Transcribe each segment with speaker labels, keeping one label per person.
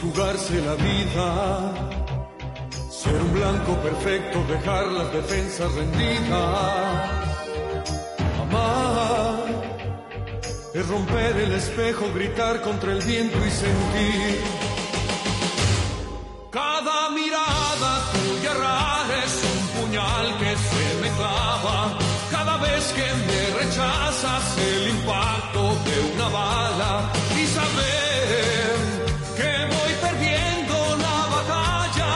Speaker 1: jugarse la vida. Ser un blanco perfecto, dejar las defensas rendidas. Amar es romper el espejo, gritar contra el viento y sentir. Cada mirada tuya rara es un puñal que se me clava. Cada vez que me rechazas el impacto de una bala y saber que voy perdiendo la batalla,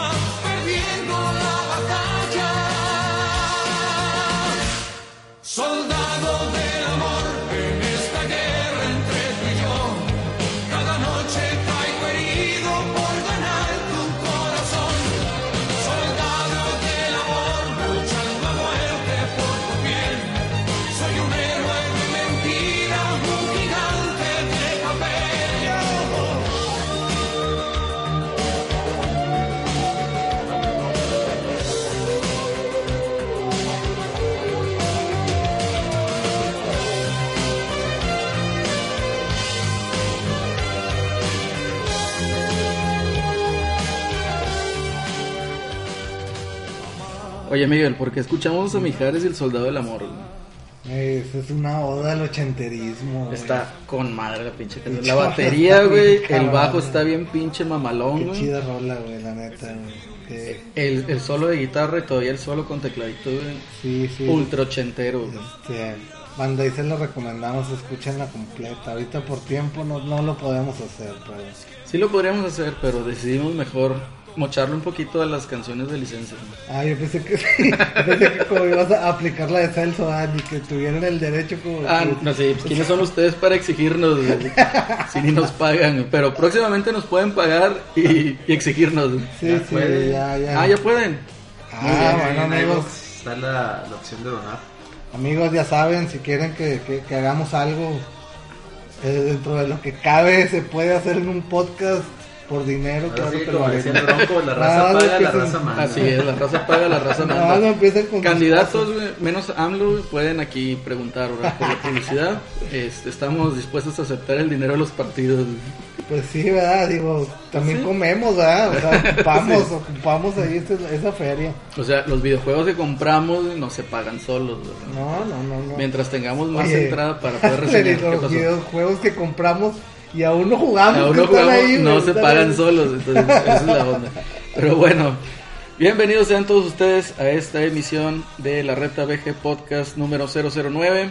Speaker 1: perdiendo la batalla. Soldado del amor en esta guerra entre tú y yo. Cada noche caigo herido por ganar tu corazón. Soldado del amor, luchando a muerte por tu piel. Soy un héroe de mentira, un gigante de papel.
Speaker 2: Oye, Miguel, ¿por qué escuchamos a Mijares y el Soldado del Amor? güey?
Speaker 3: Esa es una oda al ochenterismo. güey.
Speaker 2: Está con madre la pinche canción.
Speaker 3: Pinche
Speaker 2: La
Speaker 3: rola
Speaker 2: batería,
Speaker 3: está
Speaker 2: güey.
Speaker 3: bien
Speaker 2: El
Speaker 3: cabrón,
Speaker 2: bajo
Speaker 3: güey.
Speaker 2: está bien pinche mamalón,
Speaker 3: Qué
Speaker 2: güey.
Speaker 3: chida rola, güey, la neta, güey. Que-
Speaker 2: El, el solo de guitarra y todavía el solo con tecladito, güey.
Speaker 3: Sí, sí.
Speaker 2: Ultra ochentero, güey.
Speaker 3: Este, banda, ahí se la recomendamos, escúchenla completa. Ahorita por tiempo no, no lo podemos hacer, pero.
Speaker 2: Sí lo podríamos hacer, pero decidimos mejor mocharle un poquito a las canciones de licencia. güey.
Speaker 3: Ah, yo pensé que sí. Yo pensé que como ibas a aplicar la de Celso, ah, ni que tuvieran el derecho como.
Speaker 2: Ah, no sé, pues, ¿quiénes son ustedes para exigirnos? güey? Si ni nos pagan, güey. pero próximamente nos pueden pagar y, y exigirnos. güey.
Speaker 3: Sí, sí,
Speaker 4: pueden.
Speaker 3: ya, ya.
Speaker 2: Ah, ya pueden.
Speaker 3: Ah, bueno,
Speaker 4: en iVoox
Speaker 3: amigos.
Speaker 4: Está la, la opción de donar.
Speaker 3: Amigos, ya saben, si quieren que, que- que hagamos algo eh, dentro de lo que cabe, se puede hacer en un podcast por dinero.
Speaker 4: Ahora
Speaker 3: claro
Speaker 4: sí,
Speaker 3: que
Speaker 4: como
Speaker 3: lo
Speaker 4: decía el
Speaker 3: haremos.
Speaker 4: Bronco, la
Speaker 3: Nada,
Speaker 4: raza paga, la
Speaker 3: empiecen-
Speaker 4: raza manda.
Speaker 2: Así es, la raza paga, la raza
Speaker 3: No,
Speaker 2: manda.
Speaker 3: no empiecen con sus
Speaker 2: Candidatos, güey, menos AMLO, güey, pueden aquí preguntar ¿verdad? por la publicidad. Este, estamos dispuestos a aceptar el dinero de los partidos. güey.
Speaker 3: Pues sí, ¿verdad? Digo, también
Speaker 2: Sí.
Speaker 3: comemos, ¿verdad? O sea, ocupamos, ocupamos ahí esa, esa feria.
Speaker 2: O sea, los videojuegos que compramos güey, no se pagan solos. ¿verdad?
Speaker 3: No, no, no, no.
Speaker 2: Mientras tengamos más
Speaker 3: Oye,
Speaker 2: entrada para poder recibir. ¿qué
Speaker 3: Los
Speaker 2: pasó?
Speaker 3: videojuegos que compramos y aún no jugamos.
Speaker 2: Aún
Speaker 3: Ah, que
Speaker 2: no
Speaker 3: están
Speaker 2: jugamos,
Speaker 3: ahí,
Speaker 2: no
Speaker 3: güey,
Speaker 2: se
Speaker 3: están
Speaker 2: pagan
Speaker 3: ahí.
Speaker 2: solos, entonces esa es la onda. Pero bueno, bienvenidos sean todos ustedes a esta emisión de la Reta BG Podcast número 009.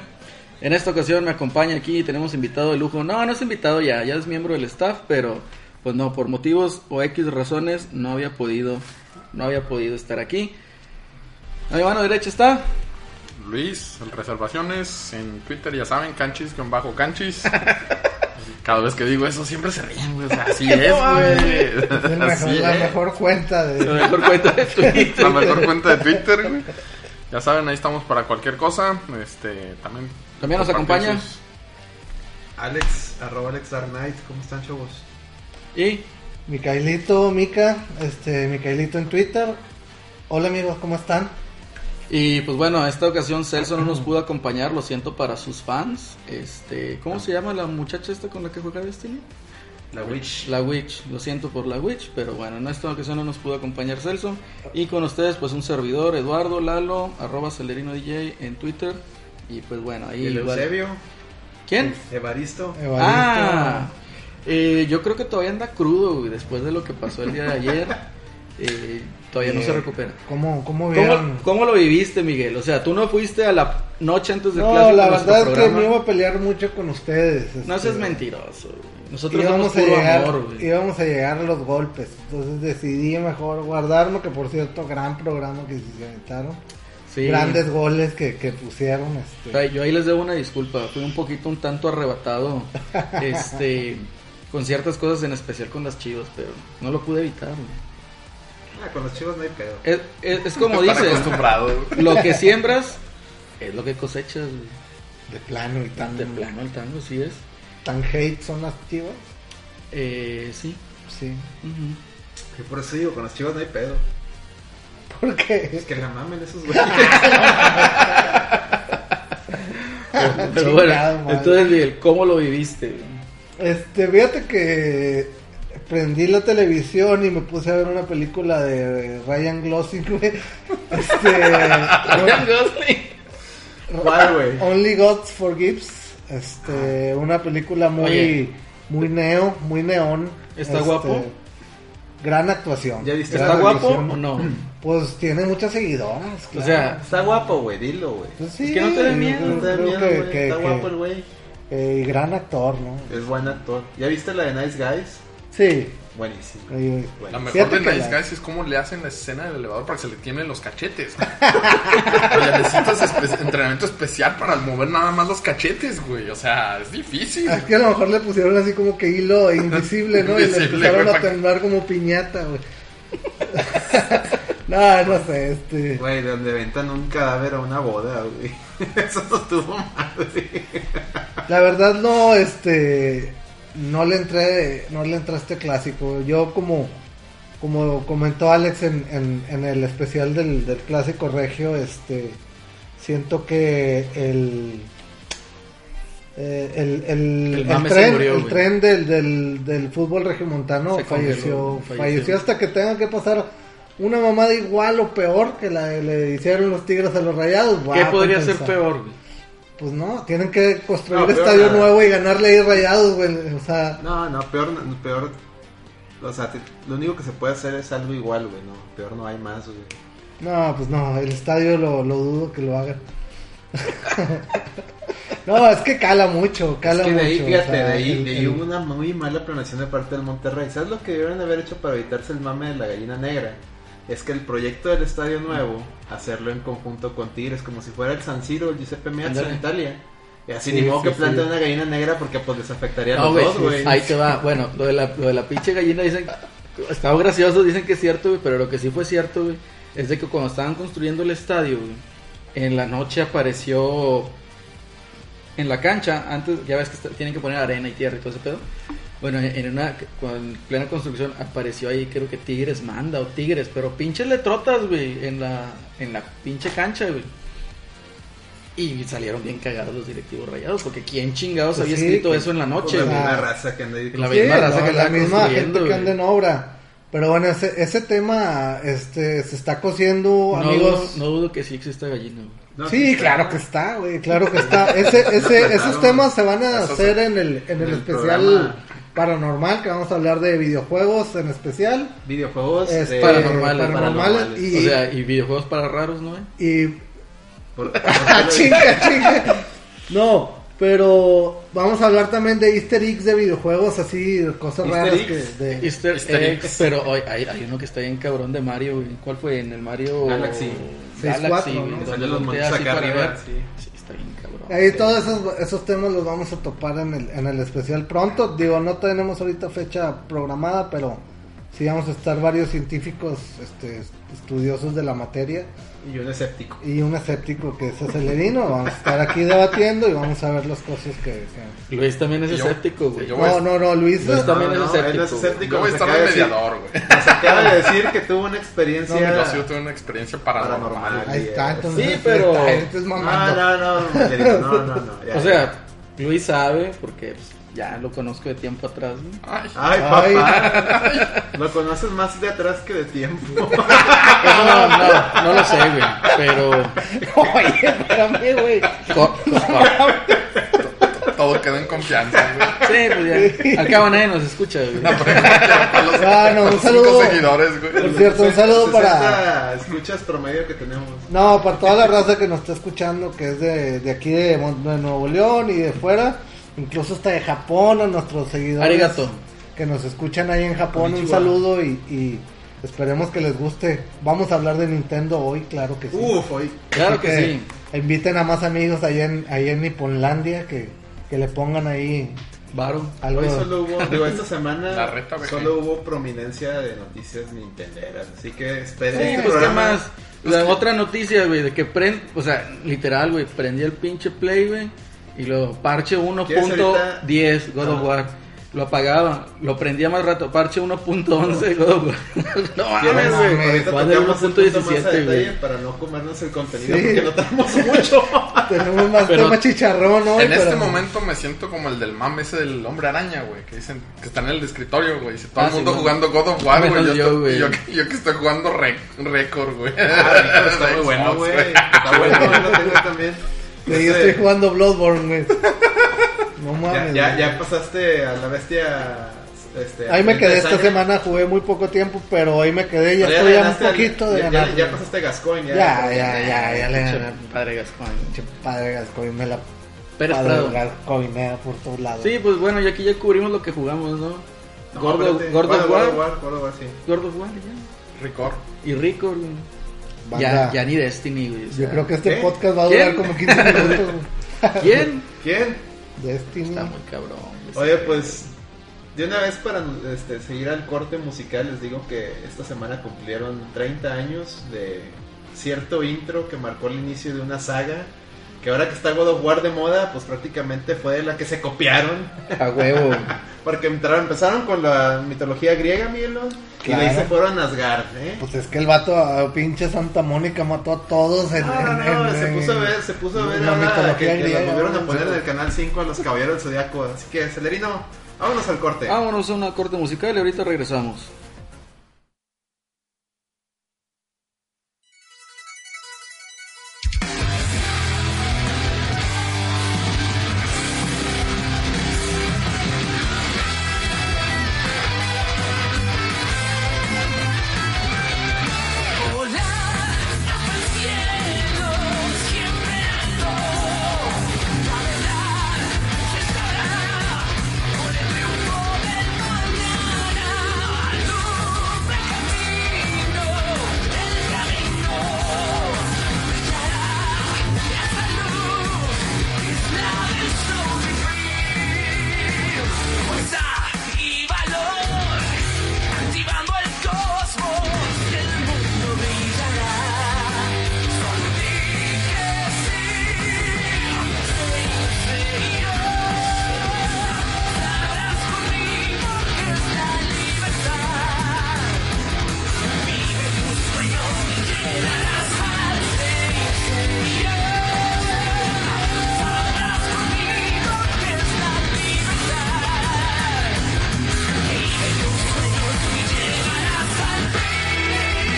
Speaker 2: En esta ocasión me acompaña aquí, tenemos invitado de lujo. No, no es invitado ya, ya es miembro del staff, pero pues no, por motivos o X razones no había podido, no había podido estar aquí. A mi mano derecha está.
Speaker 5: Luis, en reservaciones, en Twitter ya saben, canchis con bajo canchis. Cada vez que digo eso siempre se ríen, güey. o sea, así es,
Speaker 3: Es el
Speaker 5: güey.
Speaker 3: mejor-
Speaker 5: Así
Speaker 3: la
Speaker 5: es.
Speaker 3: mejor cuenta
Speaker 2: La
Speaker 3: de...
Speaker 2: mejor cuenta de Twitter.
Speaker 5: La mejor cuenta de Twitter, güey. Ya saben, ahí estamos para cualquier cosa. Este, también.
Speaker 2: También nos
Speaker 5: compartir
Speaker 2: acompaña.
Speaker 5: sus-
Speaker 4: Alex, arroba Alex Dark Knight, ¿cómo están chavos?
Speaker 2: Y
Speaker 3: Micaelito, Mica, este, Micaelito en Twitter. Hola amigos, ¿cómo están?
Speaker 2: Y pues bueno, esta ocasión Celso no nos pudo acompañar, lo siento para sus fans. Este, ¿cómo se llama la muchacha esta con la que juega Destiny?
Speaker 4: La Witch.
Speaker 2: La Witch, lo siento por la Witch, pero bueno, en esta ocasión no nos pudo acompañar Celso. Y con ustedes, pues un servidor, Eduardo Lalo, arroba Celerino DJ en Twitter. Y pues bueno, ahí.
Speaker 4: Y el
Speaker 2: igual-
Speaker 4: Eusebio,
Speaker 2: ¿Quién?
Speaker 4: Evaristo.
Speaker 3: Evaristo.
Speaker 2: Ah, eh, yo creo que todavía anda crudo, güey, después de lo que pasó el día de ayer. Eh, todavía no
Speaker 3: Eh,
Speaker 2: se recupera.
Speaker 3: ¿Cómo, cómo vieron?
Speaker 2: ¿Cómo, cómo lo viviste, Miguel? O sea, tú no fuiste a la noche antes del
Speaker 3: No,
Speaker 2: clásico
Speaker 3: la
Speaker 2: de nuestro
Speaker 3: verdad es que
Speaker 2: programa?
Speaker 3: me iba a pelear mucho con ustedes.
Speaker 2: No
Speaker 3: este,
Speaker 2: seas mentiroso. güey. Nosotros somos
Speaker 3: Íbamos a,
Speaker 2: puro
Speaker 3: llegar,
Speaker 2: amor, güey.
Speaker 3: íbamos a llegar a los golpes. Entonces decidí mejor guardarme, que por cierto, gran programa que se inventaron.
Speaker 2: Sí.
Speaker 3: Grandes goles que, que pusieron. Este.
Speaker 2: Ay, Yo ahí les debo una disculpa. Fui un poquito, un tanto arrebatado. este. Con ciertas cosas, en especial con las chivas, pero no lo pude evitar. güey.
Speaker 4: Ah, con los chivos no hay pedo.
Speaker 2: Es, es- es como
Speaker 5: Están
Speaker 2: dices:
Speaker 5: acostumbrados, güey.
Speaker 2: lo que siembras es lo que cosechas. güey.
Speaker 3: De plano y tan,
Speaker 2: De plano, el tango, sí es.
Speaker 3: tan hate son las chivas.
Speaker 2: Eh, sí.
Speaker 3: Sí.
Speaker 2: Ujú.
Speaker 4: Y por eso digo, con los chivos no hay pedo.
Speaker 3: Porque
Speaker 4: Es que la mamen esos güeyes.
Speaker 2: Pero bueno,
Speaker 3: Chingado, madre.
Speaker 2: entonces, Miguel, ¿cómo lo viviste? güey?
Speaker 3: Este, fíjate que prendí la televisión y me puse a ver una película de Ryan Gosling, güey. Este,
Speaker 4: ¿Cuál, güey?
Speaker 3: Only God Forgives. Este, una película muy,
Speaker 2: Oye.
Speaker 3: muy neo, muy neón.
Speaker 2: ¿Está
Speaker 3: Este,
Speaker 2: guapo?
Speaker 3: Gran actuación.
Speaker 4: ¿Ya viste?
Speaker 3: gran
Speaker 2: ¿Está guapo
Speaker 3: actuación.
Speaker 2: o no?
Speaker 3: Pues tiene muchas seguidoras.
Speaker 2: O
Speaker 3: claro.
Speaker 2: sea,
Speaker 4: Está guapo, güey, dilo, güey.
Speaker 3: Pues sí,
Speaker 2: es que no te dé miedo,
Speaker 3: yo
Speaker 4: No te da
Speaker 3: creo
Speaker 4: miedo,
Speaker 3: que-
Speaker 4: güey.
Speaker 3: que-
Speaker 4: Está
Speaker 3: que-
Speaker 4: guapo el güey.
Speaker 3: eh, y gran actor, ¿no?
Speaker 4: Es buen actor. ¿Ya viste la de Nice Guys?
Speaker 3: Sí.
Speaker 4: Buenísimo.
Speaker 3: ahí-
Speaker 4: Bueno.
Speaker 5: La mejor
Speaker 3: Fíjate
Speaker 5: de
Speaker 3: que
Speaker 5: Nice
Speaker 3: la-
Speaker 5: Guys es cómo le hacen la escena del elevador para que se le tiemblen los cachetes. Oye, necesitas espe- entrenamiento especial para mover nada más los cachetes, güey. O sea, es difícil.
Speaker 3: Es que a lo mejor le pusieron así como que hilo invisible, ¿no? y le
Speaker 5: Invisible,
Speaker 3: empezaron
Speaker 5: güey,
Speaker 3: a
Speaker 5: pa' que-
Speaker 3: temblar como piñata, güey. no, no sé, este.
Speaker 4: Güey, donde ventan un cadáver a una boda, güey. Eso no estuvo madre.
Speaker 3: La verdad no, este. No le entré, no le entré a este clásico. Yo como. Como comentó Alex en, en- en el especial del, del clásico regio, este. Siento que el. eh, el, el,
Speaker 2: El
Speaker 3: el
Speaker 2: mame se
Speaker 3: tren,
Speaker 2: murió,
Speaker 3: el
Speaker 2: güey.
Speaker 3: tren del, del, del fútbol regiomontano
Speaker 2: Se congeló,
Speaker 3: falleció,
Speaker 2: falleció.
Speaker 3: falleció. hasta que tenga que pasar una mamada igual o peor que la que le hicieron los tigres a los rayados.
Speaker 2: ¿qué podría ser
Speaker 3: peor?
Speaker 2: peor? güey?
Speaker 3: Pues no, tienen que construir
Speaker 4: No,
Speaker 3: un
Speaker 4: peor
Speaker 3: estadio
Speaker 4: nada.
Speaker 3: nuevo y ganarle ahí rayados, güey. O sea,
Speaker 4: No, no, peor, peor. O sea, te- lo único que se puede hacer es algo igual, güey, no. Peor no hay más, güey.
Speaker 3: no, pues no, el estadio lo, lo dudo que lo hagan. no, es que cala mucho,
Speaker 4: Es
Speaker 3: cala
Speaker 4: que de
Speaker 3: mucho.
Speaker 4: ahí,
Speaker 3: o
Speaker 4: fíjate,
Speaker 3: sea,
Speaker 4: de ahí,
Speaker 3: el-
Speaker 4: de ahí
Speaker 3: el-
Speaker 4: hubo una muy mala planeación de parte del Monterrey. ¿Sabes lo que debieron haber hecho para evitarse el mame de la gallina negra? Es que el proyecto del estadio nuevo, hacerlo en conjunto con Tigres, como si fuera el San Siro o el Giuseppe Meazza
Speaker 2: Ándale.
Speaker 4: en Italia. Y así
Speaker 2: Sí,
Speaker 4: ni modo
Speaker 2: sí,
Speaker 4: que planteen
Speaker 2: sí.
Speaker 4: una gallina negra porque pues les afectaría a
Speaker 2: No,
Speaker 4: los
Speaker 2: güey,
Speaker 4: dos, güey.
Speaker 2: ahí te va. Bueno, lo de la, lo de la pinche gallina dicen, estaba gracioso, dicen que es cierto, güey, pero lo que sí fue cierto, güey, es de que cuando estaban construyendo el estadio, güey, en la noche apareció en la cancha, antes ya ves que está- tienen que poner arena y tierra y todo ese pedo. Bueno, en- en una cuando en plena construcción apareció ahí, creo que Tigres manda o Tigres, pero pinches letrotas, güey, en la en la pinche cancha, güey. Y salieron bien cagados los directivos rayados, porque quién chingados
Speaker 3: Pues
Speaker 2: había
Speaker 3: sí,
Speaker 2: escrito
Speaker 3: que-
Speaker 2: eso en la
Speaker 4: Por
Speaker 2: noche,
Speaker 4: la
Speaker 2: güey?
Speaker 4: misma
Speaker 3: Ah.
Speaker 4: raza que anda ahí.
Speaker 2: La
Speaker 3: Sí,
Speaker 2: misma
Speaker 3: no,
Speaker 2: raza que
Speaker 3: la
Speaker 2: anda
Speaker 3: misma
Speaker 2: construyendo,
Speaker 3: gente que
Speaker 2: güey.
Speaker 3: anda en obra. Pero bueno, ese, ese tema este, se está cociendo,
Speaker 2: No dudo,
Speaker 3: amigos.
Speaker 2: no dudo que sí exista gallina. güey.
Speaker 4: No,
Speaker 3: sí, claro que está, güey, claro que está. Ese, ese, esos
Speaker 4: claro.
Speaker 3: temas se van a
Speaker 5: Eso
Speaker 3: hacer en el, en
Speaker 4: en
Speaker 3: el
Speaker 4: el
Speaker 3: especial
Speaker 4: programa.
Speaker 3: paranormal, que vamos a hablar de videojuegos en especial.
Speaker 4: Videojuegos eh,
Speaker 3: Este,
Speaker 4: de-
Speaker 2: paranormales,
Speaker 3: paranormales y,
Speaker 2: O sea, y videojuegos para raros, ¿no? eh? güey?
Speaker 3: y-
Speaker 4: Por-
Speaker 3: ¡Ah, chinga, chinga! No, pero vamos a hablar también de easter eggs de videojuegos, así, cosas
Speaker 4: Easter
Speaker 3: raras que...
Speaker 4: eggs.
Speaker 3: de-
Speaker 2: Easter,
Speaker 5: Easter
Speaker 2: eggs,
Speaker 5: eggs.
Speaker 2: pero hoy hay, hay uno que está bien cabrón de Mario, güey. ¿Cuál fue? En el Mario
Speaker 4: Galaxy.
Speaker 3: 64,
Speaker 2: Galaxy, güey,
Speaker 3: ¿no?
Speaker 2: donde
Speaker 4: Salió los
Speaker 2: voltea
Speaker 4: monitos
Speaker 2: así
Speaker 4: acá
Speaker 2: para
Speaker 4: arriba,
Speaker 2: ver.
Speaker 4: sí.
Speaker 2: Sí, está bien cabrón.
Speaker 3: Ahí todos esos, esos temas los vamos a topar en el, en el especial pronto. Digo, no tenemos ahorita fecha programada, pero sí vamos a estar varios científicos este, estudiosos de la materia
Speaker 4: y un escéptico.
Speaker 3: y un escéptico que es Celerino. Vamos a estar aquí debatiendo y vamos a ver las cosas que... que-
Speaker 2: Luis también es
Speaker 5: Y yo-
Speaker 2: escéptico,
Speaker 5: y
Speaker 2: güey.
Speaker 5: yo-
Speaker 3: No, no, no, Luis.
Speaker 2: Luis también es
Speaker 4: no,
Speaker 2: escéptico,
Speaker 4: él es escéptico.
Speaker 5: Yo voy a
Speaker 4: nos
Speaker 5: estar
Speaker 4: acaba
Speaker 5: de
Speaker 4: de decir-
Speaker 5: mediador, güey.
Speaker 4: Nos acaba de decir que tuvo una experiencia.
Speaker 5: Yo sí tuve una experiencia paranormal.
Speaker 4: Paranormal.
Speaker 3: Ahí está, entonces.
Speaker 2: Sí, pero-
Speaker 3: está, este es
Speaker 4: No,
Speaker 3: mamando.
Speaker 4: Ah, no, no, Miguelito, no, no, no. ya.
Speaker 2: O sea, Luis sabe, porque pues, ya lo conozco de tiempo atrás, güey.
Speaker 5: Ay,
Speaker 4: Ay,
Speaker 3: Ay.
Speaker 4: papá. Lo conoces más de atrás que de tiempo.
Speaker 2: No, no, no, no lo sé, güey. Pero. Oye, espérame, güey. Co-
Speaker 5: todo quedó en confianza, güey.
Speaker 2: Sí, pues ya. Al cabo nadie nos escucha, güey.
Speaker 5: Para los-
Speaker 3: Ah, no, un
Speaker 5: para los
Speaker 3: saludo.
Speaker 5: cinco seguidores,
Speaker 3: Por
Speaker 5: güey.
Speaker 3: cierto, un saludo
Speaker 4: 60
Speaker 3: para...
Speaker 4: Escuchas promedio que tenemos.
Speaker 3: No, para toda la raza que nos está escuchando, que es de, de aquí de, Mon- de Nuevo León y de fuera, incluso hasta de Japón, a nuestros seguidores
Speaker 2: Arigato.
Speaker 3: que nos escuchan ahí en Japón, un
Speaker 4: Konnichiwa.
Speaker 3: saludo y, y esperemos que les guste. Vamos a hablar de Nintendo hoy, claro que sí.
Speaker 4: Uf, hoy.
Speaker 2: Claro
Speaker 3: Así
Speaker 2: que sí.
Speaker 3: Inviten a más amigos allá en, allá en Niponlandia que, que le pongan ahí
Speaker 2: Varo.
Speaker 3: algo.
Speaker 4: Hoy solo hubo, digo, esta semana
Speaker 5: La reta, güey.
Speaker 4: solo hubo prominencia de noticias nintenderas. Así que esperen
Speaker 2: Sí,
Speaker 4: este
Speaker 2: pues, ¿qué
Speaker 4: programa.
Speaker 2: más? La otra noticia, güey, de que prend... O sea, literal, güey, prendí el pinche play, güey. Y lo parche
Speaker 4: ¿Quieres ahorita?
Speaker 2: 1.10 God of
Speaker 4: Ah.
Speaker 2: War. Lo apagaba, lo prendía más rato. Parche 1.11 God of War. no mames,
Speaker 4: ¿Quieres,
Speaker 3: güey,
Speaker 2: güey.
Speaker 4: ahorita
Speaker 2: Juan de
Speaker 4: tocamos el punto más a
Speaker 2: 1.17,
Speaker 4: detalle
Speaker 2: güey.
Speaker 4: Para no comernos el contenido
Speaker 3: Sí.
Speaker 4: porque no tenemos mucho.
Speaker 3: Tenemos más
Speaker 2: Pero-
Speaker 3: tema chicharrón hoy.
Speaker 5: en este
Speaker 3: pero-
Speaker 5: momento me siento como el del mame ese del hombre araña, güey. Que dicen que está en el escritorio, güey. Dice todo
Speaker 2: Ah,
Speaker 5: el mundo
Speaker 2: sí,
Speaker 5: jugando God of War, güey.
Speaker 2: Menos
Speaker 5: Yo,
Speaker 2: yo,
Speaker 5: estoy-
Speaker 2: güey.
Speaker 5: yo, que- yo que estoy jugando Re- récord, güey.
Speaker 4: Ah, está muy bueno, güey. Está bueno, yo lo tengo también.
Speaker 3: Sí, yo
Speaker 4: Este,
Speaker 3: estoy jugando Bloodborne, güey. No
Speaker 4: ya,
Speaker 3: mames.
Speaker 4: ya,
Speaker 3: güey.
Speaker 4: ya pasaste a la bestia. Este,
Speaker 3: Ahí me quedé esta
Speaker 4: años.
Speaker 3: semana, jugué muy poco tiempo, pero ahí me quedé. Ya
Speaker 4: Pero
Speaker 3: estoy
Speaker 4: le
Speaker 3: a un
Speaker 4: ganaste al-
Speaker 3: poquito de
Speaker 4: ya,
Speaker 3: ganar.
Speaker 4: ya,
Speaker 3: güey.
Speaker 4: ya pasaste a Gascoigne.
Speaker 3: Ya, ya, ya, ya le
Speaker 2: Pinche
Speaker 3: gané.
Speaker 2: Padre Gascoigne.
Speaker 3: Pinche Padre Gascoigne, me la
Speaker 2: Pérez
Speaker 3: padre
Speaker 2: Prado.
Speaker 3: Gascoigne por todos lados.
Speaker 2: Sí, pues bueno, ya aquí ya cubrimos lo que jugamos, ¿no? Gordo, Gordo
Speaker 4: Gordo
Speaker 2: War,
Speaker 4: War, Gordo War, sí.
Speaker 2: Gordo War, ya.
Speaker 5: Record.
Speaker 2: Y Rico, güey.
Speaker 3: Banda,
Speaker 2: Ya, ya ni Destiny, güey. o
Speaker 3: Yo
Speaker 2: sea,
Speaker 3: creo que este
Speaker 4: ¿Qué?
Speaker 3: podcast va a
Speaker 2: ¿Quién?
Speaker 3: durar como 15 minutos. güey.
Speaker 2: ¿Quién?
Speaker 4: ¿Quién?
Speaker 3: Destiny.
Speaker 2: Está muy cabrón. güey.
Speaker 4: Oye, pues de una vez para este, seguir al corte musical, les digo que esta semana cumplieron 30 años de cierto intro que marcó el inicio de una saga. Que ahora que está God of War de moda, pues prácticamente fue de la que se copiaron.
Speaker 2: A huevo.
Speaker 4: Porque entraron, empezaron con la mitología griega, Mielo. Y de ahí
Speaker 3: Claro.
Speaker 4: se fueron a Asgard, ¿eh?
Speaker 3: Pues es que el vato, a pinche Santa Mónica, mató a todos. En,
Speaker 4: No, no,
Speaker 3: en-
Speaker 4: no,
Speaker 3: en-
Speaker 4: se
Speaker 3: en-
Speaker 4: puso a ver, se puso a ver
Speaker 3: la
Speaker 4: ahora
Speaker 3: mitología
Speaker 4: que, que
Speaker 3: griega,
Speaker 4: los volvieron a
Speaker 3: ¿no?
Speaker 4: poner en el canal 5 a los caballeros del zodiaco. Así que, Celerino, vámonos al corte.
Speaker 2: Vámonos a una corte musical y ahorita regresamos.
Speaker 6: Volar hasta el cielo, siempre ando. La verdad estará con el triunfo del mañana. Alumbra el camino, el camino brillará. Y esa luz es la del sobrevivir. Fuerza y valor, activando el cosmos. El mundo brillará. Solo di que sí. Sabrás conmigo que es la libertad. Vive tu sueño y quedarás al exterior. Sabrás conmigo que es la libertad. Vive tu sueño y llegarás al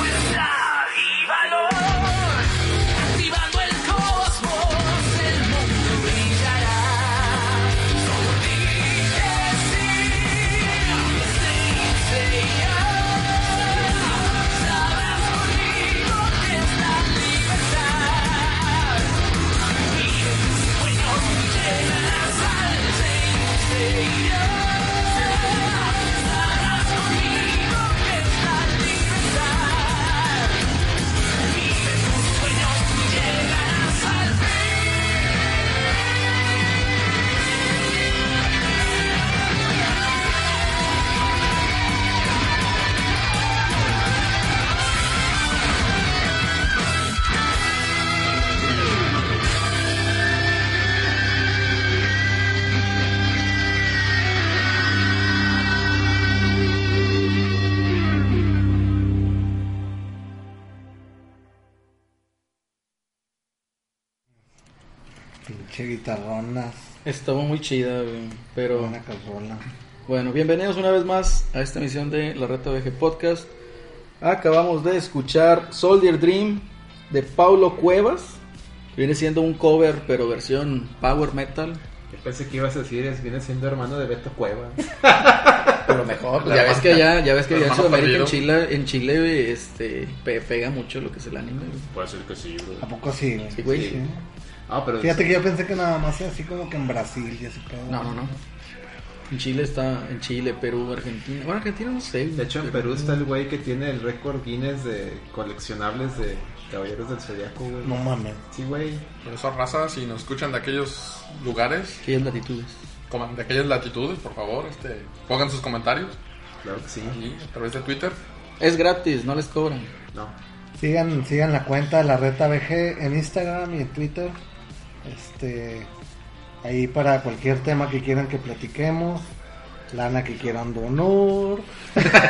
Speaker 6: y valor, activando el cosmos, el mundo brillará. Solo di que sí, sí, señor. Sabrás conmigo que es la libertad. Y en tu sueño llegarás al exterior. Sabrás conmigo que es la libertad. Vive tus sueños y llegarás al fin.
Speaker 3: Pinche guitarronas.
Speaker 2: Estuvo muy chida, güey. Pero
Speaker 3: Buena cabrona.
Speaker 2: bueno, bienvenidos una vez más a esta emisión de La Reta BG Podcast. Acabamos de escuchar Soldier Dream de Paulo Cuevas. que Viene siendo un cover, pero versión power metal.
Speaker 4: Yo pensé que ibas a decir, es, viene siendo hermano de Beto Cueva.
Speaker 2: Pero mejor.
Speaker 5: la
Speaker 2: Ya ves que allá, ya ves que
Speaker 5: la
Speaker 2: allá en
Speaker 5: hermana
Speaker 2: Sudamérica, en
Speaker 5: perdido.
Speaker 2: Chile, en Chile, güey, este, pe- pega mucho lo que es el anime. güey.
Speaker 5: Puede ser que sí, güey.
Speaker 3: ¿A poco sí, güey?
Speaker 2: Sí, güey.
Speaker 3: Sí.
Speaker 4: Ah, pero
Speaker 3: Fíjate que yo pensé que nada más así como que en Brasil y así pedo.
Speaker 2: No, no, no. En Chile está, en Chile, Perú, Argentina. Bueno, Argentina no sé.
Speaker 4: De hecho, en Perú está el güey que tiene el récord Guinness de coleccionables de Caballeros del Zodiaco, güey.
Speaker 3: No mames.
Speaker 4: Sí, güey.
Speaker 5: Por eso, raza, si nos escuchan de aquellos lugares,
Speaker 2: Sí, es latitudes.
Speaker 5: coman- de aquellas latitudes, por favor, este, pongan sus comentarios
Speaker 4: Claro que sí.
Speaker 5: y a través de Twitter.
Speaker 2: Es gratis, no les cobran.
Speaker 4: No.
Speaker 3: Sigan, sigan la cuenta de la reta BG en Instagram y en Twitter. Este ahí para cualquier tema que quieran que platiquemos. Lana que quieran donar.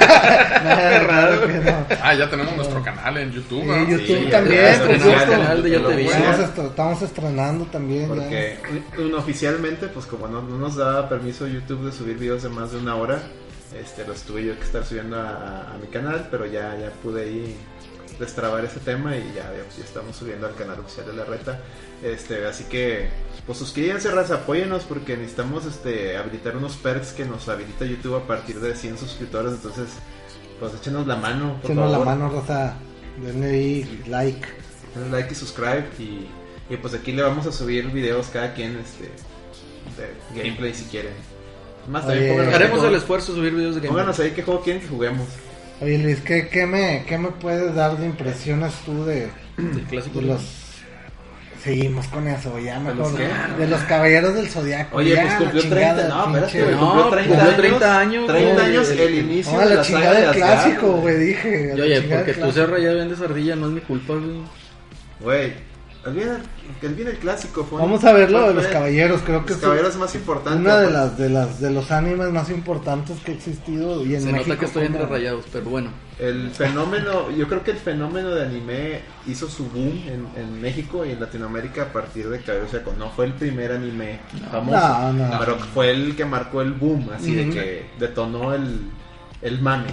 Speaker 3: Nada de raro que no.
Speaker 5: Ah, ya tenemos nuestro canal en YouTube.
Speaker 3: Sí,
Speaker 5: ¿no?
Speaker 3: YouTube
Speaker 5: Sí, ya
Speaker 3: también,
Speaker 5: está
Speaker 3: por
Speaker 5: estrenado.
Speaker 3: supuesto.
Speaker 2: canal de Yo Te Vi.
Speaker 3: Estamos, estro- estamos estrenando también. ya.
Speaker 4: Porque un- oficialmente, pues como no, no nos daba permiso YouTube de subir videos de más de una hora, este, los tuve yo que estar subiendo a, a- a mi canal, pero ya, ya pude ahí destrabar ese tema y ya, ya, pues, ya estamos subiendo al canal oficial de la reta. Este, así que, pues suscríbanse, raza, apóyenos porque necesitamos este, habilitar unos perks que nos habilita YouTube a partir de 100 suscriptores, entonces, pues échenos la mano, por
Speaker 3: Échenos la
Speaker 4: favor.
Speaker 3: mano, Rosa. Denle ahí like.
Speaker 4: Dale like y subscribe y, y, pues aquí le vamos a subir videos cada quien este de gameplay si quieren. Más
Speaker 3: Oye.
Speaker 4: también pónganos,
Speaker 2: Haremos
Speaker 4: ahí,
Speaker 2: el
Speaker 4: cómo-
Speaker 2: esfuerzo de subir videos de Game
Speaker 4: pónganos ahí qué juego quieren que juguemos.
Speaker 3: Oye Luis, ¿qué, qué me, ¿qué me puedes dar de impresiones tú de,
Speaker 2: del clásico.
Speaker 3: de los... Seguimos con eso, ya me
Speaker 4: ¿De los
Speaker 3: acuerdo.
Speaker 4: qué?
Speaker 3: De los caballeros del zodiaco.
Speaker 4: Oye,
Speaker 3: ya,
Speaker 4: pues
Speaker 3: la
Speaker 4: cumplió
Speaker 3: chingada,
Speaker 4: 30, no, espérate,
Speaker 3: pinche-
Speaker 4: güey,
Speaker 2: No,
Speaker 4: cumplió 30
Speaker 2: cumplió
Speaker 4: años.
Speaker 2: 30 años,
Speaker 4: 30
Speaker 2: güey.
Speaker 4: años el inicio
Speaker 3: No, a
Speaker 4: de
Speaker 3: la
Speaker 4: la
Speaker 3: chingada
Speaker 4: saga
Speaker 3: del
Speaker 4: de Asgard,
Speaker 3: clásico, güey, dije. a la
Speaker 2: Oye,
Speaker 3: chingada
Speaker 2: porque
Speaker 3: del
Speaker 2: tú
Speaker 3: clásico.
Speaker 2: cerra ya vendes ardilla, no es mi culpa, güey.
Speaker 4: Güey, olvida el bien el clásico fue.
Speaker 3: Vamos a verlo de
Speaker 4: fue-
Speaker 3: los caballeros, creo que
Speaker 4: Los
Speaker 3: es
Speaker 4: caballeros más importantes.
Speaker 3: una de las de las de los animes más importantes que ha existido y en
Speaker 2: Se
Speaker 3: México
Speaker 2: nota que estoy entre
Speaker 3: como-
Speaker 2: rayados, pero bueno.
Speaker 4: El fenómeno, yo creo que el fenómeno de anime hizo su boom en, en México y en Latinoamérica a partir de Cabello Seco. No fue el primer anime famoso,
Speaker 3: No, no.
Speaker 4: pero fue el que marcó el boom, así
Speaker 3: Ujú.
Speaker 4: de que detonó el, el mame.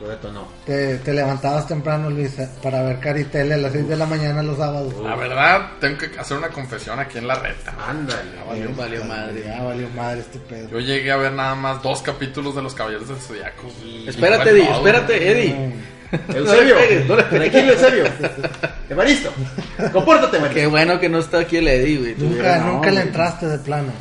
Speaker 4: Lo detonó.
Speaker 3: Te, te levantabas temprano, Luis, eh, para ver Caritele a las 6 de la mañana los sábados.
Speaker 5: La verdad, tengo que hacer una confesión aquí en la reta.
Speaker 4: Ándale.
Speaker 2: Valió, valió madre.
Speaker 3: Ya valió madre este
Speaker 5: Yo
Speaker 3: pedo.
Speaker 5: llegué a ver nada más dos capítulos de Los Caballeros del Zodiaco. Y-
Speaker 2: Espérate,
Speaker 5: y fue
Speaker 2: Eddie,
Speaker 5: todo.
Speaker 2: espérate, Eddie.
Speaker 4: Eusebio,
Speaker 2: No le pegues, no le pegues.
Speaker 4: tranquilo, Eusebio. Evaristo, compórtate,
Speaker 2: Qué
Speaker 4: Evaristo.
Speaker 2: bueno que no está aquí el Eddie, güey.
Speaker 3: Nunca,
Speaker 2: Tuviera- no,
Speaker 3: nunca le
Speaker 2: güey.
Speaker 3: entraste de plano.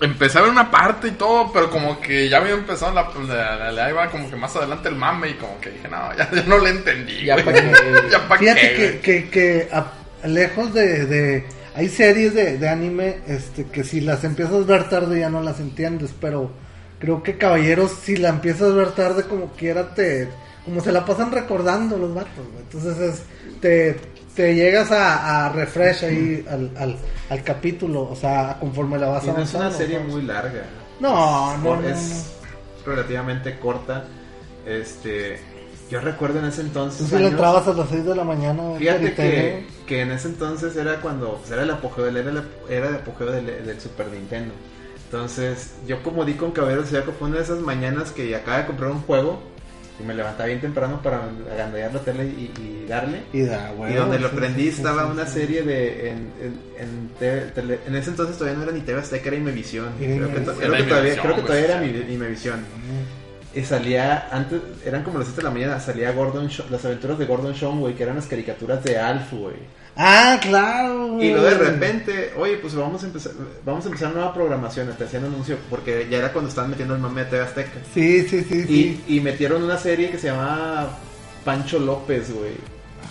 Speaker 5: Empecé a ver una parte y todo, pero como que ya había empezado la, la, la- la- ahí va como que más adelante el mame y como que dije, no, ya, ya no le entendí.
Speaker 2: Ya
Speaker 5: güey.
Speaker 2: pa' qué, güey.
Speaker 5: ya pa'
Speaker 3: Fíjate
Speaker 5: qué,
Speaker 3: que,
Speaker 5: güey.
Speaker 3: que, que a- lejos de, de- Hay series de, de anime este, que si las empiezas a ver tarde ya no las entiendes, pero creo que Caballeros, si la empiezas a ver tarde como quiera, te... Como se la pasan recordando los vatos, güey. entonces es- te, te llegas a, a refresh ahí al, al, al capítulo, o sea, conforme la vas
Speaker 4: Y no es una
Speaker 3: avanzando,
Speaker 4: serie
Speaker 3: ¿sabes?
Speaker 4: muy larga.
Speaker 3: No, no, no,
Speaker 4: Es relativamente corta. Este, yo recuerdo en ese
Speaker 3: Tú
Speaker 4: entonces.
Speaker 3: sí le
Speaker 4: años-
Speaker 3: entrabas a las 6 de la mañana. güey,
Speaker 4: Fíjate
Speaker 3: Caritele,
Speaker 4: que,
Speaker 3: güey.
Speaker 4: que en ese entonces era cuando pues, era el apogeo, del- era el, ap- era el apogeo del, del Super Nintendo. Entonces, yo como di con Caballero Zodiaco, fue una de esas mañanas que acaba de comprar un juego y me levantaba bien temprano para agandallar la tele y, y darle.
Speaker 3: Y, da, güey,
Speaker 4: y donde
Speaker 3: sí,
Speaker 4: lo
Speaker 3: sí,
Speaker 4: prendí
Speaker 3: sí,
Speaker 4: estaba
Speaker 3: sí,
Speaker 4: una
Speaker 3: sí.
Speaker 4: serie de. En, en, en TV tele- en ese entonces todavía no era ni TV Azteca, era Imevisión.
Speaker 3: Era
Speaker 4: Creo que, to-
Speaker 3: Imevisión.
Speaker 4: creo que
Speaker 5: Era
Speaker 4: todavía,
Speaker 5: Imevisión,
Speaker 4: creo que todavía era
Speaker 5: güey.
Speaker 4: Mi- Imevisión. Y salía, antes, eran como las 7 de la mañana, salía Gordon, Sh- las aventuras de Gordon Shawn, güey, que eran las caricaturas de Alf, güey.
Speaker 3: Ah, claro.
Speaker 4: Y luego de
Speaker 3: güey.
Speaker 4: repente, oye, pues vamos a empezar, vamos a empezar nueva programación, te hacían anuncio, porque ya era cuando estaban metiendo el mame de TV Azteca.
Speaker 3: Sí, sí, sí, sí.
Speaker 4: Y, y metieron una serie que se llamaba Pancho López, güey,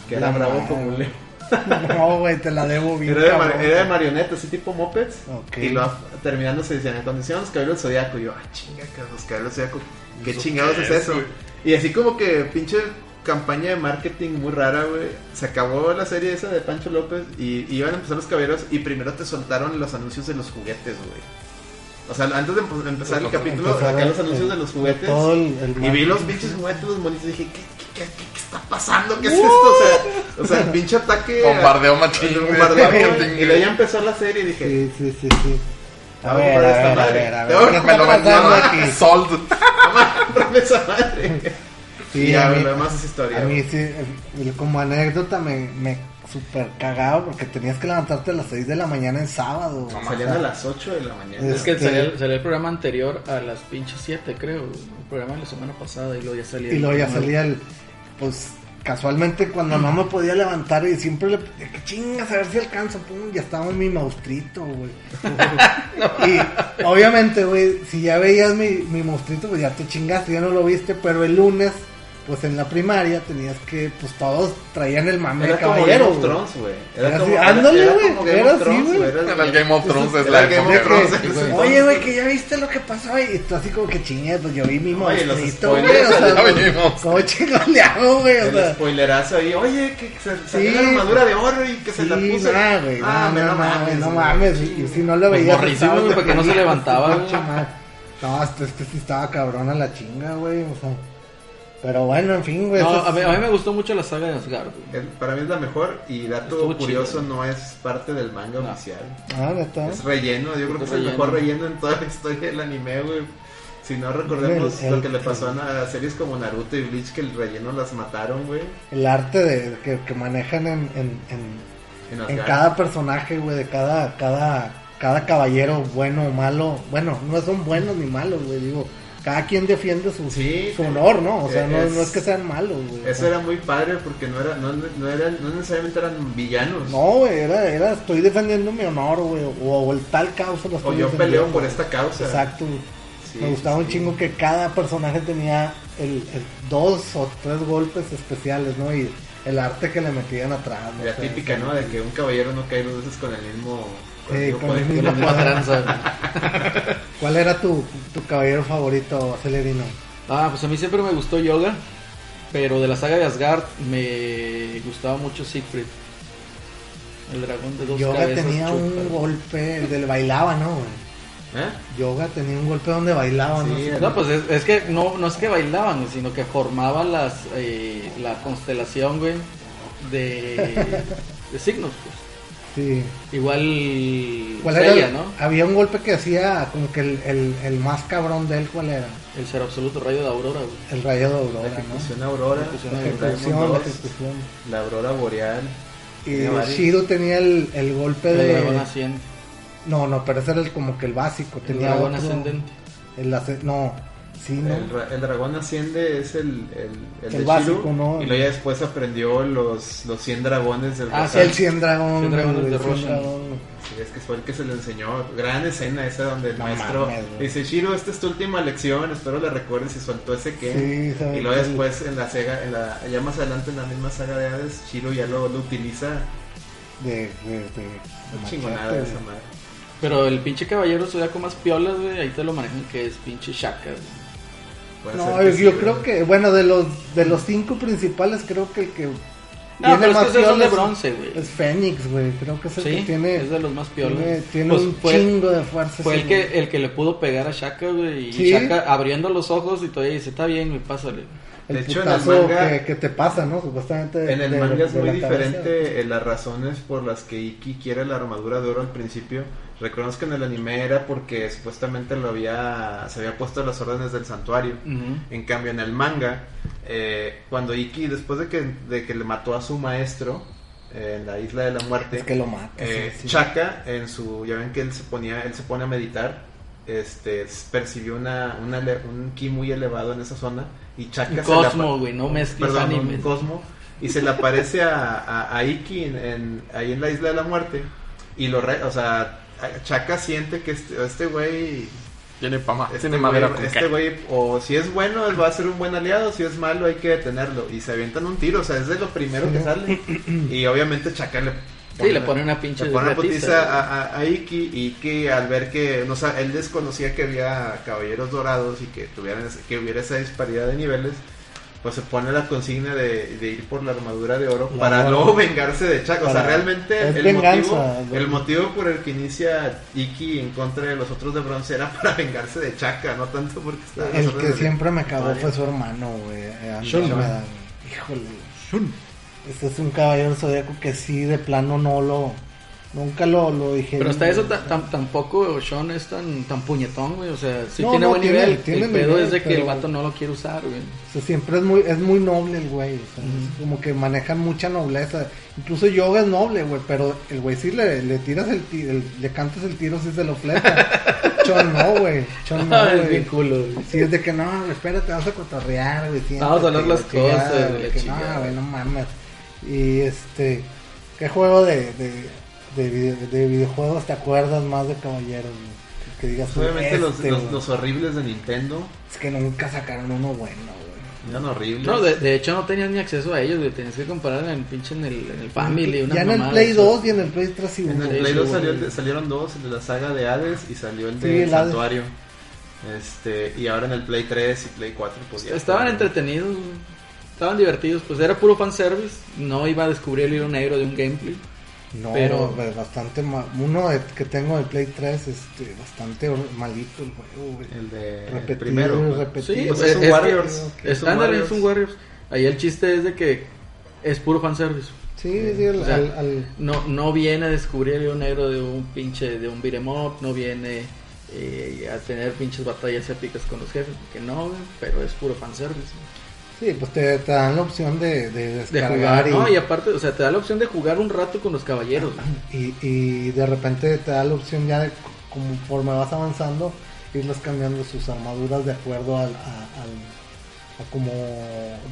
Speaker 4: que era
Speaker 3: La
Speaker 4: bravo
Speaker 3: madre.
Speaker 4: como un león.
Speaker 3: No, güey, te la debo bien.
Speaker 4: Era de, mar-
Speaker 3: cabrón.
Speaker 4: era de marioneta, así tipo mopeds.
Speaker 3: Ok.
Speaker 4: Y lo terminando se decían, cuando hicieron los caballeros del zodiaco, y yo, ah, chinga, que los caballeros del zodiaco, qué
Speaker 5: ¿Eso
Speaker 4: chingados
Speaker 5: qué
Speaker 4: es
Speaker 5: es,
Speaker 4: eso.
Speaker 5: güey?
Speaker 4: Y así como que pinche campaña de marketing muy rara, güey. Se acabó la serie esa de Pancho López y, y iban a empezar los caballeros y primero te soltaron los anuncios de los juguetes, güey. O sea, antes de empe- empezar el
Speaker 5: Empezaron
Speaker 4: capítulo,
Speaker 3: Empezaron
Speaker 4: acá los
Speaker 3: el-
Speaker 4: anuncios de los juguetes.
Speaker 3: Todo el, el
Speaker 4: Y vi
Speaker 3: marketing.
Speaker 4: los pinches juguetes, los monitos, y dije, ¿qué, qué, qué, qué- qué está pasando? ¿Qué es esto? O sea, o sea, el pinche ataque. a-
Speaker 5: Bombardeo machín, güey.
Speaker 4: Bombardeo,
Speaker 5: Marketing,
Speaker 4: güey. Y em- luego ya empezó la serie y dije,
Speaker 3: Sí, sí, sí, sí.
Speaker 4: A ver, a ver, a ver, a ver.
Speaker 3: ¿Qué
Speaker 5: Me lo
Speaker 3: está pasando aquí?
Speaker 5: vendieron sold.
Speaker 4: "Ah, ¡Amarrame esa madre!
Speaker 3: Sí,
Speaker 4: y ya,
Speaker 3: a
Speaker 4: lo
Speaker 3: mí-
Speaker 4: demás es historia.
Speaker 3: A mí
Speaker 4: güey.
Speaker 3: sí, el- el- como anécdota me, me super cagaba porque tenías que levantarte a las 6 de la mañana en sábado. güey.
Speaker 4: Salían a las 8 de la mañana.
Speaker 2: Es que
Speaker 3: Este-
Speaker 2: salía, salía el programa anterior a las pinches 7, creo. El programa de la semana pasada y luego ya salía.
Speaker 3: Y luego ya
Speaker 2: programa.
Speaker 3: salía el. Pues casualmente cuando no me podía levantar y siempre le de que chingas a ver si alcanzo, pum, ya estaba en mi maustrito, güey. y obviamente, güey, si ya veías mi, mi maustrito, pues ya te chingaste, ya no lo viste, pero el lunes, pues en la primaria tenías que, pues todos traían el mame de
Speaker 4: Era como Game
Speaker 3: caballero.
Speaker 4: of
Speaker 3: güey.
Speaker 4: Thrones, güey.
Speaker 3: Era
Speaker 4: Era
Speaker 3: así,
Speaker 4: como era-
Speaker 3: ándale,
Speaker 4: era
Speaker 3: güey,
Speaker 4: como Game
Speaker 3: era
Speaker 4: of
Speaker 3: así,
Speaker 4: Thrones,
Speaker 3: güey.
Speaker 4: Era
Speaker 5: Era el Game of Thrones, es
Speaker 4: era
Speaker 5: la
Speaker 4: el Game
Speaker 5: época
Speaker 4: of Thrones.
Speaker 5: de-
Speaker 3: Sí,
Speaker 4: güey.
Speaker 3: Oye, güey, que ya viste lo que pasó y tú así como que chingas, pues yo vi mi
Speaker 4: Oye, los
Speaker 3: monstruito, güey.
Speaker 4: spoilers,
Speaker 3: O sea,
Speaker 5: ya
Speaker 3: pues,
Speaker 5: vimos.
Speaker 3: ¿cómo chingos le hago, güey? O
Speaker 4: El
Speaker 3: sea,
Speaker 4: spoilerazo ahí, oye, que se salió
Speaker 3: Sí.
Speaker 4: la armadura de oro y que se
Speaker 3: sí,
Speaker 4: la puso.
Speaker 3: nah, güey,
Speaker 4: Ah,
Speaker 3: no,
Speaker 4: me
Speaker 3: no,
Speaker 4: no
Speaker 3: mames, no
Speaker 4: güey.
Speaker 3: mames. Y si no lo
Speaker 2: Pues
Speaker 3: veías,
Speaker 2: morrísimo,
Speaker 3: estaba
Speaker 2: güey, porque no se levantaba,
Speaker 3: pinche
Speaker 2: güey.
Speaker 3: madre. No, este, este sí estaba cabrona la chinga, güey, o sea. Pero bueno, en fin, güey.
Speaker 2: No,
Speaker 3: eso
Speaker 2: a,
Speaker 3: es-
Speaker 2: mí, a mí me gustó mucho la saga de Asgard. güey.
Speaker 4: El- Para mí es la mejor y dato
Speaker 2: Estuvo
Speaker 4: curioso,
Speaker 2: chido.
Speaker 4: no es parte del manga
Speaker 2: No.
Speaker 4: oficial.
Speaker 3: Ah, neta.
Speaker 4: Es relleno, yo creo que es el
Speaker 2: Relleno.
Speaker 4: mejor relleno en toda la historia del anime, güey. Si no recordemos
Speaker 3: El- el-
Speaker 4: lo que le pasó a a series como Naruto y Bleach, que el relleno las mataron, güey.
Speaker 3: El arte de, que, que manejan en, en, en,
Speaker 4: En,
Speaker 3: en
Speaker 4: Asgard.
Speaker 3: cada personaje, güey, de cada, cada, cada caballero, bueno o malo. Bueno, no son buenos ni malos, güey, digo. Cada quien defiende su,
Speaker 4: Sí,
Speaker 3: su
Speaker 4: te-
Speaker 3: honor, ¿no? O sea, no
Speaker 4: es-
Speaker 3: no es que sean malos, güey. o
Speaker 4: Eso
Speaker 3: sea.
Speaker 4: era muy padre porque no era, no, no era, no necesariamente eran villanos.
Speaker 3: No, güey, era, era, estoy defendiendo mi honor, güey, o, o el tal causa lo
Speaker 4: o
Speaker 3: estoy
Speaker 4: yo peleo
Speaker 3: defendiendo.
Speaker 4: por esta causa.
Speaker 3: Exacto, güey.
Speaker 4: Sí,
Speaker 3: Me gustaba
Speaker 4: sí,
Speaker 3: un
Speaker 4: sí.
Speaker 3: chingo que cada personaje tenía el, el dos o tres golpes especiales, ¿no? Y el arte que le metían atrás, ¿no?
Speaker 4: La
Speaker 3: O sea,
Speaker 4: típica, ¿no? De que un caballero no cae dos veces con el mismo. con el
Speaker 3: Sí,
Speaker 4: mismo
Speaker 3: con
Speaker 4: poder.
Speaker 3: el mismo
Speaker 2: La misma
Speaker 3: poder.
Speaker 2: tranza, güey.
Speaker 3: ¿Cuál era tu, tu caballero favorito, Celerino?
Speaker 2: Ah, pues a mí siempre me gustó Yoga, pero de la saga de Asgard me gustaba mucho Siegfried. El dragón de dos
Speaker 3: Yoga
Speaker 2: cabezas.
Speaker 3: tenía un
Speaker 2: chupa.
Speaker 3: golpe, el del bailaba, ¿no? güey?
Speaker 4: ¿Eh?
Speaker 3: Yoga tenía un golpe donde bailaba, ¿no?
Speaker 4: Sí,
Speaker 3: Sí,
Speaker 2: No, pues es, es que no, no es que bailaban, güey, sino que formaban las, eh, la constelación, güey, de, de signos, pues.
Speaker 3: sí.
Speaker 2: Igual
Speaker 3: ¿Cuál era?
Speaker 2: Seiya,
Speaker 3: el-
Speaker 2: ¿no?
Speaker 3: Había un golpe que hacía como que el, el, el más cabrón de él, ¿cuál era?
Speaker 2: El ser absoluto rayo de Aurora, güey.
Speaker 3: El rayo de
Speaker 4: La
Speaker 3: Aurora, ¿no?
Speaker 4: ejecución Aurora.
Speaker 2: Ejecución
Speaker 3: La
Speaker 4: el
Speaker 2: Aurora.
Speaker 4: Diamond
Speaker 3: ejecución, la
Speaker 4: Dogs,
Speaker 3: ejecución.
Speaker 4: La Aurora Boreal.
Speaker 3: Y
Speaker 4: Tenía varios.
Speaker 3: Shiro tenía el, el golpe
Speaker 2: El dragón
Speaker 3: de...
Speaker 2: asciende.
Speaker 3: No, no, pero ese era el, como que el básico.
Speaker 2: El
Speaker 3: Tenía
Speaker 2: dragón
Speaker 3: otro-
Speaker 2: ascendente.
Speaker 3: El asce- No, sí, no.
Speaker 4: El, ra- el dragón asciende es el, el,
Speaker 3: El
Speaker 4: de
Speaker 3: básico,
Speaker 4: Shiryu,
Speaker 3: ¿no?
Speaker 4: Y luego ya después aprendió los, los 100 dragones del
Speaker 2: Ah,
Speaker 4: Rakan.
Speaker 2: sí,
Speaker 3: El cien dragón.
Speaker 2: Cien dragones
Speaker 3: güey,
Speaker 2: de
Speaker 3: cien
Speaker 2: Roshan.
Speaker 3: dragón.
Speaker 4: Sí, es que fue el que se le enseñó. Gran escena esa donde el
Speaker 3: No
Speaker 4: maestro
Speaker 3: mames, güey.
Speaker 4: dice, Shiro, esta es tu última lección, espero la recuerdes y soltó ese que.
Speaker 3: Sí, sabe
Speaker 4: y luego
Speaker 3: que-
Speaker 4: después en la saga, en la, ya más adelante en la misma saga de Hades, Shiro ya lo, lo utiliza.
Speaker 3: De, de, de-
Speaker 4: Una
Speaker 3: de
Speaker 4: chingonada
Speaker 3: machete,
Speaker 4: esa
Speaker 3: güey.
Speaker 4: madre.
Speaker 2: Pero el pinche caballero zodiaco más piolas, güey, ahí te lo manejan que es pinche Shaka, güey.
Speaker 4: Puede ser
Speaker 3: No,
Speaker 4: que
Speaker 3: yo,
Speaker 4: sí,
Speaker 3: yo
Speaker 4: güey.
Speaker 3: creo que, bueno, de los de los cinco principales, creo que el que.
Speaker 2: No, pero es que esos son de
Speaker 3: piolas
Speaker 2: bronce, güey.
Speaker 3: Es Fénix, güey. Creo que es el que
Speaker 2: Sí,
Speaker 3: tiene.
Speaker 2: es de los más piolas.
Speaker 3: Tiene, tiene
Speaker 2: Pues
Speaker 3: un
Speaker 2: fue-
Speaker 3: chingo de fuerza.
Speaker 2: Fue
Speaker 3: ese
Speaker 2: el
Speaker 3: güey.
Speaker 2: que, el que le pudo pegar a Shaka, güey. Y
Speaker 3: ¿Sí?
Speaker 2: Shaka abriendo los ojos y todavía dice, está bien, güey, pásale.
Speaker 3: El
Speaker 4: De hecho, en el
Speaker 3: putazo
Speaker 4: manga-
Speaker 3: que, que te pasa, ¿no? Supuestamente.
Speaker 4: En el
Speaker 3: de-
Speaker 4: manga es
Speaker 3: de
Speaker 4: muy
Speaker 3: la cabeza.
Speaker 4: diferente eh, las razones por las que Iki quiere la armadura de oro al principio. Recordemos que en el anime era porque supuestamente lo había, se había puesto a las órdenes del santuario. En cambio, en el manga, eh, cuando Iki, después de que, de que le mató a su maestro eh, en la isla de la muerte,
Speaker 3: Es que lo mata. sí,
Speaker 4: eh,
Speaker 3: sí.
Speaker 4: Chaka, en su, ya ven que él se ponía, él se pone a meditar, este, s- percibió una, una ele- un ki muy elevado en esa zona y Chaka
Speaker 2: Un
Speaker 4: se le apa-
Speaker 2: Cosmo, güey, no mezcles
Speaker 4: perdón,
Speaker 2: animes.
Speaker 4: un Cosmo, y se le aparece a, a, a Iki en, en- ahí en la isla de la muerte y lo, re- o sea, a- Chaka siente que este este güey
Speaker 5: Tiene pama,
Speaker 4: este
Speaker 5: tiene
Speaker 4: güey-
Speaker 5: madera con
Speaker 4: este
Speaker 5: caca.
Speaker 4: güey, o si es bueno, él va a ser un buen aliado, si es malo, hay que detenerlo. Y se avientan un tiro, o sea, es de lo primero que sale. Y obviamente Chaka le
Speaker 2: le pone una pinche
Speaker 4: le pone una
Speaker 2: putiza,
Speaker 4: putiza a, a- a Iki. Y Iki, al ver que, no sa- él desconocía que había caballeros dorados y que, tuvieran, ese- que hubiera esa disparidad de niveles. Pues se pone la consigna de, de ir por la armadura de oro
Speaker 3: La
Speaker 4: para
Speaker 3: oro.
Speaker 4: luego vengarse de Chaka. O sea,
Speaker 3: Para-
Speaker 4: realmente
Speaker 3: es
Speaker 4: el,
Speaker 3: venganza,
Speaker 4: motivo,
Speaker 3: güey.
Speaker 4: el motivo por el que inicia Iki en contra de los otros de bronce era para vengarse de Chaka, no tanto porque está.
Speaker 3: El que siempre me cagó
Speaker 4: Vale.
Speaker 3: fue su hermano, güey. eh,
Speaker 2: Shun.
Speaker 3: Andrómeda, güey. Híjole. Este es un caballero zodíaco que sí, de plano no lo. Nunca lo, lo dije.
Speaker 2: Pero hasta eso ta- tam- tampoco Sean es tan, tan puñetón, güey. O sea, sí
Speaker 3: No,
Speaker 2: tiene
Speaker 3: no,
Speaker 2: buen
Speaker 3: tiene-
Speaker 2: nivel.
Speaker 3: tiene
Speaker 2: el pedo
Speaker 3: nivel,
Speaker 2: es de que
Speaker 3: pero-
Speaker 2: el vato no lo quiere usar, güey.
Speaker 3: O sea, siempre es muy, es muy noble el güey. O sea, es como que manejan mucha nobleza. Incluso yoga es noble, güey. Pero el güey sí le, le tiras el, ti- el- le cantas el tiro si se lo fleta. Chon no, güey. Chon no,
Speaker 2: es
Speaker 3: güey.
Speaker 2: bien culo, güey.
Speaker 3: Sí, es de que no, espérate, vas a cotorrear, güey. siéntate,
Speaker 2: Vamos a hablar las
Speaker 3: la chingada,
Speaker 2: cosas,
Speaker 3: güey,
Speaker 2: la
Speaker 3: que
Speaker 2: chingada.
Speaker 3: No, güey, no mames. Y este, ¿qué juego de, de, de, video- de videojuegos te acuerdas más de caballeros? güey? Que digas,
Speaker 4: Obviamente los,
Speaker 3: este,
Speaker 4: los,
Speaker 3: güey.
Speaker 4: los horribles de Nintendo
Speaker 3: Es que nunca sacaron uno bueno, güey.
Speaker 4: eran horribles.
Speaker 2: No, de, de hecho no tenías ni acceso a ellos, güey. Tenías que comprar en el pinche en el, en el Family. Ah, Una
Speaker 3: ya en el
Speaker 2: mamada
Speaker 3: Play
Speaker 2: de esas.
Speaker 3: 2 y en el Play 3 y
Speaker 4: En
Speaker 3: uno,
Speaker 4: el
Speaker 2: Sí,
Speaker 4: Play
Speaker 2: sí,
Speaker 4: 2
Speaker 2: güey.
Speaker 4: salió el de- salieron dos, el de la saga de Hades y salió el de
Speaker 3: Sí, el Hades.
Speaker 4: Santuario. Este, y ahora en el Play 3 y Play 4 pues ya
Speaker 2: Estaban
Speaker 4: está.
Speaker 2: entretenidos, güey. Estaban divertidos. Pues era puro fanservice. No iba a descubrir el hilo negro de un gameplay.
Speaker 3: No,
Speaker 2: Pero-
Speaker 3: güey, bastante mal. Uno de- que tengo del Play 3, este, bastante hor- malito el juego, güey.
Speaker 4: el de el
Speaker 3: Repetido,
Speaker 4: primero. güey.
Speaker 3: repetido.
Speaker 2: Sí,
Speaker 4: Pues
Speaker 2: pues,
Speaker 4: es un
Speaker 2: es que-
Speaker 4: Warriors. Es un
Speaker 2: Estándar es
Speaker 4: Warriors.
Speaker 2: un Warriors. Ahí el chiste es de que es puro fanservice.
Speaker 3: Sí, sí, al-
Speaker 2: O sea,
Speaker 3: al- al-
Speaker 2: No, no viene a descubrir el hilo negro de un pinche, de un beat'em up, no viene eh, a tener pinches batallas épicas con los jefes, que no, güey, pero es puro fanservice.
Speaker 3: sí, pues te, te dan la opción de, de
Speaker 2: De
Speaker 3: descargar
Speaker 2: jugar,
Speaker 3: y,
Speaker 2: no, y aparte, o sea, te da la opción de jugar un rato con los caballeros. güey.
Speaker 3: y, y de repente te da la opción ya de c- conforme vas avanzando, irles cambiando sus armaduras de acuerdo al, a, al- a como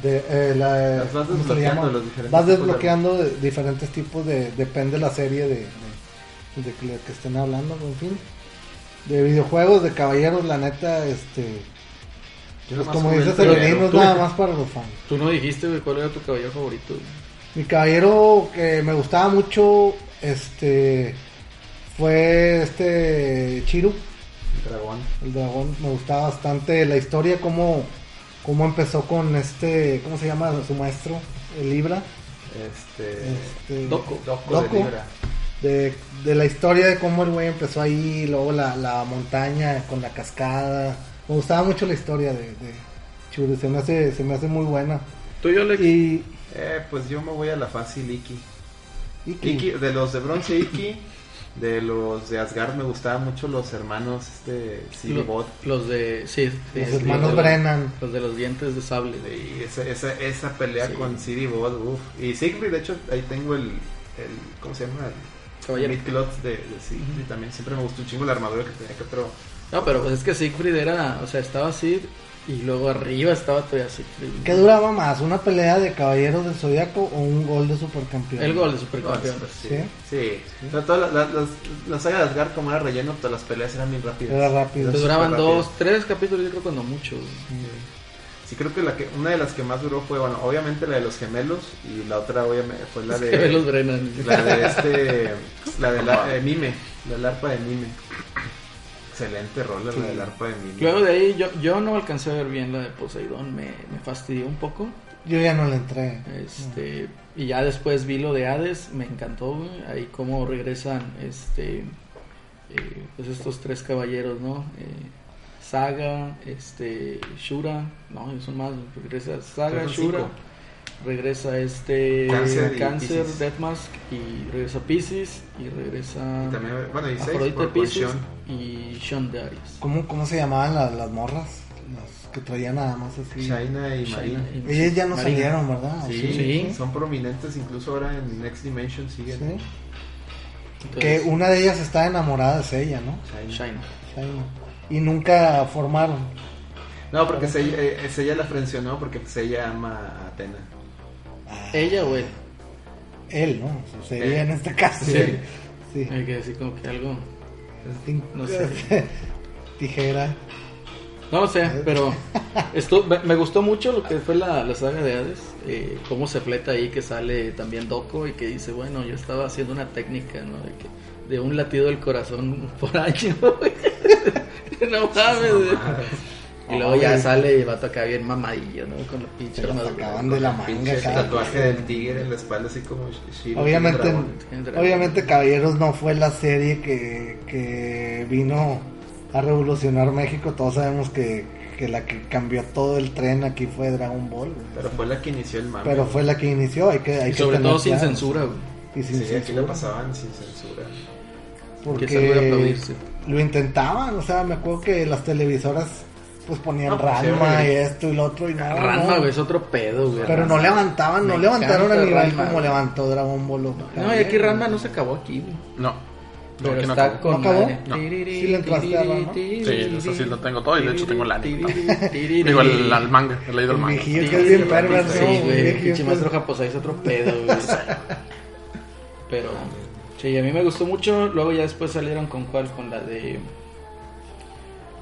Speaker 3: de, eh, la-
Speaker 4: Las
Speaker 3: ¿cómo
Speaker 4: vas
Speaker 3: se le
Speaker 4: desbloqueando
Speaker 3: llama?
Speaker 4: los diferentes
Speaker 3: vas
Speaker 4: tipos de
Speaker 3: desbloqueando de- diferentes tipos de depende la serie de, de, de que, le- que estén hablando en fin de videojuegos de caballeros la neta este
Speaker 4: Yo
Speaker 3: pues
Speaker 4: nomás
Speaker 3: como
Speaker 4: jugué el
Speaker 3: dices el
Speaker 4: primero.
Speaker 3: game es
Speaker 2: tú-
Speaker 3: nada más para los fans
Speaker 2: Tú no dijiste, güey, cuál era tu caballero favorito. güey.
Speaker 3: mi caballero que me gustaba mucho, este, fue este Chiru,
Speaker 4: El dragón.
Speaker 3: el dragón. Me gustaba bastante la historia, cómo, cómo empezó con este, ¿cómo se llama su maestro? El Libra.
Speaker 4: Este
Speaker 3: Este,
Speaker 2: Doco.
Speaker 4: Doco
Speaker 3: Doco.
Speaker 4: de Libra.
Speaker 3: de, de la historia de cómo el güey empezó ahí, luego la, la montaña con la cascada. Me gustaba mucho la historia de, de Chiru, se me hace, se me hace muy buena.
Speaker 2: Tú y yo le...
Speaker 3: Y,
Speaker 4: Eh, pues yo me voy a la fácil Iki.
Speaker 3: y
Speaker 4: Iki, de los de bronce Iki, de los de Asgard me gustaban mucho los hermanos este Silbot.
Speaker 2: Los de. Sí, sí,
Speaker 3: los
Speaker 2: sí,
Speaker 3: hermanos
Speaker 2: de los-
Speaker 3: Brennan.
Speaker 2: Los de los dientes de sable.
Speaker 4: Y esa, esa, esa pelea con CD Bot, uff. Y Siegfried, de hecho, ahí tengo el, el ¿cómo se llama? El
Speaker 2: Caballero.
Speaker 4: midcloth de, de Siegfried también. Siempre me gustó un chingo la armadura que tenía que otro.
Speaker 2: No, pero pues es que Siegfried era. O sea, estaba Sid y luego arriba estaba todavía Siegfried.
Speaker 3: ¿Qué duraba más? ¿Una pelea de caballeros del zodiaco o un gol de supercampeón?
Speaker 2: El gol de
Speaker 4: No,
Speaker 2: Supercampeón.
Speaker 4: pues, sí.
Speaker 3: ¿Sí?
Speaker 4: Sí. O sea, toda la, la- las- la saga de Asgard, como era relleno, todas las peleas eran bien rápidas.
Speaker 3: Era rápido.
Speaker 4: Eran
Speaker 2: Pues duraban
Speaker 4: superrápidas.
Speaker 2: dos, tres capítulos, yo creo, cuando mucho. güey.
Speaker 4: Sí, creo que, la que una de las que más duró fue, bueno, obviamente la de los gemelos y la otra obviamente fue la de...
Speaker 2: Que ve los Brennan.
Speaker 4: La de este. la de la, eh, Mime. La del arpa de Mime. Excelente rola la del arpa de Mime.
Speaker 2: Luego de ahí, yo, yo no alcancé a ver bien la de Poseidón, me, me fastidió un poco.
Speaker 3: Yo ya no le entré.
Speaker 2: Este, Y ya después vi lo de Hades, me encantó, güey. Ahí cómo regresan este, eh, pues estos tres caballeros, ¿no? Eh, Saga, este, Shura, no, ellos son más, güey. regresa Saga,
Speaker 4: Creo que son
Speaker 2: Shura,
Speaker 4: cinco.
Speaker 2: regresa este
Speaker 4: Cáncer y
Speaker 2: Cáncer,
Speaker 4: Piscis.
Speaker 2: Deathmask, y regresa Pisces, y regresa
Speaker 4: Y también, bueno, y seis
Speaker 2: Afrodite
Speaker 4: por- por
Speaker 2: Pisces
Speaker 4: Sean.
Speaker 2: y Sean de Aries.
Speaker 3: ¿Cómo, cómo se llamaban la- las morras? Las que traían nada más así.
Speaker 4: Shaina y
Speaker 2: Shaina
Speaker 4: Marina.
Speaker 2: y-
Speaker 3: Ellas ya no
Speaker 2: Marina.
Speaker 3: salieron, ¿verdad?
Speaker 4: Sí,
Speaker 2: Sí.
Speaker 4: son prominentes incluso ahora en Next Dimension siguen.
Speaker 3: Sí. Que
Speaker 2: Entonces,
Speaker 3: una de ellas está enamorada de ella, ¿no?
Speaker 4: Shaina.
Speaker 2: Shaina.
Speaker 3: Shaina. Y nunca formaron.
Speaker 4: No, porque se, eh, es ella la frencionó porque pues, ella ama a Atena.
Speaker 3: Ah,
Speaker 2: Ella, güey.
Speaker 3: Él, ¿no? Sería en este caso.
Speaker 2: Eh. Sí.
Speaker 3: Sí. Sí.
Speaker 2: Hay que decir como que algo. No
Speaker 3: sé. Tijera.
Speaker 2: No sé,
Speaker 3: Eh.
Speaker 2: pero esto, me, me gustó mucho lo que fue la, la saga de Hades. eh, cómo se fleta ahí que sale también Doco y que dice, bueno, yo estaba haciendo una técnica, ¿no? De, que- de un latido del corazón por año, güey. No mames, güey. Y luego ya
Speaker 3: Ay.
Speaker 2: sale y va a tocar bien mamadillo, ¿no? Con los
Speaker 3: Se
Speaker 2: pinches
Speaker 3: lo sacaban de la manga.
Speaker 4: Pinche
Speaker 3: cada-
Speaker 4: tatuaje del tigre en la espalda, así como Shiro
Speaker 3: Obviamente,
Speaker 4: tiene dragón.
Speaker 2: tiene dragón.
Speaker 3: obviamente Caballeros no fue la serie que, que vino a revolucionar México. Todos sabemos que, que la que cambió todo el tren aquí fue Dragon Ball. güey.
Speaker 4: Pero fue la que inició el mame.
Speaker 3: Pero fue la que inició. Hay que, hay
Speaker 2: Y
Speaker 3: que
Speaker 2: sobre
Speaker 3: tener
Speaker 2: todo sin
Speaker 3: claro.
Speaker 2: censura, güey.
Speaker 3: y sin
Speaker 4: Sí, aquí la
Speaker 3: censura.
Speaker 4: pasaban sin censura.
Speaker 2: Que se logra
Speaker 3: Porque
Speaker 2: aplaudir, sí.
Speaker 3: lo intentaban, o sea, me acuerdo que las televisoras pues ponían
Speaker 4: No, pues,
Speaker 3: Ranma
Speaker 4: sí,
Speaker 3: y esto y lo otro y no,
Speaker 2: Ranma,
Speaker 3: no.
Speaker 2: güey, es otro pedo, güey.
Speaker 3: Pero no
Speaker 2: Ranma.
Speaker 3: levantaban, no
Speaker 2: Me
Speaker 3: levantaron
Speaker 2: encanta
Speaker 3: a nivel
Speaker 2: Ranma,
Speaker 3: como
Speaker 2: güey.
Speaker 3: levantó Dragon Ball. o
Speaker 2: No, y aquí
Speaker 3: Javier.
Speaker 2: Ranma no se acabó aquí, güey.
Speaker 5: No.
Speaker 2: Pero
Speaker 5: aquí no
Speaker 2: está
Speaker 5: acabó.
Speaker 2: con
Speaker 3: ¿No acabó?
Speaker 2: madre.
Speaker 5: No.
Speaker 2: Tiriri,
Speaker 3: Sí le entraste a Ranma.
Speaker 2: tiriri,
Speaker 5: Sí, eso sí lo tengo todo y de hecho tengo el anime
Speaker 2: tiriri, tiriri.
Speaker 5: Digo, el, el manga, he leído el
Speaker 3: El
Speaker 5: manga.
Speaker 3: viejillo
Speaker 2: Sí,
Speaker 3: que es
Speaker 2: sí,
Speaker 3: bien
Speaker 2: sí,
Speaker 3: perverso.
Speaker 2: Sí,
Speaker 3: güey,
Speaker 2: güey,
Speaker 3: que es
Speaker 2: pinche
Speaker 3: per-
Speaker 2: maestro japonés es otro pedo, güey. Pero, sí, a mí me gustó mucho. Luego ya después salieron con cuál, con la de...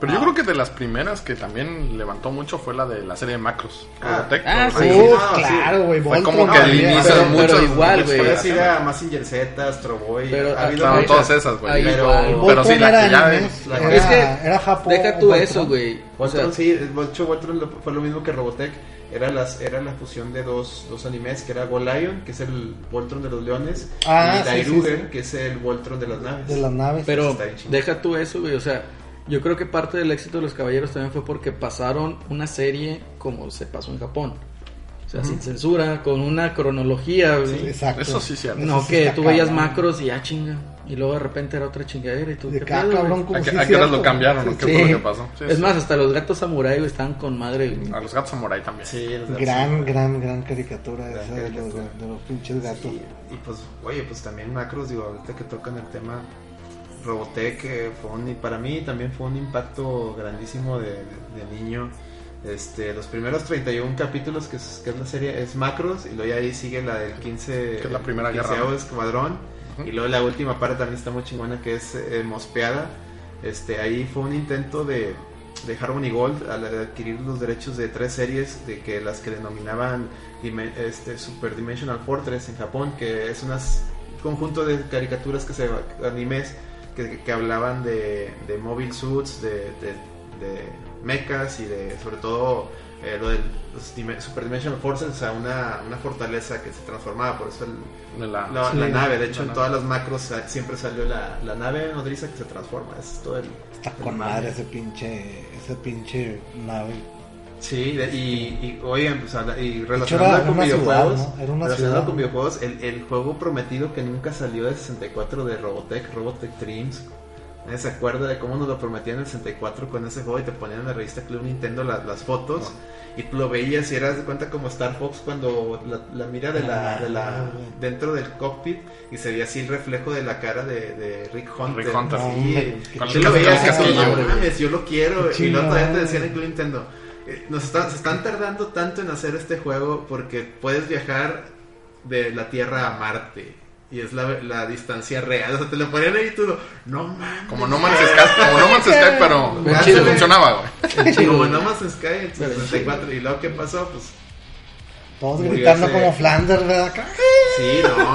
Speaker 5: Pero yo creo que de las primeras que también levantó mucho fue la de la serie de Macros.
Speaker 4: Ah,
Speaker 5: Robotech,
Speaker 2: ah,
Speaker 5: Robotech.
Speaker 4: Sí,
Speaker 3: Uh,
Speaker 4: no, sí.
Speaker 3: claro, güey.
Speaker 5: Fue como
Speaker 3: Voltron
Speaker 5: que el
Speaker 3: también.
Speaker 5: inicio
Speaker 2: Pero-
Speaker 5: de
Speaker 2: pero
Speaker 5: muchas.
Speaker 2: igual, güey.
Speaker 5: muchas
Speaker 4: Puedes ir
Speaker 5: series.
Speaker 4: a Massinger Z, Astro Boy.
Speaker 2: Pero,
Speaker 4: ha habido
Speaker 2: ah,
Speaker 5: Claro,
Speaker 4: muchas.
Speaker 5: todas esas,
Speaker 2: Ahí
Speaker 5: güey.
Speaker 2: va.
Speaker 5: Pero,
Speaker 3: Voltron
Speaker 5: pero sí, la
Speaker 3: era
Speaker 5: que ya
Speaker 3: anime,
Speaker 5: ves.
Speaker 4: la-
Speaker 3: era,
Speaker 2: Es que-
Speaker 3: era Japón.
Speaker 2: Deja tú
Speaker 3: Voltron.
Speaker 2: eso, güey. O sea,
Speaker 4: Voltron, sí, de hecho Voltron lo- fue lo mismo que Robotech. Era, las, era la fusión de dos, dos animes, que era Go Lion, que es el Voltron de los leones,
Speaker 3: Ah,
Speaker 4: y
Speaker 3: sí, sí,
Speaker 4: Dairugen,
Speaker 3: sí.
Speaker 4: que es el Voltron de las naves.
Speaker 3: De las naves.
Speaker 2: Pero
Speaker 4: Está bien chido.
Speaker 2: deja tú eso, güey. O sea, yo creo que parte del éxito de los caballeros también fue porque pasaron una serie como se pasó en Japón. O sea, sin censura, con una cronología, güey.
Speaker 3: Exacto.
Speaker 5: Eso sí, cierto.
Speaker 2: No,
Speaker 3: Eso sí
Speaker 2: que
Speaker 3: está
Speaker 2: tú veías
Speaker 3: cabrón.
Speaker 2: macros y ah, chinga. Y luego de repente era otra chingadera y tú.
Speaker 3: De
Speaker 2: ¿qué
Speaker 3: acá,
Speaker 2: pedo, güey?
Speaker 3: cabrón, como
Speaker 5: ¿A
Speaker 3: si
Speaker 5: qué, a qué horas lo
Speaker 3: cierto.
Speaker 5: cambiaron? ¿Qué
Speaker 2: Sí.
Speaker 5: fue lo que pasó? Sí, Ah,
Speaker 2: es
Speaker 5: sí.
Speaker 2: más, hasta los gatos samurai güey, estaban con madre. güey.
Speaker 5: A los gatos samurai también.
Speaker 4: Sí, las naves.
Speaker 3: Gran, gran, gran caricatura
Speaker 4: Gran
Speaker 3: esa de los,
Speaker 4: caricatura.
Speaker 3: de los pinches gatos.
Speaker 4: Y, y pues, oye, pues también Macros, digo, ahorita que tocan el tema, Robotech eh, fue un, y para mí también fue un impacto grandísimo de, de- de niño. Este, los primeros 31 capítulos que es, que es la serie es Macros, y luego ya ahí sigue la del 15,
Speaker 5: Que es la Primera
Speaker 4: el
Speaker 5: Guerra,
Speaker 4: 15º
Speaker 5: ¿no?
Speaker 4: Escuadrón,
Speaker 5: Ujú.
Speaker 4: y luego la última parte también está muy chingona que es eh, Mospeada. Este, ahí fue un intento de, de Harmony Gold al adquirir los derechos de tres series de que las que denominaban Dime- este, Super Dimensional Fortress en Japón, que es un conjunto de caricaturas que se animes que, que hablaban de, de mobile suits, de, de, de mechas y de sobre todo eh, lo del los Dime- Super Dimensional Fortress, o sea, una, una fortaleza que se transformaba, por eso el,
Speaker 5: De la-
Speaker 4: la,
Speaker 3: Sí,
Speaker 4: la nave, de hecho
Speaker 5: la
Speaker 4: en
Speaker 5: nave.
Speaker 4: todas las macros sa- siempre salió la, la nave nodriza que se transforma, es todo el...
Speaker 3: Está con madre ese pinche, ese pinche nave.
Speaker 4: Sí, de- y, y oigan, pues, habla- y
Speaker 3: era
Speaker 4: relacionado con
Speaker 3: una
Speaker 4: videojuegos,
Speaker 3: ciudad, ¿no? Era una
Speaker 4: relacionado
Speaker 3: ciudad.
Speaker 4: con videojuegos, el, el juego prometido que nunca salió de 64 de Robotech, Robotech Dreams, Nadie se acuerda de cómo nos lo prometían en el 64 con ese juego y te ponían en la revista Club Nintendo la- las fotos y tú lo veías y eras de cuenta como Star Fox cuando la, la mira de
Speaker 3: Ah,
Speaker 4: la, de la- dentro del cockpit y se veía así el reflejo de la cara de, de Rick Hunter.
Speaker 5: Rick Hunter.
Speaker 4: Sí.
Speaker 3: No, hombre,
Speaker 5: Con
Speaker 4: Yo
Speaker 5: el
Speaker 4: lo veía así,
Speaker 5: castillo,
Speaker 4: como,
Speaker 5: güey.
Speaker 4: "No mames, yo lo quiero.
Speaker 3: Qué
Speaker 4: Y luego todavía te
Speaker 3: chingada.
Speaker 4: decían en Club Nintendo, eh, nos están, se están tardando tanto en hacer este juego porque puedes viajar de la Tierra a Marte. Y es la, la distancia real. O sea, te lo ponían ahí y tú lo, no mames.
Speaker 5: Como No Man's Sky, como No Man's Sky, pero
Speaker 2: Pero
Speaker 5: sí
Speaker 2: chido.
Speaker 5: funcionaba, güey.
Speaker 2: chido,
Speaker 4: Como
Speaker 2: güey.
Speaker 4: No Man's Sky en
Speaker 2: Pero
Speaker 4: 64. Y luego, ¿qué pasó? Pues
Speaker 3: Todos
Speaker 4: Murió
Speaker 3: gritando
Speaker 4: ese-
Speaker 3: como Flanders, ¿verdad? Acá.
Speaker 4: sí, no,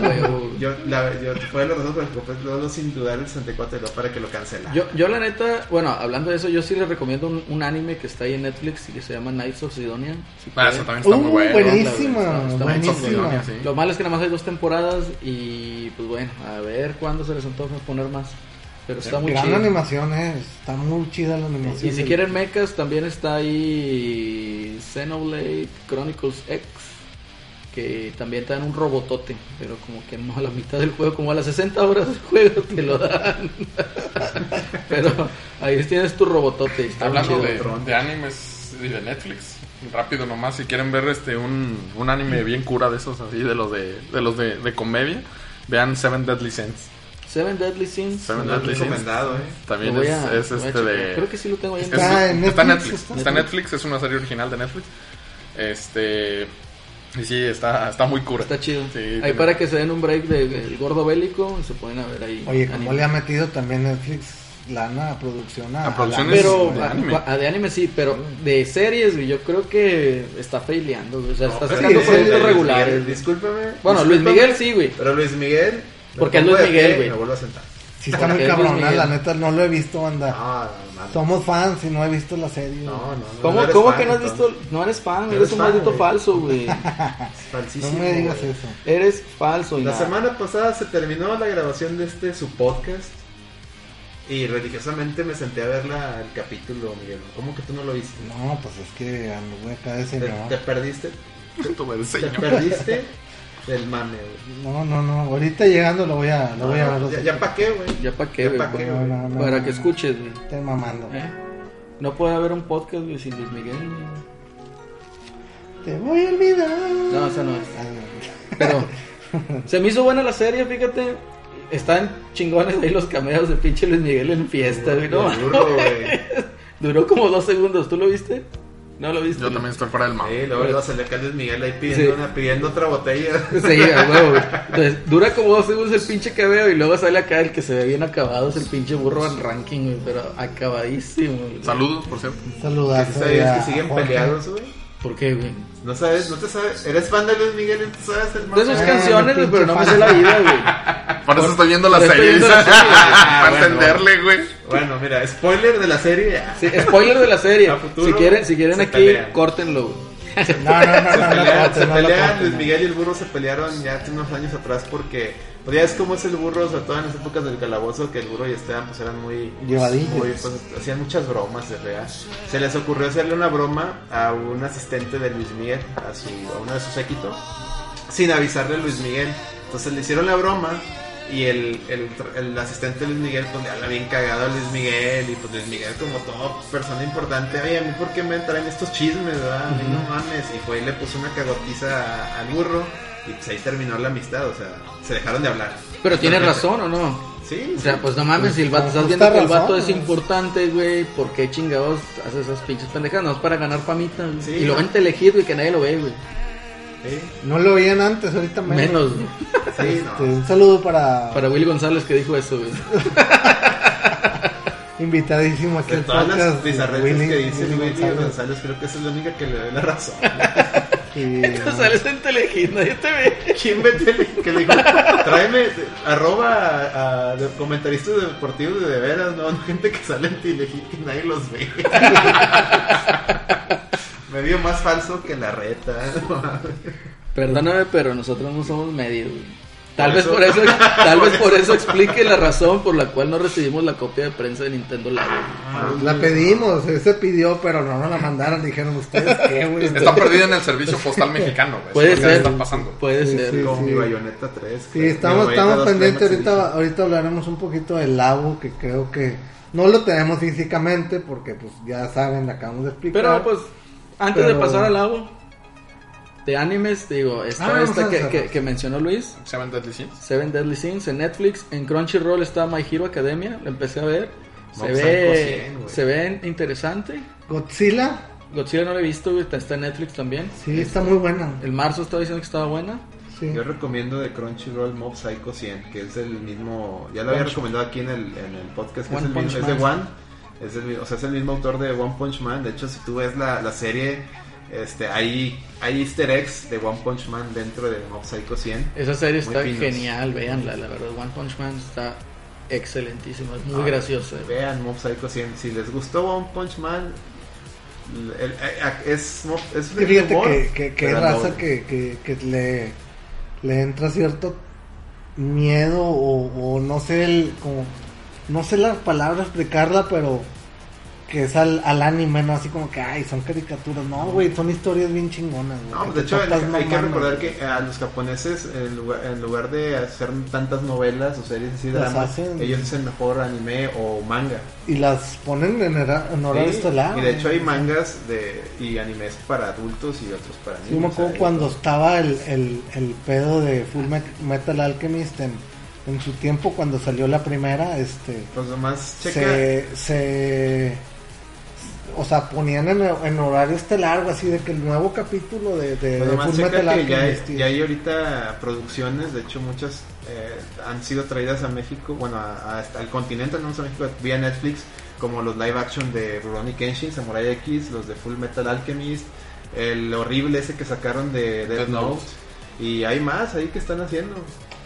Speaker 2: güey,
Speaker 4: no.
Speaker 2: güey.
Speaker 4: yo, la, yo fue la razón por la que compré luego sin dudar el 64 y luego para que lo cancelaran.
Speaker 2: Yo, yo la neta, bueno, hablando de eso, yo sí les recomiendo un, un anime que está ahí en Netflix y que se llama Knights of Sidonia. si
Speaker 5: Ah,
Speaker 2: pueden.
Speaker 5: eso también está
Speaker 3: Uh,
Speaker 5: muy bueno.
Speaker 2: Está-
Speaker 3: buenísima,
Speaker 2: está
Speaker 3: buenísima.
Speaker 5: buenísima, sí.
Speaker 2: Lo malo es que nada más hay dos temporadas y pues bueno, a ver cuándo se les antoja poner más. Pero está muy
Speaker 3: Gran
Speaker 2: chido.
Speaker 3: animación, eh. Está muy chida la animación.
Speaker 2: Y si quieren mechas, también está ahí Xenoblade Chronicles X, que también te dan un robotote, pero como que no a la mitad del juego, como a las 60 horas del juego te lo dan. pero ahí tienes tu robotote. Está muy
Speaker 5: Hablando
Speaker 2: chido.
Speaker 5: de, de animes y de Netflix, rápido nomás, si quieren ver este un, un anime bien cura de esos así, de los de, de los de, de comedia, vean Seven Deadly Sins.
Speaker 2: Seven Deadly Sins.
Speaker 5: Seven
Speaker 4: No,
Speaker 5: Deadly Sins
Speaker 4: recomendado, eh.
Speaker 5: también
Speaker 2: Lo voy
Speaker 5: es,
Speaker 2: a-
Speaker 5: es
Speaker 2: lo voy a
Speaker 5: este
Speaker 2: checar.
Speaker 5: de
Speaker 2: Creo que sí lo tengo ahí en
Speaker 5: es-
Speaker 3: Está en
Speaker 5: está
Speaker 3: Netflix,
Speaker 5: en Netflix,
Speaker 3: está.
Speaker 5: está en Netflix, es una serie original de Netflix. Este y sí, está, está muy cura.
Speaker 2: Está chido.
Speaker 5: Sí,
Speaker 2: ahí
Speaker 5: tiene-
Speaker 2: para que se den un break del del gordo bélico y se pueden a ver ahí.
Speaker 3: Oye, como
Speaker 2: anime.
Speaker 3: le ha metido también Netflix lana a producción a,
Speaker 5: A producción
Speaker 3: la-
Speaker 5: es-
Speaker 2: Pero
Speaker 5: de
Speaker 2: a- a- de
Speaker 5: anime.
Speaker 2: anime. sí, pero de series güey, yo creo que está faileando, güey, o sea, está
Speaker 4: Pero
Speaker 2: sacando
Speaker 4: sí,
Speaker 2: proyectos
Speaker 4: Luis
Speaker 2: regulares.
Speaker 4: Miguel, Discúlpame.
Speaker 2: bueno, Luis
Speaker 4: discúlpame,
Speaker 2: Miguel sí, güey.
Speaker 4: Pero Luis Miguel. me
Speaker 2: Porque es
Speaker 4: pongo
Speaker 2: Luis
Speaker 4: de
Speaker 2: Miguel,
Speaker 4: pie y
Speaker 2: güey.
Speaker 4: Me vuelvo a sentar.
Speaker 3: Sí, está muy
Speaker 2: Porque es Luis
Speaker 3: cabrona, la
Speaker 2: Miguel.
Speaker 3: neta, no lo he visto, anda.
Speaker 4: No, Ah, no, mames.
Speaker 3: Somos fans y no he visto la serie.
Speaker 4: No, no, no.
Speaker 2: ¿Cómo,
Speaker 4: eres
Speaker 2: cómo
Speaker 4: fan,
Speaker 2: que no has
Speaker 4: entonces.
Speaker 2: visto? No eres fan,
Speaker 4: No
Speaker 2: eres
Speaker 4: eres
Speaker 2: un
Speaker 4: fan,
Speaker 2: maldito
Speaker 4: güey.
Speaker 2: falso, güey.
Speaker 3: No
Speaker 4: Falsísimo,
Speaker 3: me digas
Speaker 4: güey.
Speaker 3: eso.
Speaker 2: eres falso,
Speaker 4: La
Speaker 2: ya.
Speaker 4: semana pasada se terminó la grabación de este su podcast y religiosamente me senté a ver la- el capítulo, Miguel. ¿Cómo que tú no lo viste?
Speaker 3: No, pues es que anduve acá de
Speaker 4: Te,
Speaker 3: señor.
Speaker 4: te perdiste,
Speaker 5: Tú me
Speaker 4: te
Speaker 5: enseño.
Speaker 4: perdiste del mame, güey.
Speaker 3: No, no, no. Ahorita llegando lo voy a, lo voy a ver.
Speaker 4: ya, ya pa' qué, güey.
Speaker 2: Ya para qué,
Speaker 4: Ya
Speaker 2: güey,
Speaker 4: pa' qué,
Speaker 2: pa-
Speaker 4: güey.
Speaker 3: No, no,
Speaker 2: para
Speaker 3: no,
Speaker 2: que
Speaker 3: no.
Speaker 2: escuches, güey.
Speaker 3: Estoy mamando.
Speaker 2: ¿Eh? No puede haber un podcast, güey, sin Luis Miguel, güey.
Speaker 3: Te voy a olvidar.
Speaker 2: No, esa no es.
Speaker 3: Ah, no.
Speaker 2: Pero se me hizo buena la serie, fíjate. Están chingones ahí los cameos de pinche Luis Miguel en fiesta, güey. No,
Speaker 4: Burro, güey.
Speaker 2: Duró como dos segundos, ¿tú lo viste? ¿No lo viste?
Speaker 5: Yo también estoy fuera del mapa.
Speaker 2: Eh.
Speaker 4: Sí, luego le va a salir acá Luis Miguel ahí pidiendo,
Speaker 2: Sí.
Speaker 4: una, pidiendo otra botella.
Speaker 2: Sí, a huevo, güey. Entonces, dura como dos segundos el pinche cabello y luego sale acá el que se ve bien acabado, es el pinche burro van ranking, güey, pero acabadísimo. güey.
Speaker 5: Saludos, por cierto.
Speaker 3: Saludazo.
Speaker 4: ¿Sabías
Speaker 3: ya,
Speaker 4: que siguen
Speaker 3: Jorge.
Speaker 4: peleados, güey?
Speaker 2: ¿Por qué, güey?
Speaker 4: No sabes, no te sabes. Eres fan de Luis Miguel, y tú sabes el
Speaker 2: De
Speaker 4: mame.
Speaker 2: sus
Speaker 3: Ah,
Speaker 2: canciones, güey,
Speaker 3: pinche
Speaker 2: pero no me
Speaker 3: fan.
Speaker 2: sé la vida, güey.
Speaker 5: Por eso estoy viendo la
Speaker 2: Ah, Por eso estoy
Speaker 5: serie.
Speaker 2: viendo la serie, Ah, güey.
Speaker 5: Para
Speaker 4: bueno,
Speaker 5: entenderle, güey.
Speaker 4: Bueno, mira, spoiler de la serie. ah,
Speaker 2: Sí, spoiler de la serie.
Speaker 4: A futuro,
Speaker 2: si quieren, si quieren
Speaker 4: se
Speaker 2: aquí,
Speaker 4: pelean.
Speaker 2: córtenlo, güey.
Speaker 3: No, no, no,
Speaker 4: Se
Speaker 3: no, no,
Speaker 4: pelean,
Speaker 3: cortes,
Speaker 4: se
Speaker 3: no lo
Speaker 4: pelean,
Speaker 3: cortes,
Speaker 4: Luis
Speaker 3: no.
Speaker 4: Miguel y el burro se pelearon ya hace unos años atrás porque pues ya es como es el burro, sobre todo en las épocas del calabozo, que el burro y Esteban pues eran muy...
Speaker 3: Llevadillos.
Speaker 4: muy, pues, hacían muchas bromas, de realidad. Se les ocurrió hacerle una broma a un asistente de Luis Miguel, a, su, a uno de sus séquitos, sin avisarle a Luis Miguel. Entonces le hicieron la broma y el, el, el asistente de Luis Miguel pues le habla bien cagado a Luis Miguel y pues Luis Miguel como todo persona importante, ay, a mí por qué me traen estos chismes, ¿verdad? A mí no mames. Y fue y le puso una cagotiza a- al burro y pues ahí terminó la amistad, o sea, se dejaron de hablar.
Speaker 2: Pero tienes razón, ¿o no?
Speaker 4: Sí,
Speaker 2: O
Speaker 4: sí.
Speaker 2: sea, pues no mames, si el vato,
Speaker 3: Con
Speaker 2: estás
Speaker 3: justa
Speaker 2: viendo que el
Speaker 3: razón,
Speaker 2: vato es
Speaker 3: güey.
Speaker 2: importante, güey, ¿por qué chingados haces esas pinches pendejadas? No es para ganar pamitas, güey.
Speaker 4: Sí.
Speaker 2: Y lo ven telegido y que nadie lo ve, güey.
Speaker 4: sí,
Speaker 3: No lo oían antes, ahorita menos.
Speaker 2: Menos, güey.
Speaker 4: sí,
Speaker 3: Este,
Speaker 4: no.
Speaker 3: un saludo para,
Speaker 2: Para Will González que dijo eso, güey.
Speaker 3: invitadísimo aquí
Speaker 4: De
Speaker 3: al
Speaker 4: todas las
Speaker 3: podcast,
Speaker 4: bizarretes
Speaker 3: Willy-
Speaker 4: que dice
Speaker 3: Willy
Speaker 4: Willy
Speaker 3: González.
Speaker 4: González, creo que esa es la única que le doy la razón.
Speaker 3: Y,
Speaker 2: Te sales en telegido, nadie te ve.
Speaker 4: ¿Quién ve tele? Que le dijo, tráeme arroba a, a de- comentaristas deportivos de, de veras, ¿no? Gente que sale en Telehit que nadie los ve. Me vio más falso que la reta.
Speaker 2: Perdóname, pero nosotros no somos medios, güey. Tal
Speaker 4: Por
Speaker 2: vez
Speaker 4: eso-
Speaker 2: por eso, tal vez por eso explique la razón por la cual no recibimos la copia de prensa de Nintendo Live. güey.
Speaker 3: la pedimos, eh, se pidió, pero no nos la mandaron. Dijeron ustedes qué, güey.
Speaker 5: Está perdida en el servicio postal mexicano, güey.
Speaker 2: Puede
Speaker 5: Eso es lo que
Speaker 2: ser.
Speaker 5: está pasando.
Speaker 2: Puede
Speaker 3: Sí,
Speaker 2: ser.
Speaker 3: sí.
Speaker 4: Como mi bayoneta 3.
Speaker 3: Sí, estamos, estamos pendientes. Ahorita, ahorita hablaremos un poquito del lago, que creo que no lo tenemos físicamente, porque pues ya saben, le acabamos de explicar.
Speaker 2: Pero pues, antes
Speaker 3: Pero-
Speaker 2: de pasar al agua, de animes, digo,
Speaker 3: Ah,
Speaker 2: está
Speaker 3: vamos a
Speaker 2: esta que,
Speaker 3: hacerlo.
Speaker 2: que- que mencionó Luis,
Speaker 5: Se llaman Deadly Sins.
Speaker 2: Seven Deadly Sins en Netflix, en Crunchyroll está My Hero Academia, lo empecé a ver,
Speaker 4: No,
Speaker 2: se
Speaker 4: pues,
Speaker 2: ve,
Speaker 4: algo cien, güey.
Speaker 2: se ve interesante,
Speaker 3: Godzilla,
Speaker 2: Godzilla no lo he visto, güey, está- está en Netflix también,
Speaker 3: sí, está muy buena.
Speaker 2: el marzo estaba diciendo que estaba buena,
Speaker 3: Sí.
Speaker 4: Yo recomiendo de Crunchyroll Mob Psycho 100, que es el mismo, ya lo había recomendado aquí en el, en el podcast, que es
Speaker 2: One
Speaker 4: el mismo,
Speaker 2: Punch
Speaker 4: es de
Speaker 2: Man.
Speaker 4: One, es el, mi- o sea, es el mismo autor de One Punch Man, de hecho si tú ves la, la serie, este, hay, hay easter eggs de One Punch Man dentro de Mob Psycho 100.
Speaker 2: esa serie
Speaker 4: Muy
Speaker 2: está
Speaker 4: finos.
Speaker 2: genial, véanla, la verdad, One Punch Man está excelentísima, es muy
Speaker 4: Ah,
Speaker 2: graciosa, güey.
Speaker 4: Vean Mob Psycho 100, si les gustó One Punch Man, el- el- a- es, Mob- es
Speaker 3: Es que fíjate
Speaker 4: humor,
Speaker 3: que, que, que hay
Speaker 4: pero
Speaker 3: raza
Speaker 4: no-
Speaker 3: que, que, que le, le entra cierto miedo o, o no sé el, como, no sé las palabras explicarla, pero que es al, al anime, ¿no? Así como que, ay, son caricaturas. No, güey, son historias bien chingonas, güey.
Speaker 4: No,
Speaker 3: que
Speaker 4: pues, de
Speaker 3: te
Speaker 4: hecho, hay,
Speaker 3: tapas, no
Speaker 4: hay que
Speaker 3: mames.
Speaker 4: recordar que a los japoneses, en lugar, en lugar de hacer tantas novelas o series así de
Speaker 3: Las
Speaker 4: dramas,
Speaker 3: hacen.
Speaker 4: ellos hacen mejor anime o manga.
Speaker 3: Y las ponen en, hora- en horario
Speaker 4: Sí,
Speaker 3: estelar.
Speaker 4: Y de hecho hay
Speaker 3: güey.
Speaker 4: mangas de, y animes para adultos y otros para niños.
Speaker 3: Sí, me
Speaker 4: o
Speaker 3: acuerdo
Speaker 4: sea,
Speaker 3: cuando estaba el, el, el pedo de Full Met- Metal Alchemist en, en su tiempo, cuando salió la primera, este...
Speaker 4: Pues nomás checa.
Speaker 3: se, se o sea ponían en, en horario estelar largo así de que el nuevo capítulo de, de,
Speaker 4: Pues
Speaker 5: Eh,
Speaker 3: de
Speaker 4: nomás
Speaker 3: Fullmetal
Speaker 4: checa que ya,
Speaker 3: Alchemist,
Speaker 4: hay- ya hay ahorita producciones, de hecho muchas eh, han sido traídas a México, bueno, a- a- hasta al continente, no a México, vía Netflix, como los live action de Rurouni Kenshin, Samurai X, los de Full Metal Alchemist, el horrible ese que sacaron de Death
Speaker 5: Death
Speaker 4: Note,
Speaker 5: Note.
Speaker 4: y hay más ahí que están haciendo.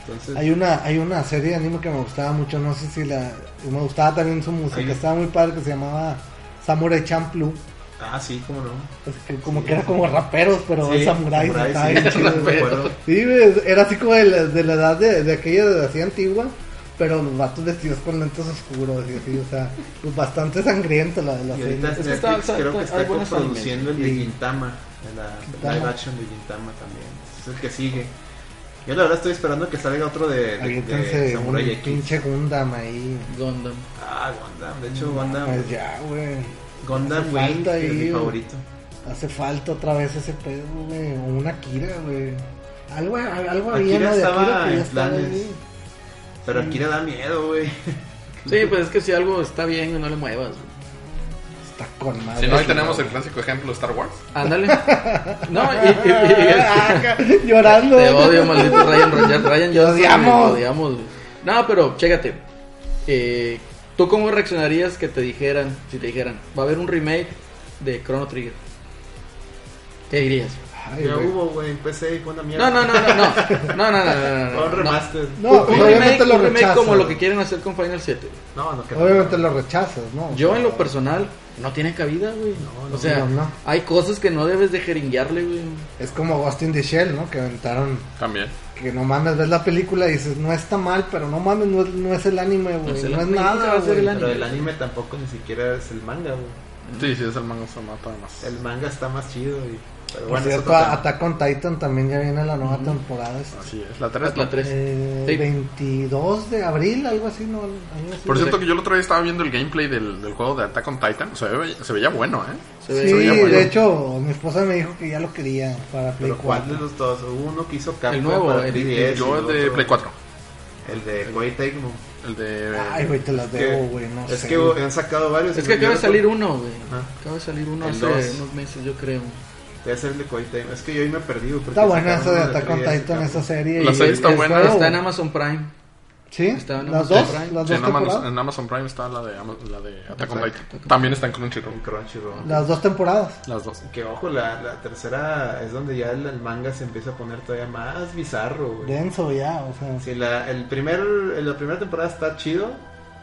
Speaker 4: Entonces,
Speaker 3: hay una hay una serie de anime que me gustaba mucho no sé si la me gustaba también su música
Speaker 4: Ahí.
Speaker 3: estaba muy padre que se llamaba Samurai Champloo
Speaker 4: ah, sí, cómo no.
Speaker 3: Es que como que era como raperos pero
Speaker 4: Sí,
Speaker 3: samuráis
Speaker 4: Samurai,
Speaker 3: estaba
Speaker 4: sí,
Speaker 3: bien chido,
Speaker 4: me
Speaker 3: güey.
Speaker 4: acuerdo.
Speaker 3: Sí, güey, era así como de la, de la edad de, de aquella de así antigua, pero los vatos vestidos con lentes oscuros y así, o sea, pues bastante sangriento la, la
Speaker 4: Y
Speaker 3: serie.
Speaker 4: ahorita
Speaker 2: Es que
Speaker 4: Netflix
Speaker 2: está- está-
Speaker 4: creo que
Speaker 2: hay
Speaker 4: está
Speaker 2: buenos
Speaker 4: coproduciendo el de
Speaker 3: animes.
Speaker 4: Gintama, la
Speaker 3: Gintama.
Speaker 4: live action de Gintama también. Es el que sigue. Yo la verdad estoy esperando que salga otro de, de, de
Speaker 3: Aviéntense
Speaker 4: Samurai
Speaker 3: un
Speaker 4: X.
Speaker 3: pinche Gundam ahí.
Speaker 2: Gundam.
Speaker 4: Ah, Gundam. De hecho, Gundam,
Speaker 3: Pues ya, güey.
Speaker 4: Gundam
Speaker 3: hace
Speaker 4: Wing
Speaker 3: falta
Speaker 4: es
Speaker 3: ahí,
Speaker 4: mi
Speaker 3: güey.
Speaker 4: favorito.
Speaker 3: Hace falta otra vez ese pedo, güey. O una Kira, güey. Algo, algo había,
Speaker 4: Akira
Speaker 3: ¿no? De
Speaker 4: estaba
Speaker 3: Akira que
Speaker 4: en
Speaker 3: ya estaba
Speaker 4: planes.
Speaker 3: ahí.
Speaker 4: Pero aquí le da miedo, güey.
Speaker 2: Sí, pues es que si algo está bien, güey, no le muevas. güey.
Speaker 3: Está con madre.
Speaker 5: Si Ah, no, ahí
Speaker 3: Sí,
Speaker 5: tenemos
Speaker 3: güey.
Speaker 5: el clásico ejemplo de Star Wars.
Speaker 2: Ándale. No, y, y- y-
Speaker 3: Ah, Llorando.
Speaker 2: Te odio, maldito Ryan Ryan. Ryan Johnson, güey,
Speaker 3: odiamos.
Speaker 2: Te odiamos. güey. No, pero chécate. Eh, ¿Tú cómo reaccionarías que te dijeran, si te dijeran, va a haber un remake de Chrono Trigger? ¿Qué dirías?
Speaker 3: Ay,
Speaker 4: Ya
Speaker 3: güey.
Speaker 4: hubo, güey. Empecé y fue una mierda.
Speaker 2: No, no, no, no, no. No, no, no, no, no,
Speaker 4: Fue
Speaker 2: no.
Speaker 4: un remaster.
Speaker 3: No,
Speaker 2: Un- un
Speaker 3: obviamente
Speaker 2: remake,
Speaker 3: lo
Speaker 2: un remake
Speaker 3: rechazas.
Speaker 2: como lo que quieren hacer con Final 7.
Speaker 4: No, no, que
Speaker 3: Obviamente lo rechazas, ¿no?
Speaker 2: Yo en lo personal no tiene cabida, güey. o sea,
Speaker 3: no, no.
Speaker 2: hay cosas que no debes de jeringuearle, güey.
Speaker 3: Es como Ghost in the Shell, ¿no? Que aventaron.
Speaker 5: También.
Speaker 3: Que no mames, ves la película y dices, no está mal, pero no mames, no es, no es el anime, güey.
Speaker 2: No
Speaker 3: No
Speaker 2: es
Speaker 3: es,
Speaker 2: el anime, nunca
Speaker 3: nada,
Speaker 2: va a ser
Speaker 3: güey.
Speaker 2: el
Speaker 4: Pero el anime tampoco ni siquiera es el manga, güey.
Speaker 5: Sí, sí, es el manga se mata más.
Speaker 4: El manga está más chido, güey. Pero
Speaker 3: Por
Speaker 4: bueno, es
Speaker 3: cierto,
Speaker 4: otro tema.
Speaker 3: Attack on Titan también ya viene la nueva temporada. este,
Speaker 5: Así es, la 3.
Speaker 2: La 3.
Speaker 3: eh,
Speaker 2: Sí.
Speaker 3: 22 de abril, algo así, ¿no? Algo así.
Speaker 5: Por cierto que yo el otro día estaba viendo el gameplay del, del juego de Attack on Titan. Se, ve- se veía bueno, ¿eh?
Speaker 2: Se ve-
Speaker 3: Sí,
Speaker 5: veía bueno.
Speaker 3: de hecho, mi esposa me dijo que ya lo quería para Play
Speaker 4: Pero ¿cuál
Speaker 3: 4.
Speaker 4: de los dos? Hubo uno que hizo Capcom
Speaker 2: El nuevo,
Speaker 4: para
Speaker 2: el-
Speaker 4: 3DS,
Speaker 5: Yo
Speaker 4: y
Speaker 5: el de
Speaker 4: otro-
Speaker 5: Play 4.
Speaker 4: El de Koei Tecmo.
Speaker 5: El de...
Speaker 3: Ay, güey, te Ah, las
Speaker 4: Es que-
Speaker 3: debo, güey, no
Speaker 4: Es
Speaker 3: sé.
Speaker 4: que güey, han sacado varios.
Speaker 2: Es que acaba de salir uno, güey.
Speaker 4: Ajá.
Speaker 2: Acaba de salir uno
Speaker 4: El
Speaker 2: hace
Speaker 4: dos.
Speaker 2: unos meses, yo creo.
Speaker 4: Debe ser el de Koei Tecmo. Es que yo ahí me perdí. güey, porque
Speaker 3: Está buena
Speaker 4: sacaron
Speaker 3: esa de
Speaker 4: uno
Speaker 3: Attack on
Speaker 4: 3DS,
Speaker 3: Titan,
Speaker 4: Capcom.
Speaker 3: esa serie.
Speaker 5: La
Speaker 3: y-
Speaker 5: serie está
Speaker 3: y el
Speaker 5: buena,
Speaker 3: juego.
Speaker 2: Está en Amazon Prime.
Speaker 3: ¿Sí?
Speaker 2: está en
Speaker 3: ¿Las
Speaker 2: Amazon
Speaker 3: dos?
Speaker 2: Prime.
Speaker 3: ¿Las
Speaker 5: Sí,
Speaker 3: dos
Speaker 5: en, Amazon,
Speaker 3: temporadas?
Speaker 5: en Amazon Prime está la de, Ama- la de Attack on
Speaker 4: Attack.
Speaker 5: Titan. También está en Crunchyroll.
Speaker 4: En Crunchyroll.
Speaker 3: Las dos temporadas.
Speaker 5: Las dos.
Speaker 4: Que ojo, la, la tercera es donde ya el, el manga se empieza a poner todavía más bizarro, güey.
Speaker 3: Denso ya, o sea.
Speaker 4: Sí, la, el primer, la primera temporada está chido.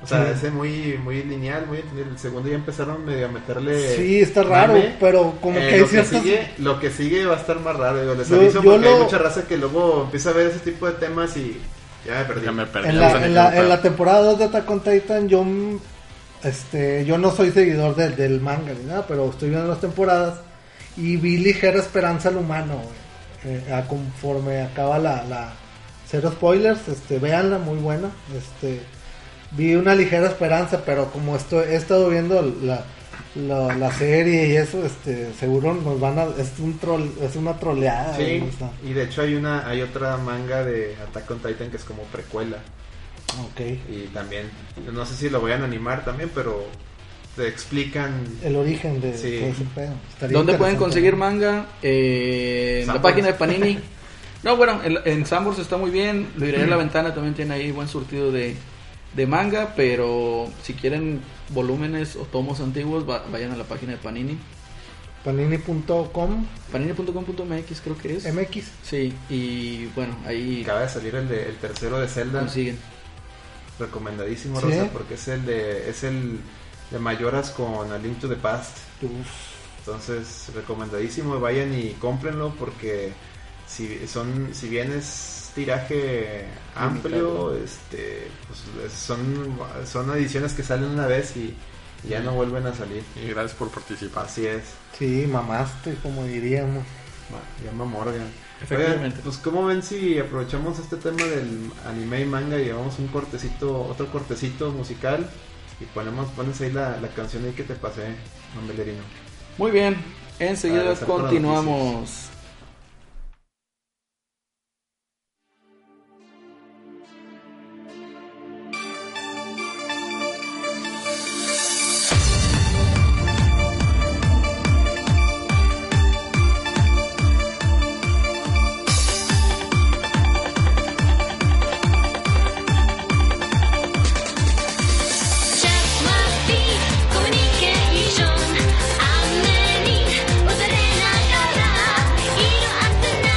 Speaker 4: O sea,
Speaker 3: Sí.
Speaker 4: ese muy, muy lineal, muy entendible. El segundo ya empezaron medio a meterle.
Speaker 3: Sí, está raro,
Speaker 4: mame.
Speaker 3: pero como
Speaker 4: Eh,
Speaker 3: que hay
Speaker 4: lo, que
Speaker 3: ciertas...
Speaker 4: sigue, lo que sigue va a estar más raro. Digo, les
Speaker 3: Yo-
Speaker 4: aviso
Speaker 3: yo
Speaker 4: porque hay
Speaker 3: lo-
Speaker 4: mucha raza que luego empieza a ver ese tipo de temas y ya me perdí.
Speaker 5: Ya me perdí.
Speaker 3: En
Speaker 5: no sé
Speaker 3: la,
Speaker 5: ni
Speaker 3: en,
Speaker 5: qué
Speaker 3: la,
Speaker 5: onda.
Speaker 3: en la temporada 2 de Attack on Titan yo, mm, este, yo no soy seguidor del, del manga ni nada, pero estoy viendo las temporadas y vi ligera esperanza al humano. güey. Eh, a- conforme acaba la, la... Cero spoilers, este, véanla, muy buena. Este, vi una ligera esperanza, pero como esto, he estado viendo la, la, la serie y eso, este, seguro nos van a... Es, un troll, es una troleada. güey,
Speaker 4: Sí,
Speaker 3: o sea,
Speaker 4: y de hecho hay una hay otra manga de Attack on Titan que es como precuela
Speaker 3: ok.
Speaker 4: y también no sé si lo voy a animar también, pero te explican
Speaker 3: el origen de
Speaker 4: Sí.
Speaker 3: todo ese pedo. Estaría
Speaker 2: ¿Dónde pueden
Speaker 3: interesante.
Speaker 2: conseguir manga? Eh, en la
Speaker 4: Sanborns.
Speaker 2: página de Panini. No, bueno, en, en Sanborns está muy bien. Librería
Speaker 5: Mm.
Speaker 2: La Ventana también tiene ahí buen surtido de, de manga. Pero si quieren volúmenes o tomos antiguos, va- vayan a la página de Panini.
Speaker 3: Panini.com
Speaker 2: Panini.com.mx creo que es.
Speaker 3: MX.
Speaker 2: Sí, y bueno, ahí
Speaker 4: acaba de salir el, de- el tercero de Zelda,
Speaker 2: consiguen.
Speaker 4: recomendadísimo
Speaker 3: Ah, Sí.
Speaker 4: Rosa, porque es el de es el de Mayoras con A Link to the Past. Entonces, recomendadísimo, vayan y cómprenlo porque si son si bien es tiraje amplio, este pues, es- son son ediciones que salen una vez y ya no vuelven a salir.
Speaker 5: Y gracias por participar.
Speaker 4: Así es.
Speaker 3: Sí, mamaste, como diríamos.
Speaker 4: Bueno, llama Morgan.
Speaker 2: Efectivamente.
Speaker 4: Oigan, pues cómo ven si aprovechamos este tema del anime y manga y llevamos un cortecito, otro cortecito musical y ponemos, pones ahí la, la canción ahí que te pasé, Don Belerino.
Speaker 2: Muy bien, enseguida
Speaker 4: Adelante con las
Speaker 2: continuamos.
Speaker 6: Just must be communication 雨に打たれながら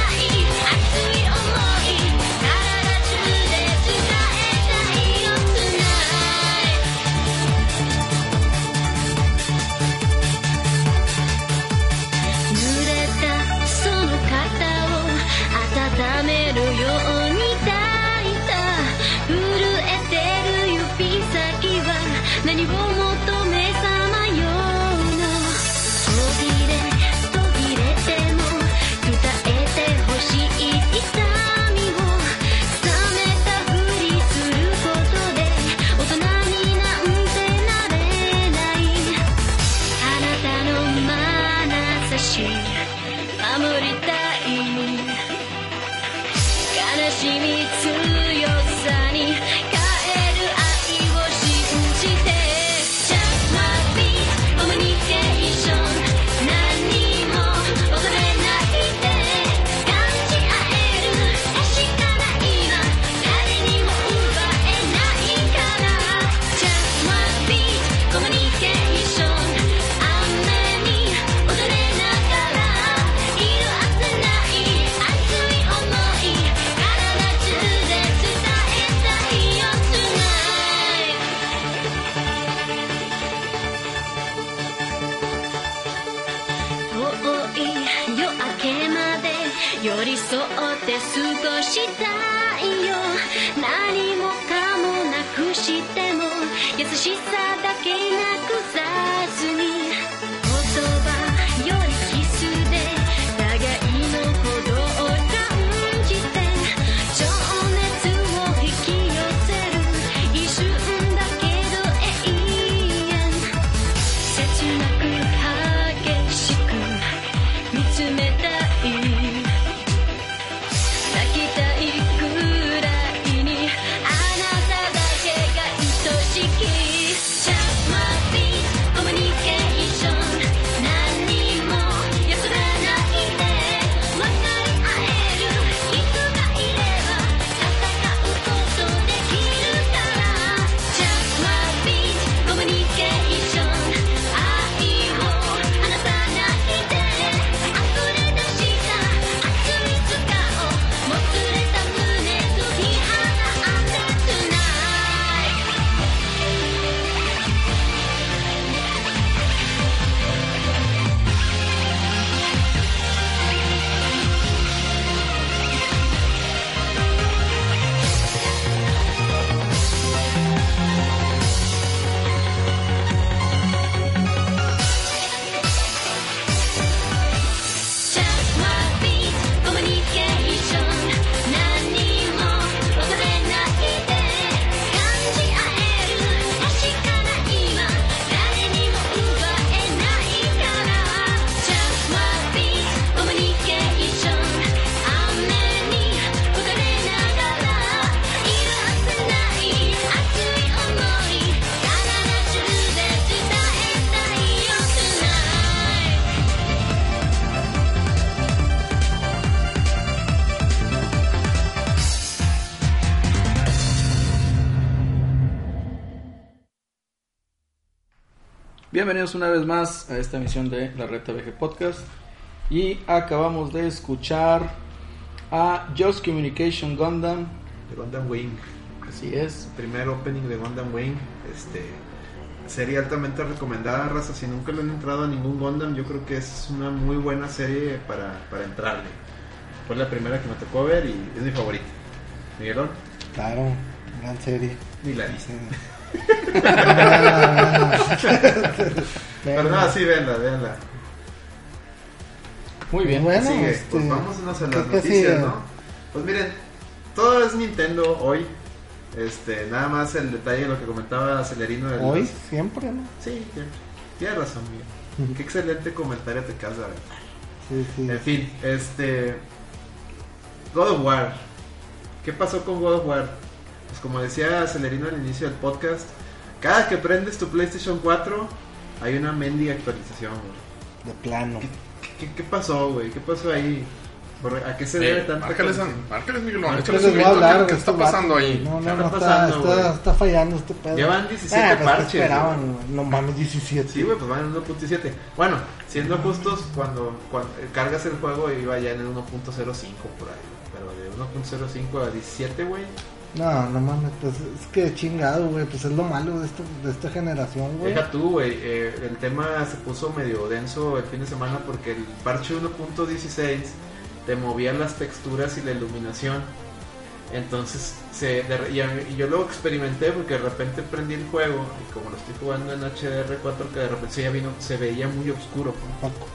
Speaker 6: 守りたい悲しみ強さに変える愛を信じて Just my beat コミュニケーション何も恐れないで感じ合える確かな今誰にも奪えないから Just my beat コミュニケーション雨に踊れながら色あせない熱い想い体中で伝えたいよ tonight「遠い夜明けまで寄り添って過ごしたいよ」「何もかもなくしても優しさだけなくさずに」「言葉よりキスで互いの鼓動を感じて」「情熱を引き寄せる一瞬だけど永遠」「切なく激しく見つめたい」「泣きたいくらいにあなただけが愛しき」「Just my beat コミュニケーション」「何も休まないで分かり合える人がいれば戦うことできるから」「Just my beat コミュニケーション」「愛を離さないで」「溢れ出した熱い想い」「つかをもつれた胸と引き離せない」Just my beat コミュニケーション何も恐れないで感じ合える確かな今誰にも奪えないから Just my beat コミュニケーション雨に踊れながら色褪せない熱い想い体中で伝えたいよ tonight
Speaker 2: Bienvenidos una vez más a esta emisión de la Reta VG Podcast. Y acabamos de escuchar a Just Communication Gundam.
Speaker 4: De Gundam Wing.
Speaker 2: Así es.
Speaker 4: Primer opening de Gundam Wing. Este, serie altamente recomendada, raza. Si nunca le han entrado a ningún Gundam, yo creo que es una muy buena serie para, para entrarle. Fue la primera que me tocó ver y es mi favorita. ¿Miguelón?
Speaker 3: Claro, gran serie.
Speaker 4: Ni la lista.
Speaker 3: Sí. Ah,
Speaker 4: Pero no, sí, véanla, véanla.
Speaker 2: Muy bien.
Speaker 3: Bueno,
Speaker 4: Sigue,
Speaker 3: este,
Speaker 4: pues vámonos a
Speaker 3: creo
Speaker 4: las
Speaker 3: que
Speaker 4: noticias,
Speaker 3: sí,
Speaker 4: ¿no? Pues miren, todo es Nintendo hoy. Este, nada más el detalle de lo que comentaba Celerino del
Speaker 3: Hoy, siempre, ¿no?
Speaker 4: Sí, tiene- tienes razón, Miguel. Qué excelente comentario te acabas de aventar.
Speaker 3: Sí, sí.
Speaker 4: En fin, este. God of War. ¿Qué pasó con God of War? Pues como decía Celerino al inicio del podcast, cada que prendes tu PlayStation 4, hay una mendiga actualización, güey.
Speaker 3: De plano.
Speaker 4: ¿Qué, qué pasó, güey? ¿Qué pasó ahí? ¿Por- ¿A qué se debe
Speaker 5: Eh,
Speaker 4: tanta
Speaker 5: márcales, a-
Speaker 4: actualización?
Speaker 5: márcales, Miguelón.
Speaker 3: Entonces
Speaker 5: Échales un
Speaker 3: voy a
Speaker 5: grito.
Speaker 3: hablar
Speaker 5: ¿Qué- ¿Qué
Speaker 3: de
Speaker 5: está
Speaker 3: este vato.
Speaker 5: pasando ahí?
Speaker 3: No,
Speaker 4: ¿Qué
Speaker 3: no,
Speaker 4: está
Speaker 3: no, está,
Speaker 4: pasando,
Speaker 3: está,
Speaker 4: güey?
Speaker 3: está fallando este pedo.
Speaker 4: Ya van 17
Speaker 3: Ah, pues, ¿qué
Speaker 4: parches,
Speaker 3: esperaban, güey? No mames, 17.
Speaker 4: Sí, güey, pues van en 1.7. Bueno, siendo justos, cuando, cuando eh, cargas el juego iba ya en el 1.05 por ahí. Pero de 1.05 a 17, güey.
Speaker 3: No, no mames, pues es que chingado, güey. Pues es lo malo de, esto, de esta generación, güey.
Speaker 4: Deja tú, güey. eh, el tema se puso medio denso el fin de semana porque el parche 1.16 te movía las texturas y la iluminación. Entonces, se, de- y, a mí- y yo lo experimenté porque de repente prendí el juego y como lo estoy jugando en HDR4 que de repente se, ya vino, se veía muy oscuro.
Speaker 3: Tampoco.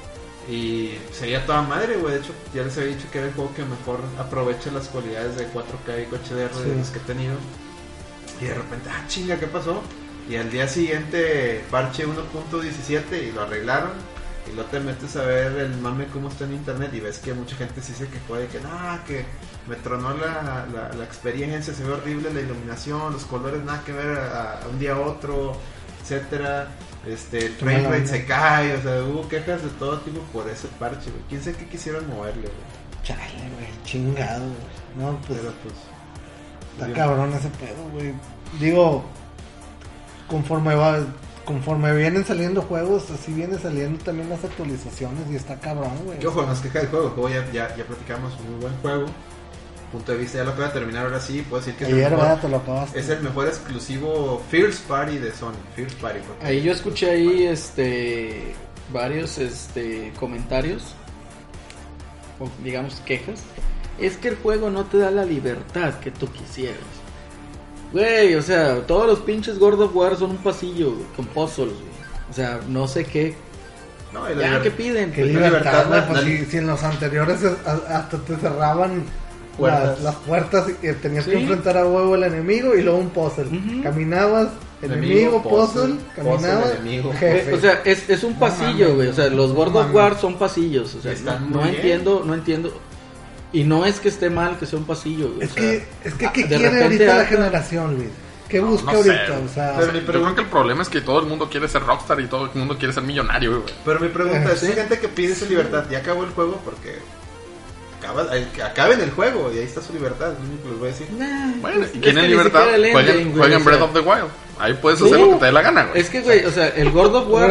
Speaker 4: Y sería toda madre, güey. De hecho, ya les había dicho que era el juego que mejor aprovecha las cualidades de 4K y HDR de
Speaker 3: Sí.
Speaker 4: los que he tenido. Y de repente, ah, chinga, ¿qué pasó? Y al día siguiente, parche 1.17 y lo arreglaron. Y luego te metes a ver el mame cómo está en internet y ves que mucha gente se dice que fue de que, no, que me tronó la, la- la experiencia, se ve horrible la iluminación, los colores, nada que ver a, a un día a otro, etcétera. Este, el frame
Speaker 3: mala
Speaker 4: rate
Speaker 3: onda.
Speaker 4: se cae, o sea, hubo quejas de todo tipo por ese parche, güey. ¿Quién sabe qué quisieron moverle, güey?
Speaker 3: Chale, güey, chingado, güey. No, pues
Speaker 4: Pero pues...
Speaker 3: está
Speaker 4: digo,
Speaker 3: cabrón ese pedo, güey. Digo, conforme va, conforme vienen saliendo juegos, así vienen saliendo también las actualizaciones y está cabrón, güey.
Speaker 4: Que ojo, nos queja del juego, el juego ya, ya, ya platicamos, un muy buen juego. Punto de vista, ya lo acaba de terminar ahora sí, puedo decir que es el,
Speaker 3: Ayer, ¿verdad? Te
Speaker 4: mejor,
Speaker 3: lo acabaste.
Speaker 4: es el mejor exclusivo First Party de Sony. First Party, porque
Speaker 2: Ahí yo escuché ahí este varios este comentarios o digamos quejas. Es que el juego no te da la libertad que tú quisieras. Güey, o sea, todos los pinches God of War son un pasillo güey, con puzzles, güey. O sea, no sé qué.
Speaker 4: No, y la
Speaker 2: Ya,
Speaker 4: liber-
Speaker 2: ¿qué piden?
Speaker 3: Qué
Speaker 4: La
Speaker 3: libertad,
Speaker 4: libertad,
Speaker 3: güey,
Speaker 4: la-
Speaker 3: pues,
Speaker 4: la-
Speaker 3: si, si en los anteriores es- a- hasta te cerraban
Speaker 4: Puertas.
Speaker 3: las, las puertas y eh, tenías que
Speaker 2: Sí.
Speaker 3: enfrentar a huevo al enemigo y luego un puzzle.
Speaker 2: Ujú.
Speaker 3: Caminabas, enemigo,
Speaker 4: Enemigo,
Speaker 3: puzzle,
Speaker 4: puzzle,
Speaker 3: caminabas,
Speaker 4: puzzle, enemigo.
Speaker 3: jefe.
Speaker 2: Eh, O sea, es, es un pasillo,
Speaker 3: mames,
Speaker 2: güey. O sea, los
Speaker 3: no
Speaker 2: God of
Speaker 3: mames.
Speaker 2: War son pasillos. O sea,
Speaker 4: Están
Speaker 2: no, no
Speaker 4: muy bien.
Speaker 2: entiendo, no entiendo. Y no es que esté mal que sea un pasillo, güey.
Speaker 3: es,
Speaker 2: o sea,
Speaker 3: que, es que, ¿qué
Speaker 2: de
Speaker 3: quiere
Speaker 2: repente
Speaker 3: ahorita la
Speaker 2: hasta-
Speaker 3: generación, Luis? ¿Qué busca
Speaker 5: no sé,
Speaker 3: ahorita? O sea,
Speaker 4: Pero mi
Speaker 5: Yo
Speaker 4: pregunta-
Speaker 5: creo que el problema es que todo el mundo quiere ser rockstar y todo el mundo quiere ser millonario, güey.
Speaker 4: Pero mi pregunta es,
Speaker 3: Sí.
Speaker 4: hay gente que pide su libertad, ya acabó el juego porque acaba, ay, que acaben el juego y ahí está su libertad, es lo único que les voy a decir.
Speaker 2: nah,
Speaker 5: Bueno,
Speaker 2: es-
Speaker 5: y
Speaker 2: es
Speaker 5: tienen
Speaker 2: que ni
Speaker 5: libertad,
Speaker 2: siquiera el endgame,
Speaker 5: jueguen,
Speaker 2: güey,
Speaker 5: jueguen
Speaker 2: o
Speaker 5: Breath
Speaker 2: sea.
Speaker 5: of the Wild. Ahí puedes
Speaker 2: Sí.
Speaker 5: hacer lo que te dé la gana, güey.
Speaker 2: Es que, güey, o sea, el Gordo of
Speaker 3: un
Speaker 2: War.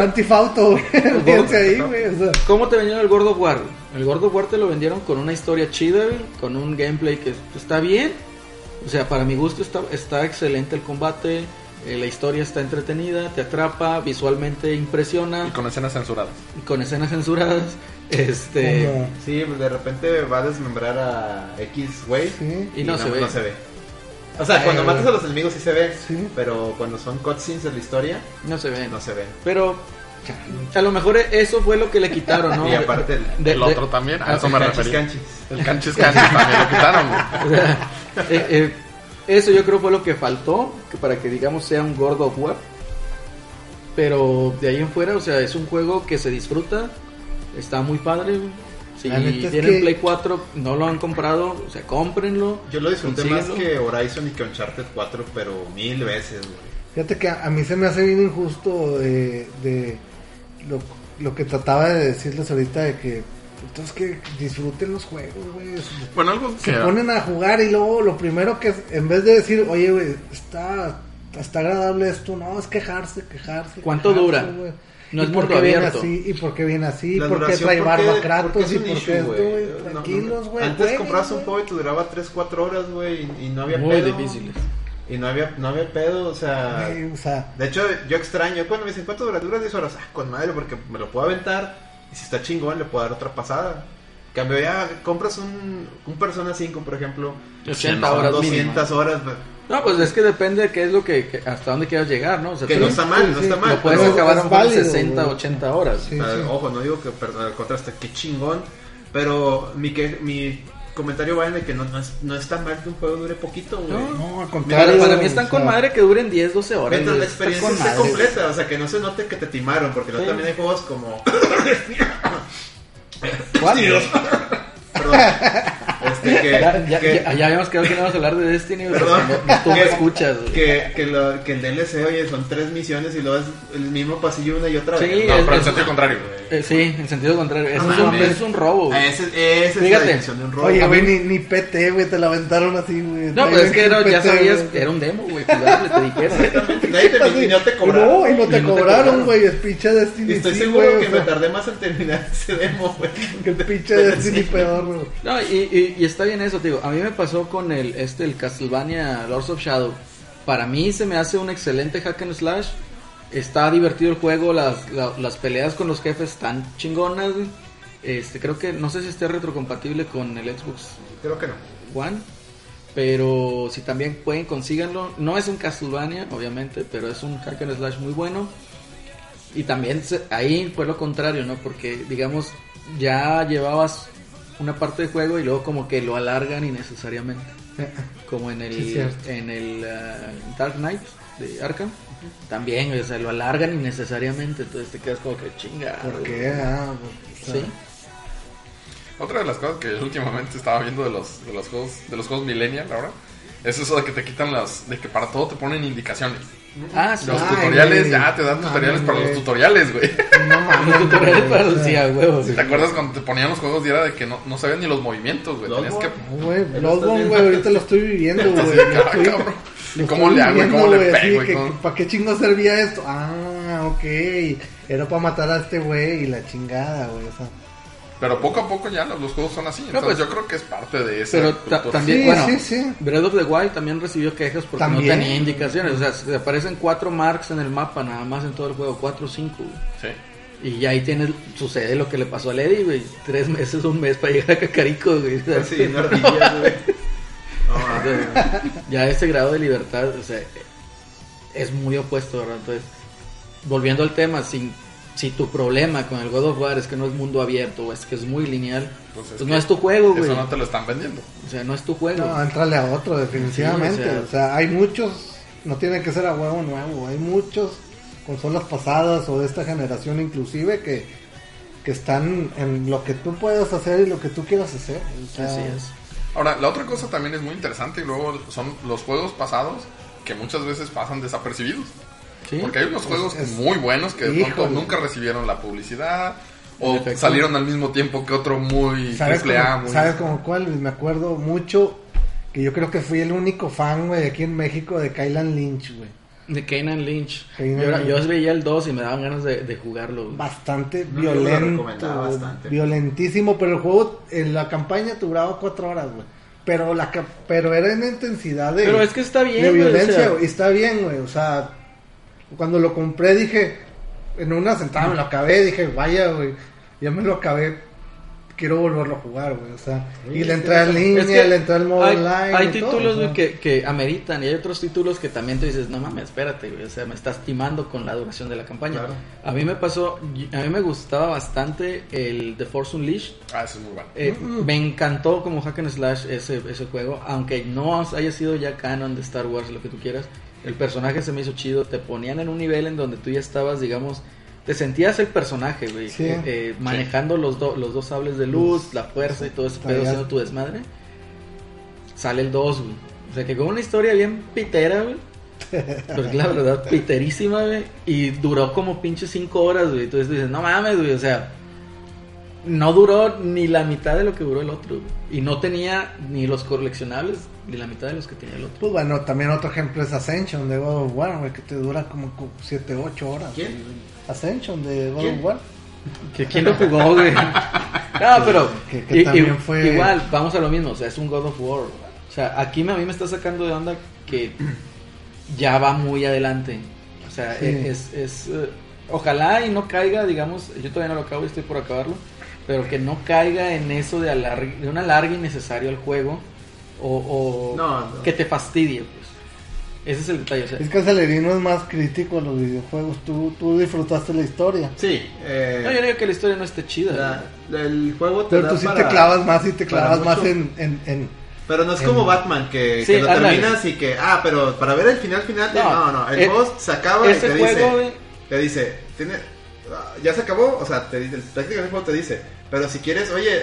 Speaker 3: antifauto, güey. Fíjense ahí,
Speaker 4: ¿no?
Speaker 3: güey. O sea,
Speaker 2: ¿Cómo te vendieron el Gordo of War? El Gordo of War te lo vendieron con una historia chida, güey, con un gameplay que está bien. O sea, para mi gusto está, está excelente el combate. eh, la historia está entretenida, te atrapa, visualmente impresiona.
Speaker 5: Y con escenas censuradas.
Speaker 2: y con escenas censuradas. Este.
Speaker 3: como-
Speaker 4: Sí, pues de repente va a desmembrar a X, güey.
Speaker 3: sí.
Speaker 2: Y no se ve.
Speaker 4: O sea,
Speaker 3: Ay,
Speaker 4: cuando
Speaker 3: güey.
Speaker 4: matas a los enemigos sí se ve,
Speaker 3: Sí.
Speaker 4: pero cuando son cutscenes de la historia,
Speaker 2: No se ve.
Speaker 4: no se ve.
Speaker 2: Pero a lo mejor eso fue lo que le quitaron, ¿no?
Speaker 4: Y aparte el-
Speaker 2: De-
Speaker 5: el
Speaker 2: de-
Speaker 5: otro también, a
Speaker 2: ah,
Speaker 5: eso me
Speaker 4: canchis,
Speaker 5: refería.
Speaker 4: canchis.
Speaker 5: El canchis canchis también lo quitaron, güey.
Speaker 2: o sea, eh, eh, eso yo creo fue lo que faltó que para que digamos sea un God of War. Pero de ahí en fuera, o sea, es un juego que se disfruta, está muy padre. Si
Speaker 3: La neta es
Speaker 2: tienen
Speaker 3: que-
Speaker 2: Play 4, no lo han comprado, o sea, cómprenlo.
Speaker 4: Yo lo disfruté más
Speaker 2: consíguenlo.
Speaker 4: que Horizon y que Uncharted 4, pero mil veces, güey.
Speaker 3: Fíjate que a, a mí se me hace bien injusto de, de lo, lo que trataba de decirles ahorita de que entonces que disfruten los juegos, güey. Se-
Speaker 5: Bueno, algo
Speaker 3: Se
Speaker 5: que...
Speaker 3: ponen a jugar y luego lo primero que es- en vez de decir, oye, güey, está, está agradable esto, no, es quejarse, quejarse.
Speaker 2: ¿Cuánto
Speaker 3: quejarse,
Speaker 2: dura?
Speaker 3: güey.
Speaker 2: No
Speaker 3: ¿Y
Speaker 2: es
Speaker 3: por
Speaker 2: mundo
Speaker 3: qué viene
Speaker 2: abierto.
Speaker 3: así, y por qué viene así,
Speaker 4: La
Speaker 3: por qué
Speaker 4: duración,
Speaker 3: trae
Speaker 4: ¿por qué-
Speaker 3: barba
Speaker 4: por qué
Speaker 3: Kratos
Speaker 4: es
Speaker 3: y
Speaker 4: un
Speaker 3: por qué
Speaker 4: issue,
Speaker 3: esto, güey.
Speaker 4: No, no, no.
Speaker 3: Tranquilos, güey.
Speaker 4: Antes
Speaker 3: jueguen,
Speaker 4: comprabas un
Speaker 3: güey.
Speaker 4: juego y te duraba 3, 4 horas, güey, y, y no había
Speaker 2: Muy
Speaker 4: pedo.
Speaker 2: difíciles.
Speaker 4: Y no había, no había pedo, o sea...
Speaker 3: Güey, O sea,
Speaker 4: De hecho, yo extraño, cuando me dicen, ¿cuánto dura? Dura 10 horas. Ah, con madre, porque me lo puedo aventar. Y si está chingón, le puedo dar otra pasada. En Cambio, ya compras un, un Persona 5, por ejemplo.
Speaker 2: 80
Speaker 4: son
Speaker 2: horas
Speaker 4: 200
Speaker 2: mínimas.
Speaker 4: horas.
Speaker 2: No, pues es que depende de qué es lo que, que- hasta dónde quieras llegar, ¿no? O sea,
Speaker 4: Que
Speaker 2: tú
Speaker 4: no está mal,
Speaker 3: sí,
Speaker 4: no
Speaker 3: sí.
Speaker 4: está mal.
Speaker 2: lo puedes
Speaker 4: pero-
Speaker 3: es
Speaker 2: acabar en unas
Speaker 3: válido,
Speaker 2: 60,
Speaker 3: güey.
Speaker 2: 80 horas.
Speaker 3: Sí.
Speaker 4: Ah, Ojo, no digo que perdón, al contrario, está que chingón. Pero mi, que, mi comentario va en el que no, no, es, no es tan mal que un juego dure poquito, güey.
Speaker 2: No,
Speaker 3: no, al
Speaker 2: Para,
Speaker 3: contrario.
Speaker 2: para mí están
Speaker 3: o
Speaker 2: con
Speaker 3: sea,
Speaker 2: madre que duren 10, 12 horas.
Speaker 4: Mientras la
Speaker 2: güey.
Speaker 4: experiencia
Speaker 2: Está con
Speaker 4: esté
Speaker 2: madre.
Speaker 4: completa, o sea, que no se note que te timaron, porque luego
Speaker 2: Sí.
Speaker 4: también hay juegos como.
Speaker 2: ¿Cuál?
Speaker 4: Perdón. Este, que,
Speaker 2: Ya, ya,
Speaker 4: que-
Speaker 2: ya- ya habíamos quedado que no íbamos a hablar de Destiny, pero
Speaker 4: Perdón.
Speaker 2: no- no- tú me escuchas. güey.
Speaker 4: que, que, lo- que el DLC, oye, son tres misiones y lo es el mismo pasillo una y otra
Speaker 2: Sí,
Speaker 4: vez.
Speaker 5: No,
Speaker 2: es-
Speaker 5: pero en
Speaker 2: es-
Speaker 5: sentido contrario.
Speaker 2: Eh, sí, en sentido contrario. Eso
Speaker 4: No
Speaker 2: es, un,
Speaker 4: mames.
Speaker 2: eso es un robo. güey.
Speaker 4: Esa es la
Speaker 2: Fíjate.
Speaker 4: definición de un robo.
Speaker 3: Oye, güey, ni, ni PT, güey, te la aventaron así, güey.
Speaker 2: No,
Speaker 3: Trae
Speaker 2: pero es que
Speaker 3: un
Speaker 2: era- ya
Speaker 3: PT,
Speaker 2: sabías
Speaker 3: güey.
Speaker 2: que era un demo, güey. Cuidado, te dijeron.
Speaker 4: Nadie te,
Speaker 3: Así,
Speaker 4: ni- no te cobraron.
Speaker 3: No, y no te
Speaker 2: Y no te
Speaker 3: cobraron,
Speaker 2: cobraron.
Speaker 3: güey. Es pinche Destiny.
Speaker 4: Y estoy
Speaker 3: sí,
Speaker 4: seguro
Speaker 3: güey,
Speaker 4: que
Speaker 3: o
Speaker 4: me
Speaker 3: sea,
Speaker 4: tardé más en terminar ese demo, güey.
Speaker 3: que el pinche Destiny peor, güey.
Speaker 2: No, y, y- y está bien eso, te digo. A mí me pasó con el, este, el Castlevania Lords of Shadow. Para mí se me hace un excelente hack and slash. Está divertido el juego, las, la- las peleas con los jefes están chingonas. güey. Este, creo que, no sé si esté retrocompatible con el Xbox
Speaker 4: Creo que no.
Speaker 2: One. Pero si también pueden, consíganlo. No es un Castlevania, obviamente, pero es un hack and slash muy bueno. Y también se- ahí fue lo contrario, ¿no? Porque, digamos, ya llevabas una parte del juego y luego como que lo alargan innecesariamente. Como en el,
Speaker 3: Sí, cierto.
Speaker 2: en el ah, Dark Knight de Arkham. También, güey, o sea, lo alargan innecesariamente, entonces te quedas como que chinga.
Speaker 3: ¿Por
Speaker 2: güey".
Speaker 3: qué? Ah, pues, o sea,
Speaker 2: Sí.
Speaker 5: Otra de las cosas que yo últimamente estaba viendo de los, de los juegos, de los juegos Millennial ahora, es eso de que te quitan las, de que para todo te ponen indicaciones.
Speaker 2: Ah, sí.
Speaker 5: Los
Speaker 3: Ay,
Speaker 5: tutoriales,
Speaker 3: güey.
Speaker 5: ya te dan tutoriales
Speaker 3: Mames,
Speaker 5: para los
Speaker 3: güey.
Speaker 5: tutoriales, güey.
Speaker 3: No mames.
Speaker 2: Los tutoriales para
Speaker 3: güey, o
Speaker 2: los
Speaker 3: sea,
Speaker 2: sí, a huevo.
Speaker 5: ¿Te acuerdas cuando te ponían los juegos y era de que no, no sabías ni los movimientos, güey? Tenías que...
Speaker 3: no, Güey,
Speaker 4: Pero
Speaker 3: Bloodborne, güey,
Speaker 4: está bien.
Speaker 3: ahorita lo estoy viviendo, güey.
Speaker 5: Entonces,
Speaker 3: lo
Speaker 5: ah,
Speaker 3: estoy-
Speaker 5: cabrón.
Speaker 3: lo
Speaker 5: ¿Cómo
Speaker 3: estoy
Speaker 5: le hago y
Speaker 3: viviendo,
Speaker 5: cómo le
Speaker 3: güey, así
Speaker 5: pego y
Speaker 3: que,
Speaker 5: cómo?
Speaker 3: ¿Para qué chingo servía esto? Ah, ok. Era para matar a este güey y la chingada, güey. O sea,
Speaker 5: Pero poco a poco ya los, los juegos son así. Entonces
Speaker 2: pues-
Speaker 5: yo creo que es parte de eso.
Speaker 2: Pero ta- también,
Speaker 3: Sí,
Speaker 2: bueno,
Speaker 3: sí, sí.
Speaker 2: Breath of the Wild también recibió quejas porque
Speaker 3: También.
Speaker 2: no tenía indicaciones. O sea, se aparecen cuatro marks en el mapa, nada más en todo el juego, cuatro o cinco. güey.
Speaker 5: Sí.
Speaker 2: Y ya ahí tienes, sucede lo que le pasó a Lady, güey. Tres meses, un mes para llegar a Cacarico, güey. O sea,
Speaker 4: Persiguiendo ardillas, güey.
Speaker 2: o sea, ya este grado de libertad, o sea, es muy opuesto, ¿verdad? Entonces, volviendo al tema, si, si tu problema con el God of War es que no es mundo abierto, o es que es muy lineal,
Speaker 5: Pues
Speaker 2: pues,
Speaker 5: es
Speaker 2: no
Speaker 5: que
Speaker 2: es tu juego, güey.
Speaker 5: Eso no te lo están vendiendo.
Speaker 2: O sea, no es tu juego.
Speaker 3: No, entrale a otro, definitivamente.
Speaker 2: Sí, o sea-
Speaker 3: o, sea, hay muchos, no tiene que ser a huevo nuevo, hay muchos consolas pasadas o de esta generación inclusive que, que están en lo que tú puedas hacer y lo que tú quieras hacer. o sea,
Speaker 2: Así es.
Speaker 5: Ahora, la otra cosa también es muy interesante y luego son los juegos pasados que muchas veces pasan desapercibidos.
Speaker 2: Sí.
Speaker 5: Porque hay unos juegos
Speaker 3: es-
Speaker 5: muy buenos que de pronto
Speaker 3: Híjole.
Speaker 5: nunca recibieron la publicidad o
Speaker 2: En efecto.
Speaker 5: salieron al mismo tiempo que otro muy
Speaker 3: ¿Sabes,
Speaker 5: triple A.
Speaker 3: como,
Speaker 5: muy-
Speaker 3: ¿Sabes como cuál? Me acuerdo mucho que yo creo que fui el único fan, güey, aquí en México de Kylan Lynch, güey.
Speaker 2: De Kanan Lynch.
Speaker 3: Kane and
Speaker 2: yo,
Speaker 3: Lynch.
Speaker 2: yo veía el 2 y me daban ganas de, de jugarlo. güey.
Speaker 3: Bastante
Speaker 4: No, yo lo
Speaker 3: violento,
Speaker 4: recomendaba
Speaker 3: güey,
Speaker 4: bastante.
Speaker 3: violentísimo, pero el juego, en la campaña duraba cuatro horas, güey. Pero, la, cap- pero era en intensidad de...
Speaker 2: Pero es que está bien.
Speaker 3: de
Speaker 2: güey, o
Speaker 3: violencia,
Speaker 2: sea,
Speaker 3: güey, está bien, güey, o sea, cuando lo compré dije, en una sentada me lo acabé, dije, vaya, güey, ya me lo acabé, quiero volverlo a jugar, güey, o sea, y le entré en línea,
Speaker 2: es que
Speaker 3: le entré al modo
Speaker 2: hay,
Speaker 3: online.
Speaker 2: hay
Speaker 3: y todo,
Speaker 2: títulos
Speaker 3: o sea.
Speaker 2: güey, que, que ameritan y hay otros títulos que también te dices, no mames, espérate, güey, o sea, me estás timando con la duración de la campaña.
Speaker 4: Claro.
Speaker 2: A mí me pasó, a mí me gustaba bastante el The Force Unleashed.
Speaker 5: Ah, eso es muy bueno.
Speaker 2: Eh, Me encantó como hack and slash ese, ese juego, aunque no haya sido ya canon de Star Wars, lo que tú quieras. El personaje se me hizo chido, te ponían en un nivel en donde tú ya estabas, digamos, te sentías el personaje, güey,
Speaker 3: Sí.
Speaker 2: eh, eh, manejando los, do- los dos sables de luz, la fuerza y todo ese pedo
Speaker 3: Todavía-
Speaker 2: haciendo tu desmadre. Sale el 2, güey. O sea que con una historia bien pitera, güey. Porque la Pues verdad, piterísima, güey. Y duró como pinche 5 horas, güey. Entonces tú dices, no mames, güey, o sea no duró ni la mitad de lo que duró el otro. güey. Y no tenía ni los coleccionables ni la mitad de los que tenía el otro.
Speaker 3: Pues bueno, también otro ejemplo es Ascension de God of War, güey, que te dura como 7, 8 horas.
Speaker 4: ¿Quién?
Speaker 3: Ascension de God
Speaker 4: ¿Quién?
Speaker 3: of War.
Speaker 2: ¿Que ¿Quién lo jugó, güey? No, pero
Speaker 3: Que- que también fue-
Speaker 2: igual, vamos a lo mismo. O sea, es un God of War. güey. O sea, aquí me- a mí me está sacando de onda que ya va muy adelante. O sea,
Speaker 3: Sí.
Speaker 2: es... es, eh, ojalá y no caiga, digamos, yo todavía no lo acabo y estoy por acabarlo, pero que no caiga en eso de, alargue- de un alargue innecesario al juego o, o
Speaker 4: No, no.
Speaker 2: que te fastidie, pues. Ese es el detalle. o sea,
Speaker 3: Es que Celerino es más crítico a los videojuegos, tú, tú disfrutaste la historia.
Speaker 4: Sí, eh,
Speaker 2: no, yo no digo que la historia no esté chida.
Speaker 4: la- el juego te
Speaker 3: Pero
Speaker 4: da
Speaker 3: tú sí
Speaker 4: para-
Speaker 3: te clavas más y te
Speaker 4: para
Speaker 3: clavas más
Speaker 4: mucho.
Speaker 3: en- en- en
Speaker 4: Pero no es como Batman, que,
Speaker 2: Sí,
Speaker 4: que lo
Speaker 2: ándale.
Speaker 4: terminas y que, ah, pero para ver el final final, de-
Speaker 2: No,
Speaker 4: no, no, el
Speaker 2: eh,
Speaker 4: juego se acaba y
Speaker 2: Ese
Speaker 4: te dice,
Speaker 2: juego, güey,
Speaker 4: te dice, tiene, ah, ya se acabó, o sea, te dice, prácticamente el juego te dice, pero si quieres, oye,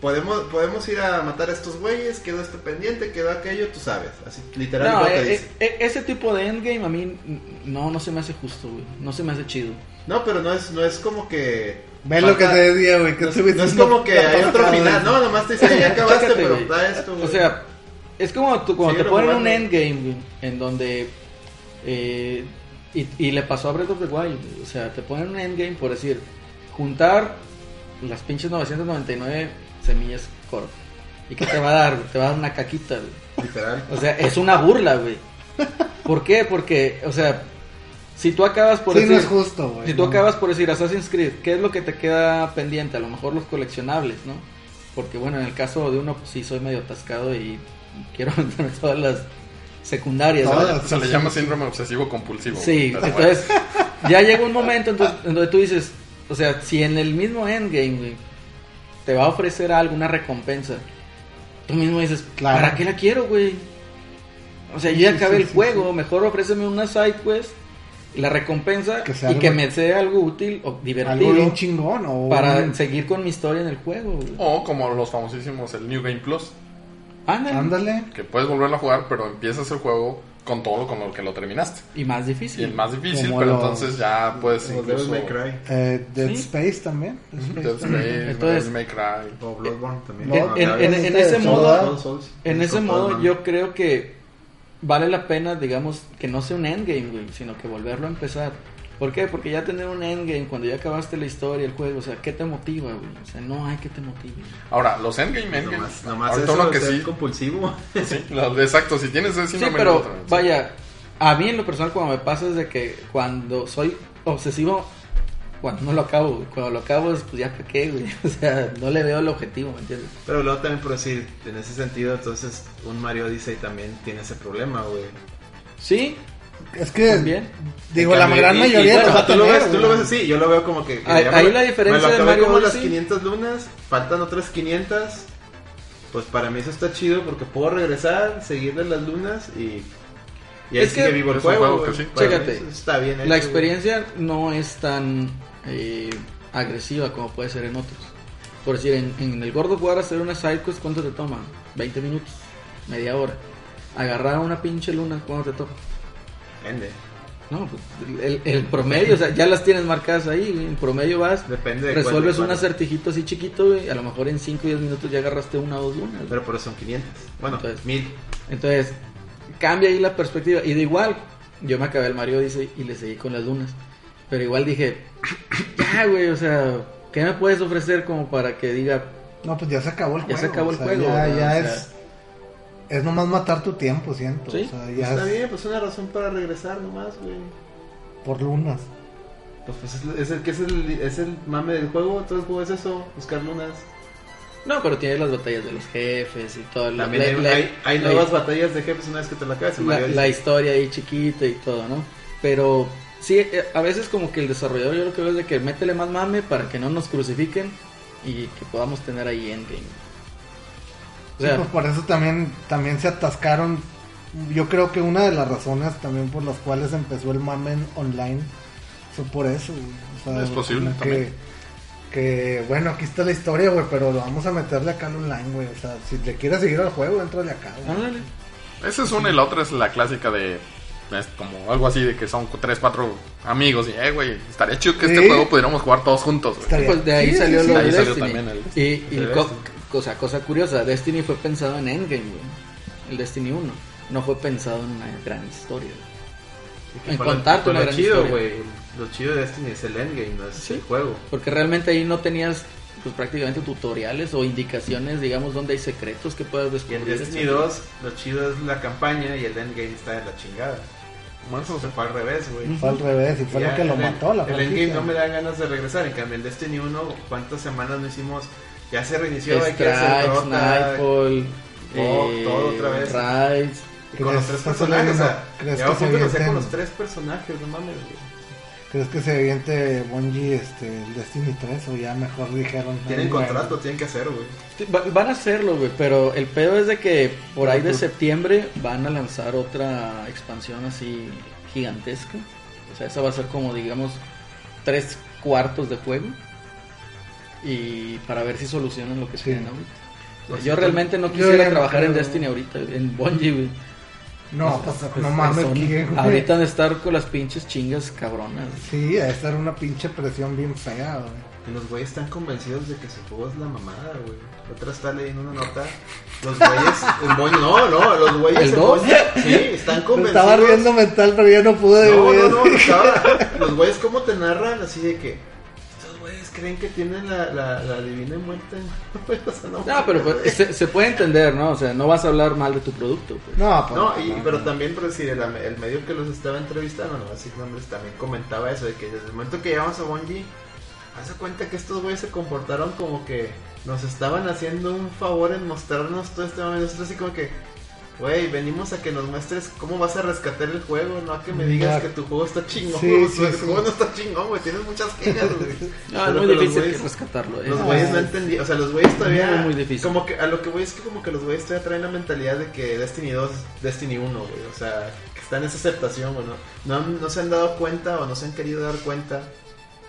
Speaker 4: podemos, podemos ir a matar a estos güeyes, quedó este pendiente, quedó aquello, tú sabes, así, literal,
Speaker 2: no,
Speaker 4: el juego te
Speaker 2: eh,
Speaker 4: dice.
Speaker 2: eh, ese tipo de endgame a mí n- no, no se me hace justo, güey. No se me hace chido.
Speaker 4: No, pero no es, no es como que...
Speaker 3: Ve lo que
Speaker 4: Falta-
Speaker 3: te decía, güey. Que
Speaker 4: No, es-
Speaker 3: te
Speaker 4: no es como que hay otro final, no, nomás te dice, ya acabaste,
Speaker 2: Chécate,
Speaker 4: pero
Speaker 2: güey.
Speaker 4: da esto,
Speaker 2: O
Speaker 4: güey.
Speaker 2: sea, es como tú- cuando
Speaker 4: Síguelo
Speaker 2: te ponen un
Speaker 4: jugando.
Speaker 2: endgame, güey, en donde. eh, y, y le pasó a Breath of the Wild. güey. O sea, te ponen un endgame por decir, juntar las pinches 999 semillas core. ¿Y qué te va a dar? güey? Te va a dar una caquita, güey.
Speaker 4: literal.
Speaker 2: O sea, es una burla, güey. ¿Por qué? Porque, o sea, si tú acabas por
Speaker 3: Sí,
Speaker 2: decir.
Speaker 3: no es justo, güey.
Speaker 2: Si tú
Speaker 3: no.
Speaker 2: acabas por decir Assassin's Creed, ¿qué es lo que te queda pendiente? A lo mejor los coleccionables, ¿no? Porque bueno, en el caso de uno, pues sí, soy medio atascado y quiero aventarme todas las secundarias.
Speaker 3: Todas.
Speaker 2: ¿no?
Speaker 5: Se le llama síndrome obsesivo compulsivo.
Speaker 2: Sí,
Speaker 5: Pero bueno.
Speaker 2: entonces ya llega un momento entonces, en donde tú dices, o sea, si en el mismo endgame güey, te va a ofrecer alguna recompensa, tú mismo dices,
Speaker 3: Claro.
Speaker 2: ¿para qué la quiero, güey? O sea, yo ya
Speaker 3: Sí,
Speaker 2: acabé
Speaker 3: sí,
Speaker 2: el
Speaker 3: sí,
Speaker 2: juego, mejor ofréceme una side quest, la recompensa
Speaker 3: Que sea
Speaker 2: y
Speaker 3: algo-
Speaker 2: que me sea algo útil o
Speaker 3: Algo
Speaker 2: divertido
Speaker 3: bien chingón Oh, o
Speaker 2: para
Speaker 3: un-
Speaker 2: seguir con mi historia en el juego. güey.
Speaker 5: O como los famosísimos, el New Game Plus,
Speaker 2: Ándale.
Speaker 3: Ándale.
Speaker 5: que puedes volverlo a jugar, pero empiezas el juego con todo lo con lo que lo terminaste.
Speaker 2: Y más
Speaker 5: Y el
Speaker 2: difícil.
Speaker 5: más difícil,
Speaker 3: Como
Speaker 5: pero
Speaker 3: los-
Speaker 5: entonces ya puedes
Speaker 4: Como Devil
Speaker 5: incluso...
Speaker 4: May Cry.
Speaker 3: Eh, Dead
Speaker 2: Sí.
Speaker 3: Space también. Dead Space
Speaker 5: Dead
Speaker 3: también.
Speaker 5: Space,
Speaker 2: Entonces-
Speaker 5: Devil May Cry.
Speaker 4: O Bloodborne también.
Speaker 3: No,
Speaker 4: Ah,
Speaker 2: en-
Speaker 4: claro.
Speaker 2: en- en
Speaker 4: Este,
Speaker 2: ese
Speaker 4: Souls,
Speaker 2: modo-
Speaker 4: Souls, Souls.
Speaker 2: En ese
Speaker 4: Con
Speaker 2: modo
Speaker 4: Batman.
Speaker 2: yo creo que vale la pena, digamos, que no sea un endgame, güey, sino que volverlo a empezar. ¿Por qué? Porque ya tener un endgame cuando ya acabaste la historia, el juego, o sea, ¿qué te motiva, güey? O sea, no hay que te motive.
Speaker 5: Ahora, los Endgame Endgame.
Speaker 4: Nomás, nomás
Speaker 5: ahorita
Speaker 4: eso
Speaker 5: uno
Speaker 4: de
Speaker 5: que
Speaker 4: ser
Speaker 5: sí.
Speaker 4: compulsivo.
Speaker 5: sí, lo- exacto, si tienes
Speaker 2: Sí,
Speaker 5: ese síndrome,
Speaker 2: pero
Speaker 5: otra vez.
Speaker 2: vaya, a mí en lo personal cuando me pasa es de que cuando soy obsesivo, cuando no lo acabo, güey. cuando lo acabo es, pues ya pequé, güey. O sea, no le veo el objetivo, ¿me entiendes?
Speaker 4: Pero luego también por decir, en ese sentido, entonces un Mario Odyssey también tiene ese problema, güey.
Speaker 2: Sí,
Speaker 3: Es que,
Speaker 2: También.
Speaker 3: digo,
Speaker 4: En
Speaker 3: la
Speaker 4: cambio,
Speaker 3: gran
Speaker 4: y- y
Speaker 3: mayoría
Speaker 4: bueno,
Speaker 3: los va a
Speaker 4: tú lo
Speaker 3: tener,
Speaker 4: ves, tú
Speaker 3: güey.
Speaker 4: lo ves así, yo lo veo como que... que
Speaker 2: Ahí-
Speaker 4: ya
Speaker 2: ahí
Speaker 4: me-
Speaker 2: la diferencia
Speaker 4: Me lo
Speaker 2: de
Speaker 4: acabé
Speaker 2: Mario
Speaker 4: como las
Speaker 2: Odyssey.
Speaker 4: 500 lunas, faltan otras 500. Pues para mí eso está chido porque puedo regresar, seguirle las lunas y... Y ahí
Speaker 2: Es que-
Speaker 4: sigue vivo el
Speaker 5: Es un
Speaker 4: juego,
Speaker 5: juego que
Speaker 4: güey.
Speaker 5: sí.
Speaker 4: Para mí
Speaker 2: Chécate.
Speaker 4: eso Está bien hecho,
Speaker 2: la
Speaker 4: güey.
Speaker 2: experiencia no es tan eh, agresiva como puede ser en otros. Por decir, en, en el Gordo Jugar hacer una side quest, ¿cuánto te toma? 20 minutos, media hora. Agarrar una pinche luna, ¿cuánto te toma?
Speaker 4: Depende.
Speaker 2: No, pues, el, el promedio, o sea, ya las tienes marcadas ahí, güey. En promedio vas,
Speaker 4: Depende de
Speaker 2: resuelves
Speaker 4: cuál-
Speaker 2: un acertijito así chiquito, güey. A lo mejor en 5 o 10 minutos ya agarraste una o dos lunas. güey.
Speaker 4: Pero por eso son 500. Bueno,
Speaker 2: Entonces-
Speaker 4: 1000.
Speaker 2: Entonces, cambia ahí la perspectiva. Y de igual, yo me acabé el Mario dice y le seguí con las lunas. Pero igual dije, ya, güey, o sea, ¿qué me puedes ofrecer como para que diga,
Speaker 3: No, pues ya se acabó el
Speaker 2: Ya
Speaker 3: juego.
Speaker 2: se acabó el
Speaker 3: o sea,
Speaker 2: juego,
Speaker 3: Ya,
Speaker 2: ¿no?
Speaker 3: ya
Speaker 2: O sea-
Speaker 3: es. Es nomás matar tu tiempo, siento.
Speaker 2: Sí,
Speaker 3: O sea, ya
Speaker 2: Ah.
Speaker 4: Está
Speaker 3: es
Speaker 4: bien, pues una razón para regresar nomás, güey.
Speaker 3: por lunas.
Speaker 4: Pues, pues, es, es el que es el, es el mame del juego, entonces el juego es eso, buscar lunas.
Speaker 2: no, pero tienes las batallas de los jefes y todo. la-
Speaker 4: También
Speaker 2: la-
Speaker 4: hay,
Speaker 2: la-
Speaker 4: hay- hay
Speaker 2: la-
Speaker 4: nuevas batallas de jefes una vez que te la acabas. en
Speaker 2: la,
Speaker 4: Mario
Speaker 2: la
Speaker 4: Odyssey.
Speaker 2: historia ahí chiquita y todo, ¿no? Pero sí, eh, a veces como que el desarrollador yo lo que veo es de que métele más mame para que no nos crucifiquen y que podamos tener ahí endgame. O
Speaker 3: Sí,
Speaker 2: sea,
Speaker 3: pues por eso también, también se atascaron. Yo creo que una de las razones también por las cuales empezó el mamen online fue por eso. güey. O sea,
Speaker 5: Es posible
Speaker 3: como
Speaker 5: también.
Speaker 3: Que, que, bueno, aquí está la historia, güey, pero vamos a meterle acá al online, güey. O sea, si le quieres seguir al juego, entrale acá, güey.
Speaker 4: Ah.
Speaker 2: ándale.
Speaker 5: Esa es una y la otra es la clásica de. Es como algo así de que son tres, cuatro amigos. Y, eh, güey, estaría chido que este
Speaker 3: Sí.
Speaker 5: juego pudiéramos jugar todos juntos, güey.
Speaker 3: Está bien.
Speaker 2: Pues de ahí
Speaker 3: Sí, sí,
Speaker 2: salió
Speaker 3: sí.
Speaker 2: lo
Speaker 5: Ahí
Speaker 2: de
Speaker 5: salió
Speaker 2: Destiny.
Speaker 5: también el-
Speaker 2: y y
Speaker 4: el
Speaker 2: co-
Speaker 4: Destiny.
Speaker 2: cosa, cosa curiosa, Destiny fue pensado en Endgame, güey. El Destiny 1. No fue pensado en una gran historia. güey.
Speaker 4: Que
Speaker 2: en
Speaker 4: fue lo-
Speaker 2: contarte
Speaker 4: fue
Speaker 2: una
Speaker 4: lo
Speaker 2: gran
Speaker 4: chido,
Speaker 2: historia.
Speaker 4: güey. Lo chido de Destiny es el endgame, no es
Speaker 2: Sí.
Speaker 4: el juego.
Speaker 2: Porque realmente ahí no tenías pues, prácticamente tutoriales o indicaciones, digamos, donde hay secretos que puedas
Speaker 4: Y en
Speaker 2: descubrir.
Speaker 4: Destiny
Speaker 2: etcétera.
Speaker 4: 2, lo chido es la campaña y el endgame está de la chingada.
Speaker 5: Bueno, eso
Speaker 4: Eso se
Speaker 5: se-
Speaker 4: fue al revés, güey.
Speaker 3: Fue al revés y fue
Speaker 4: Ya,
Speaker 3: lo que lo
Speaker 4: el-
Speaker 3: mató la
Speaker 4: El
Speaker 3: franquicia.
Speaker 4: endgame no me da ganas de regresar. En cambio, el Destiny 1, ¿cuántas semanas no hicimos? Ya se reinició, hay que hacer
Speaker 2: Strikes,
Speaker 4: rota.
Speaker 2: Nightfall, eh,
Speaker 4: todo- todo otra vez.
Speaker 2: Rides.
Speaker 4: Y con los
Speaker 3: ¿Crees
Speaker 4: tres
Speaker 3: que
Speaker 4: personajes, o
Speaker 3: se
Speaker 4: sea,
Speaker 3: ¿Crees
Speaker 4: ya
Speaker 3: que
Speaker 4: un
Speaker 3: se
Speaker 4: punto que sea
Speaker 3: avienten-
Speaker 4: con los tres personajes, no mames, güey.
Speaker 3: ¿Crees que se aviente Bungie este, el Destiny 3 o ya mejor dijeron?
Speaker 4: Tienen
Speaker 3: "Ay, güey,
Speaker 4: contrato, tienen que hacer, güey.
Speaker 2: Sí, va- Van a hacerlo, güey, pero el pedo es de que por ahí de
Speaker 4: Ujú.
Speaker 2: septiembre van a lanzar otra expansión así gigantesca. O sea, esa va a ser como, digamos, tres cuartos de juego. Y para ver si solucionan lo que
Speaker 3: Sí.
Speaker 2: tienen ahorita. O sea,
Speaker 4: Por
Speaker 2: Pues yo
Speaker 4: cierto,
Speaker 2: realmente no
Speaker 3: yo
Speaker 2: quisiera
Speaker 3: ya no
Speaker 2: trabajar en
Speaker 3: creo.
Speaker 2: Destiny ahorita, en Bungie, güey.
Speaker 3: No, pues, no mames,
Speaker 2: Son-
Speaker 3: ¿qué, güey?
Speaker 2: Ahorita han de estar con las pinches chingas cabronas.
Speaker 3: Sí, a estar una pinche presión bien fea, güey.
Speaker 4: Y Los güeyes están convencidos de que su juego es la mamada, güey. Otra está leyendo una nota. Los güeyes. en Boing- no, no, los güeyes.
Speaker 2: ¿El
Speaker 4: en
Speaker 2: dos?
Speaker 4: Boing- Sí, están
Speaker 3: Me estaba riendo
Speaker 4: convencidos.
Speaker 3: mental, pero ya no pude,
Speaker 4: No,
Speaker 3: güey.
Speaker 4: no, no, estaba- Los güeyes, ¿cómo te narran? Así de que. Estos güeyes creen que tienen la, la, la divina envuelta en. o sea, no,
Speaker 2: No, pero pues,
Speaker 4: güey.
Speaker 2: se, se puede entender, ¿no? O sea, no vas a hablar mal de tu producto. pues.
Speaker 3: No, pues,
Speaker 4: No, y, pero también, por decir, el, el medio que los estaba entrevistando, no voy a decir nombres, también comentaba eso, de que desde el momento que llegamos a Bungie, hace cuenta que estos güeyes se comportaron como que nos estaban haciendo un favor en mostrarnos todo este momento. Nosotros así como que, Güey, venimos a que nos muestres cómo vas a rescatar el juego, no a que me digas
Speaker 3: Ya.
Speaker 4: que tu juego está chingón.
Speaker 3: Sí,
Speaker 4: güey,
Speaker 3: sí,
Speaker 4: tu
Speaker 3: sí.
Speaker 4: juego no está chingón, güey. Tienes muchas quejas, güey.
Speaker 2: No,
Speaker 4: Pero
Speaker 2: Ah, es muy
Speaker 4: que los
Speaker 2: difícil
Speaker 4: güeyes-
Speaker 2: que rescatarlo. eh.
Speaker 4: Los güeyes no entendían, o sea, los güeyes todavía.
Speaker 2: Muy, muy difícil.
Speaker 4: Como que, a lo que voy es que, como que los güeyes todavía traen la mentalidad de que Destiny 2, Destiny 1, güey. O sea, que están en esa aceptación, güey. ¿no? No, han- no se han dado cuenta o no se han querido dar cuenta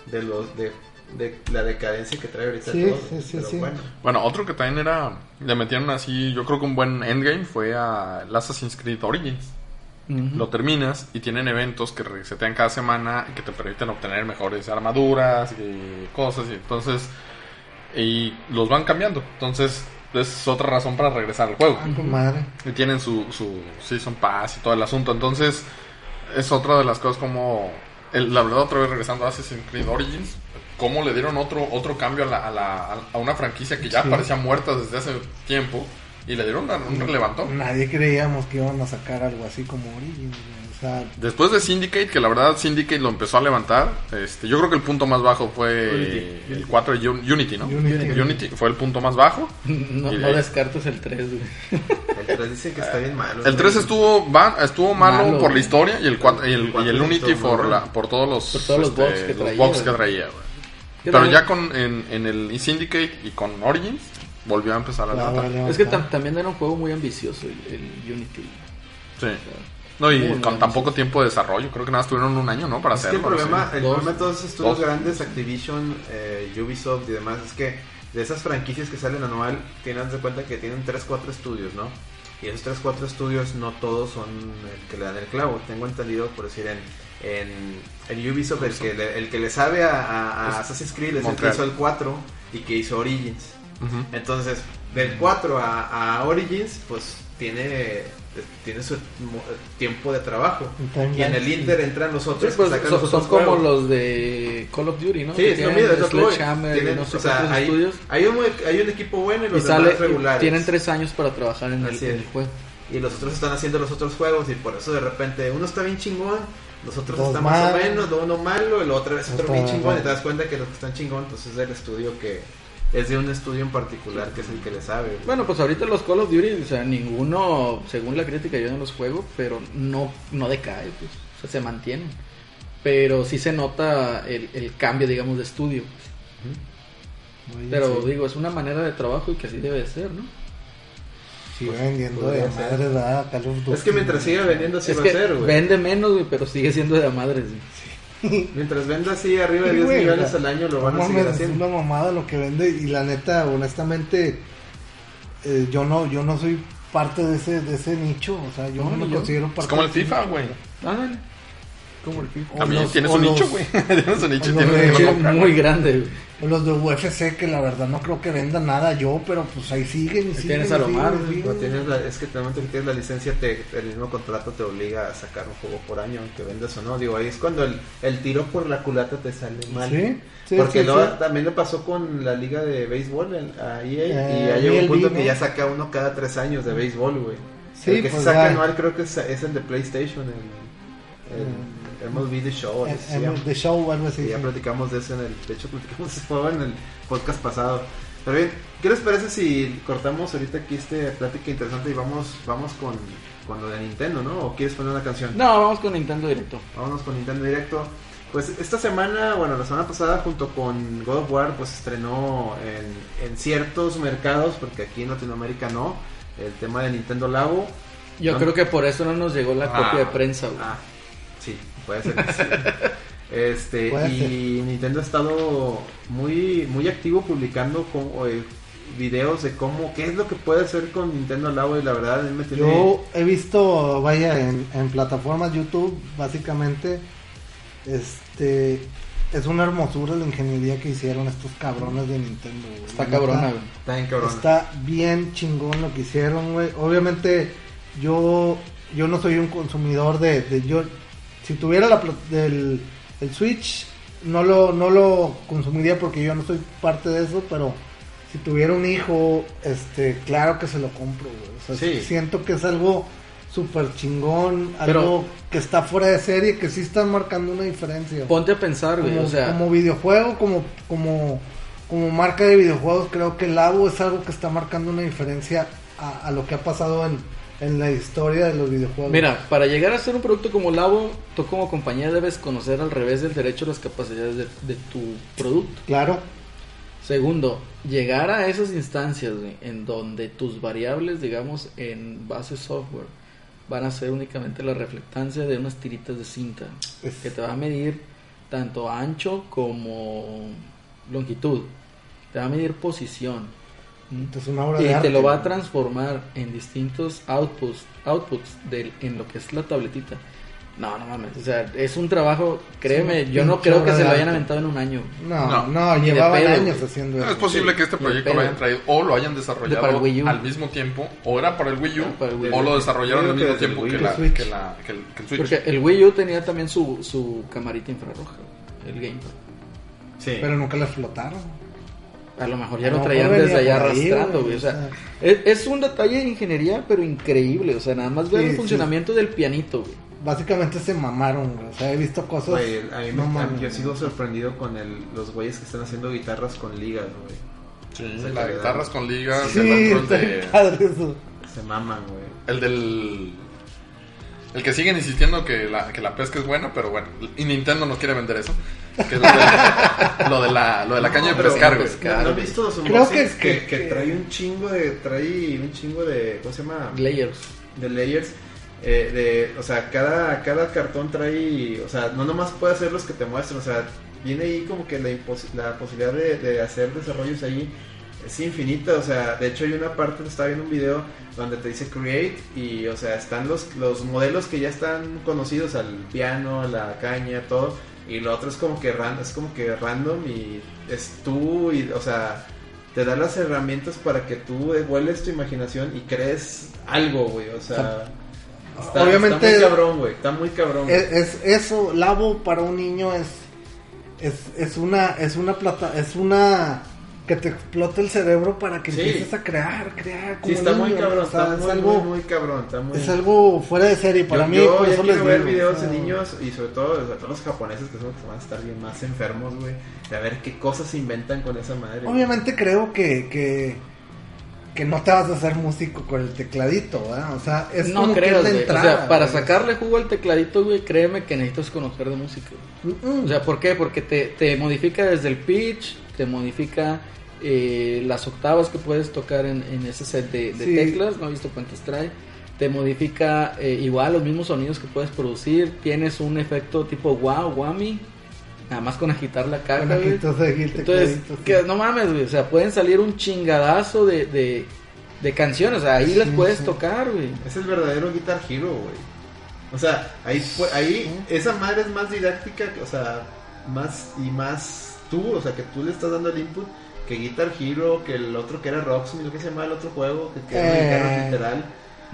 Speaker 4: de los de, de la decadencia que trae ahorita
Speaker 3: Sí,
Speaker 4: todo.
Speaker 3: sí,
Speaker 4: güey,
Speaker 3: sí,
Speaker 4: Pero
Speaker 3: sí.
Speaker 4: bueno,
Speaker 5: Bueno, otro que también era. Le metieron así, yo creo que un buen endgame fue a el Assassin's Creed Origins.
Speaker 2: Ujú.
Speaker 5: Lo terminas y tienen eventos que resetean cada semana y que te permiten obtener mejores armaduras y cosas. Y entonces. Y los van cambiando. Entonces, es otra razón para regresar al juego.
Speaker 3: Ah, con madre.
Speaker 5: Y tienen su, su Season Pass y todo el asunto. Entonces, es otra de las cosas como. el- la verdad, otra vez regresando a Assassin's Creed Origins, cómo le dieron otro, otro cambio a, la- a la- a una franquicia que ya
Speaker 3: Sí. Mm.
Speaker 5: parecía muerta desde hace tiempo y le dieron una- un relevantón.
Speaker 3: Nadie creíamos que iban a sacar algo así como Origins. güey. O sea,
Speaker 5: Después de Syndicate, que la verdad Syndicate lo empezó a levantar, este, yo creo que el punto más bajo fue
Speaker 4: Unity.
Speaker 5: el 4 de Un- Unity, ¿no?
Speaker 3: Unity.
Speaker 5: Unity fue el punto más bajo.
Speaker 2: No,
Speaker 5: Y de
Speaker 2: no
Speaker 5: ahí-
Speaker 2: descartes el 3, güey.
Speaker 4: el 3 dicen que está bien malo.
Speaker 5: Ah. El 3
Speaker 4: güey.
Speaker 5: estuvo, va- estuvo malo,
Speaker 2: Malo,
Speaker 5: por la
Speaker 2: güey.
Speaker 5: historia y el, cuat- y el-
Speaker 4: El cuatro
Speaker 5: y el Unity
Speaker 4: estuvo
Speaker 5: por,
Speaker 4: malo.
Speaker 5: la, por todos los, este,
Speaker 2: Por todos los bugs que
Speaker 5: los
Speaker 2: traía,
Speaker 5: bugs que
Speaker 2: güey.
Speaker 5: traía, güey.
Speaker 2: Yo
Speaker 5: Pero
Speaker 2: también-
Speaker 5: ya con, en, en el Syndicate y con Origins volvió a empezar la
Speaker 3: La
Speaker 5: nota.
Speaker 3: vale,
Speaker 2: Es que
Speaker 3: va.
Speaker 2: tam- también era un juego muy ambicioso el, el Unity.
Speaker 5: Sí. No, y
Speaker 2: Muy
Speaker 5: con
Speaker 2: bien.
Speaker 5: tan poco tiempo de desarrollo, creo que nada, más tuvieron un año, ¿no? Para
Speaker 4: Es que el
Speaker 5: hacerlo.
Speaker 4: problema,
Speaker 5: sí.
Speaker 4: el
Speaker 2: Dos.
Speaker 4: problema de todos esos estudios
Speaker 5: Dos.
Speaker 4: grandes, Activision, eh, Ubisoft y demás, es que de esas franquicias que salen anual, tienes de cuenta que tienen 3-4 estudios, ¿no? Y esos 3-4 estudios no todos son el que le dan el clavo. Tengo entendido, por decir, en, en, en Ubisoft, el que, le, el que le sabe a, a- a
Speaker 5: Es
Speaker 4: Assassin's Creed es
Speaker 5: Montreal.
Speaker 4: el que hizo el 4 y que hizo Origins.
Speaker 5: Ujú.
Speaker 4: Entonces, del 4 a, a Origins, pues tiene, tiene su mo- tiempo de trabajo.
Speaker 3: Un timeline.
Speaker 4: Y en el Inter entran los
Speaker 2: Sí,
Speaker 4: otros.
Speaker 2: pues,
Speaker 4: que sacan
Speaker 2: son,
Speaker 4: los
Speaker 2: son
Speaker 4: otros
Speaker 2: como
Speaker 4: juegos.
Speaker 2: los de Call of Duty, ¿no?
Speaker 4: Sí,
Speaker 2: Que
Speaker 4: es lo
Speaker 2: tienen
Speaker 4: mismo, es lo que voy.
Speaker 2: Sledgehammer y
Speaker 4: Tienen-
Speaker 2: no sé
Speaker 4: o sea,
Speaker 2: cuántos
Speaker 4: hay,
Speaker 2: estudios.
Speaker 4: hay un, hay un equipo bueno y
Speaker 2: Y
Speaker 4: los
Speaker 2: sale,
Speaker 4: demás
Speaker 2: y
Speaker 4: regulares.
Speaker 2: tienen tres años para trabajar en el,
Speaker 4: Así
Speaker 2: en el
Speaker 4: es.
Speaker 2: juego.
Speaker 4: Y los otros están haciendo los otros juegos y por eso de repente uno está bien chingón, los otros
Speaker 3: Dos
Speaker 4: están más o
Speaker 3: mal.
Speaker 4: menos, uno malo, el otro es otro
Speaker 3: Otra
Speaker 4: bien
Speaker 3: vez,
Speaker 4: chingón
Speaker 3: ¿no?
Speaker 4: y te das cuenta que los que están chingón, pues es del estudio que... Es de un estudio en particular que es el que le sabe.
Speaker 2: Bueno, pues ahorita los Call of Duty, o sea, ninguno, según la crítica, yo no los juego, pero no, no decae, pues, o sea, se mantienen. Pero sí se nota el, el cambio, digamos, de estudio.
Speaker 3: Muy bien,
Speaker 2: Pero
Speaker 3: sí.
Speaker 2: digo, es una manera de trabajo y que así debe de ser, ¿no?
Speaker 3: Sigue vendiendo de
Speaker 4: pues, podría ser.
Speaker 3: madre, da Call of Duty.
Speaker 4: Es que mientras siga vendiendo así
Speaker 2: es
Speaker 4: va a
Speaker 2: que
Speaker 4: ser, güey.
Speaker 2: vende menos, güey, pero sigue siendo de a madres, güey.
Speaker 4: Mientras venda así arriba de
Speaker 3: Sí,
Speaker 4: 10
Speaker 3: güey,
Speaker 4: millones
Speaker 3: o sea,
Speaker 4: al año lo
Speaker 3: No
Speaker 4: van a seguir
Speaker 3: mames,
Speaker 4: haciendo.
Speaker 3: Es una mamada lo que vende y la neta, honestamente, eh, yo no, yo no soy parte de ese, de ese nicho, o sea, yo
Speaker 2: No,
Speaker 3: no,
Speaker 2: ni
Speaker 3: me
Speaker 2: yo.
Speaker 3: considero parte.
Speaker 5: Es como el
Speaker 3: de ese
Speaker 5: FIFA,
Speaker 3: nicho.
Speaker 5: güey.
Speaker 2: Ándale. Como el FIFA.
Speaker 3: O
Speaker 5: También
Speaker 3: los-
Speaker 5: tienes
Speaker 3: o
Speaker 5: un
Speaker 3: los-
Speaker 5: nicho, güey. tienes un nicho,
Speaker 3: o los
Speaker 5: tienes
Speaker 3: de-
Speaker 5: que
Speaker 2: Es
Speaker 5: comprar,
Speaker 2: muy
Speaker 5: güey.
Speaker 2: grande, güey.
Speaker 3: o Pues Los de UFC que la verdad no creo que vendan nada yo, pero pues ahí siguen y siguen.
Speaker 2: tienes
Speaker 3: y
Speaker 2: a
Speaker 3: siguen,
Speaker 2: Lomar,
Speaker 3: y
Speaker 2: güey,
Speaker 3: siguen.
Speaker 4: No tienes la- es que el momento que tienes la licencia, te- el mismo contrato te obliga a sacar un juego por año, aunque vendas o no. Digo, ahí es cuando el, el tiro por la culata te sale mal.
Speaker 3: Sí, sí,
Speaker 4: Porque
Speaker 3: sí,
Speaker 4: luego
Speaker 3: sí.
Speaker 4: también le pasó con la liga de béisbol en- a EA, y
Speaker 3: Eh,
Speaker 4: ya llegó un
Speaker 3: BLB,
Speaker 4: punto que
Speaker 3: ¿no?
Speaker 4: ya saca uno cada tres años de béisbol, güey.
Speaker 3: Sí,
Speaker 4: el que
Speaker 3: pues,
Speaker 4: se saca
Speaker 3: ya.
Speaker 4: anual creo que es, es el de PlayStation, el,
Speaker 3: Mm.
Speaker 4: el MLB The Show.
Speaker 3: En-
Speaker 4: así se
Speaker 3: en
Speaker 4: llama.
Speaker 3: The Show o algo así.
Speaker 4: Y ya
Speaker 3: sí.
Speaker 4: platicamos de eso en el. De hecho, platicamos de ese juego en el podcast pasado. Pero bien, ¿qué les parece si cortamos ahorita aquí este plática interesante y vamos, vamos con, con lo de Nintendo, ¿no? ¿O quieres poner una canción?
Speaker 2: No, vamos con Nintendo Directo.
Speaker 4: Vámonos con Nintendo Directo. Pues esta semana, bueno, la semana pasada, junto con God of War, pues estrenó en, en ciertos mercados, porque aquí en Latinoamérica no, el tema de Nintendo Labo.
Speaker 2: Yo
Speaker 4: No.
Speaker 2: creo que por eso no nos llegó la
Speaker 5: Ah.
Speaker 2: copia de prensa, güey.
Speaker 4: Ah, sí, puede ser que sí. Este,
Speaker 3: Puede
Speaker 4: y Nintendo ha estado muy, muy activo publicando como, eh, videos de cómo, qué es lo que puede hacer con Nintendo Labo y la verdad a mí me tiene...
Speaker 3: Yo he visto, vaya, en, en plataformas YouTube, básicamente, este, es una hermosura la ingeniería que hicieron estos cabrones de Nintendo. güey.
Speaker 2: Está
Speaker 3: La
Speaker 2: cabrona,
Speaker 3: neta,
Speaker 2: güey.
Speaker 4: Está bien cabrón.
Speaker 3: Está bien chingón lo que hicieron, güey. Obviamente, yo, yo no soy un consumidor de, de- yo, si tuviera la, pla- del, el Switch, no lo, no lo consumiría porque yo no soy parte de eso, pero si tuviera un hijo, este, claro que se lo compro, güey. O sea,
Speaker 4: Sí.
Speaker 3: siento que es algo súper chingón,
Speaker 2: Pero-
Speaker 3: algo que está fuera de serie, que sí están marcando una diferencia.
Speaker 2: Ponte a pensar, güey.
Speaker 3: Como,
Speaker 2: O sea,
Speaker 3: como videojuego, como, como, como marca de videojuegos, creo que el Labo es algo que está marcando una diferencia a, a lo que ha pasado en, en la historia de los videojuegos.
Speaker 2: Mira, para llegar a ser un producto como Labo, tú como compañía debes conocer al revés del derecho las capacidades de, de tu producto.
Speaker 3: Claro,
Speaker 2: Segundo, llegar a esas instancias güey, en donde tus variables, digamos, en base software, van a ser únicamente la reflectancia de unas tiritas de cinta
Speaker 3: Es-
Speaker 2: que te va a medir tanto ancho como longitud, te va a medir posición
Speaker 3: es una obra
Speaker 2: y
Speaker 3: de arte.
Speaker 2: te lo va a transformar en distintos outputs, outputs del, en lo que es la tabletita. No, no mames, o sea, es un trabajo, créeme,
Speaker 3: Sí,
Speaker 2: yo no
Speaker 3: pinche
Speaker 2: creo
Speaker 3: obra
Speaker 2: que se
Speaker 3: de
Speaker 2: lo hayan
Speaker 3: arte.
Speaker 2: aventado en un año.
Speaker 3: No, no,
Speaker 2: Ni de
Speaker 3: llevaban
Speaker 2: pedo,
Speaker 3: años
Speaker 2: güey.
Speaker 3: haciendo
Speaker 5: No,
Speaker 3: eso.
Speaker 5: es posible que este
Speaker 2: Ni
Speaker 5: proyecto
Speaker 2: pedo.
Speaker 5: lo hayan traído o lo hayan
Speaker 2: Para el
Speaker 5: desarrollado
Speaker 2: Wii U.
Speaker 5: al mismo tiempo, o era para el Wii U,
Speaker 2: Para el Wii U.
Speaker 5: o lo desarrollaron
Speaker 4: Yo
Speaker 5: al
Speaker 4: creo
Speaker 5: mismo
Speaker 4: que
Speaker 5: tiempo
Speaker 4: desde el
Speaker 5: que, la,
Speaker 3: Wii U.
Speaker 5: que, la, que, el, que el Switch.
Speaker 2: Porque el Wii U tenía también su, su camarita infrarroja, el Gamepad.
Speaker 4: Sí.
Speaker 3: Pero nunca la explotaron.
Speaker 2: A lo mejor ya
Speaker 3: A
Speaker 2: lo
Speaker 3: lo
Speaker 2: traían
Speaker 3: mejor
Speaker 2: desde
Speaker 3: Ah, venía
Speaker 2: allá
Speaker 3: por ahí,
Speaker 2: arrastrando,
Speaker 3: güey,
Speaker 2: güey. O
Speaker 3: o
Speaker 2: sea, es, es un detalle de ingeniería, pero increíble. O sea, nada más ver
Speaker 3: Sí,
Speaker 2: el
Speaker 3: sí.
Speaker 2: funcionamiento del pianito, güey.
Speaker 3: Básicamente se mamaron, güey. O sea, he visto cosas.
Speaker 4: Güey, a mí me-
Speaker 3: no mames,
Speaker 4: yo he sido
Speaker 3: güey.
Speaker 4: sorprendido con el- los güeyes que están haciendo guitarras con ligas, güey.
Speaker 5: Sí,
Speaker 4: Se
Speaker 5: las
Speaker 4: quedaron.
Speaker 5: guitarras con ligas,
Speaker 3: Sí,
Speaker 5: el otro el
Speaker 3: está
Speaker 5: de-
Speaker 3: bien padre eso.
Speaker 4: Se maman, güey.
Speaker 5: El del. El que siguen insistiendo que la, que la pesca es buena, pero bueno, y Nintendo nos quiere vender eso. Que es lo de, lo de la, lo de la caña de
Speaker 4: pero-
Speaker 5: pescar, güey.
Speaker 2: pescar,
Speaker 4: ¿No has
Speaker 2: güey.
Speaker 4: visto los
Speaker 3: Creo
Speaker 4: unboxings
Speaker 3: que es
Speaker 4: que,
Speaker 3: que-
Speaker 4: que trae un chingo de trae un chingo de ¿cómo se llama?
Speaker 2: Layers.
Speaker 4: de layers. eh, de, o sea, cada, cada cartón trae, o sea, no nomás puede hacer los que te muestran, o sea, viene ahí como que la, impos- la posibilidad de, de hacer desarrollos ahí es infinita, o sea, de hecho hay una parte, estaba viendo un video donde te dice create y, o sea, están los, los modelos que ya están conocidos, al piano, la caña, todo, y lo otro es como que random, es como que random y es tú y, o sea, te da las herramientas para que tú devuelves tu imaginación y crees algo, güey. O sea, está,
Speaker 3: Obviamente-
Speaker 4: está muy cabrón, güey. Está muy cabrón. güey.
Speaker 3: Es, es- eso, Labo para un niño es, es, es una, es una plata, es una que te explota el cerebro para que
Speaker 4: Sí.
Speaker 3: empieces a crear, crear.
Speaker 4: sí, está
Speaker 3: niño,
Speaker 4: muy
Speaker 3: ¿no?
Speaker 4: cabrón.
Speaker 3: O sea,
Speaker 4: Está
Speaker 3: es
Speaker 4: muy,
Speaker 3: algo,
Speaker 4: muy, muy cabrón. Está muy.
Speaker 3: es algo fuera de serie para
Speaker 4: yo,
Speaker 3: mí.
Speaker 4: yo
Speaker 3: por
Speaker 4: ya
Speaker 3: eso
Speaker 4: quiero
Speaker 3: les
Speaker 4: ver
Speaker 3: digo,
Speaker 4: videos
Speaker 3: o
Speaker 4: de
Speaker 3: sea,
Speaker 4: niños y sobre todo, o sea, todos los japoneses que son los que van a estar bien más enfermos, güey. De a ver qué cosas se inventan con esa madre. güey.
Speaker 3: Obviamente creo que, que, que no te vas a hacer músico con el tecladito, ¿verdad? O sea, es
Speaker 2: no
Speaker 3: como que
Speaker 2: creo,
Speaker 3: es la
Speaker 2: güey.
Speaker 3: entrada.
Speaker 2: o sea, para
Speaker 3: güey.
Speaker 2: sacarle jugo al tecladito, güey, créeme que necesitas conocer de música.
Speaker 3: Mm, mm.
Speaker 2: O sea, ¿por qué? Porque te, te modifica desde el pitch, te modifica eh, las octavas que puedes tocar en, en ese set de, de
Speaker 3: Sí.
Speaker 2: teclas, no he visto cuántas trae. Te modifica eh, igual los mismos sonidos que puedes producir. Tienes un efecto tipo wow, whammy, nada más con agitar la caja.
Speaker 3: Bueno,
Speaker 2: güey.
Speaker 3: aquí entonces aquí el
Speaker 2: Entonces,
Speaker 3: tecladito, sí.
Speaker 2: que, no mames, güey. O sea, pueden salir un chingadazo de, de, de canciones. Ahí las
Speaker 3: Sí,
Speaker 2: puedes
Speaker 3: sí.
Speaker 2: tocar, güey.
Speaker 4: Es el verdadero Guitar Hero, güey. O sea, ahí, fue- ahí esa madre es más didáctica, que- o sea, más y más tú, o sea, que tú le estás dando el input que Guitar Hero, que el otro que era Rocksmith, lo que se llama el otro juego, que, que
Speaker 3: Eh. Mm.
Speaker 4: era mexicano literal.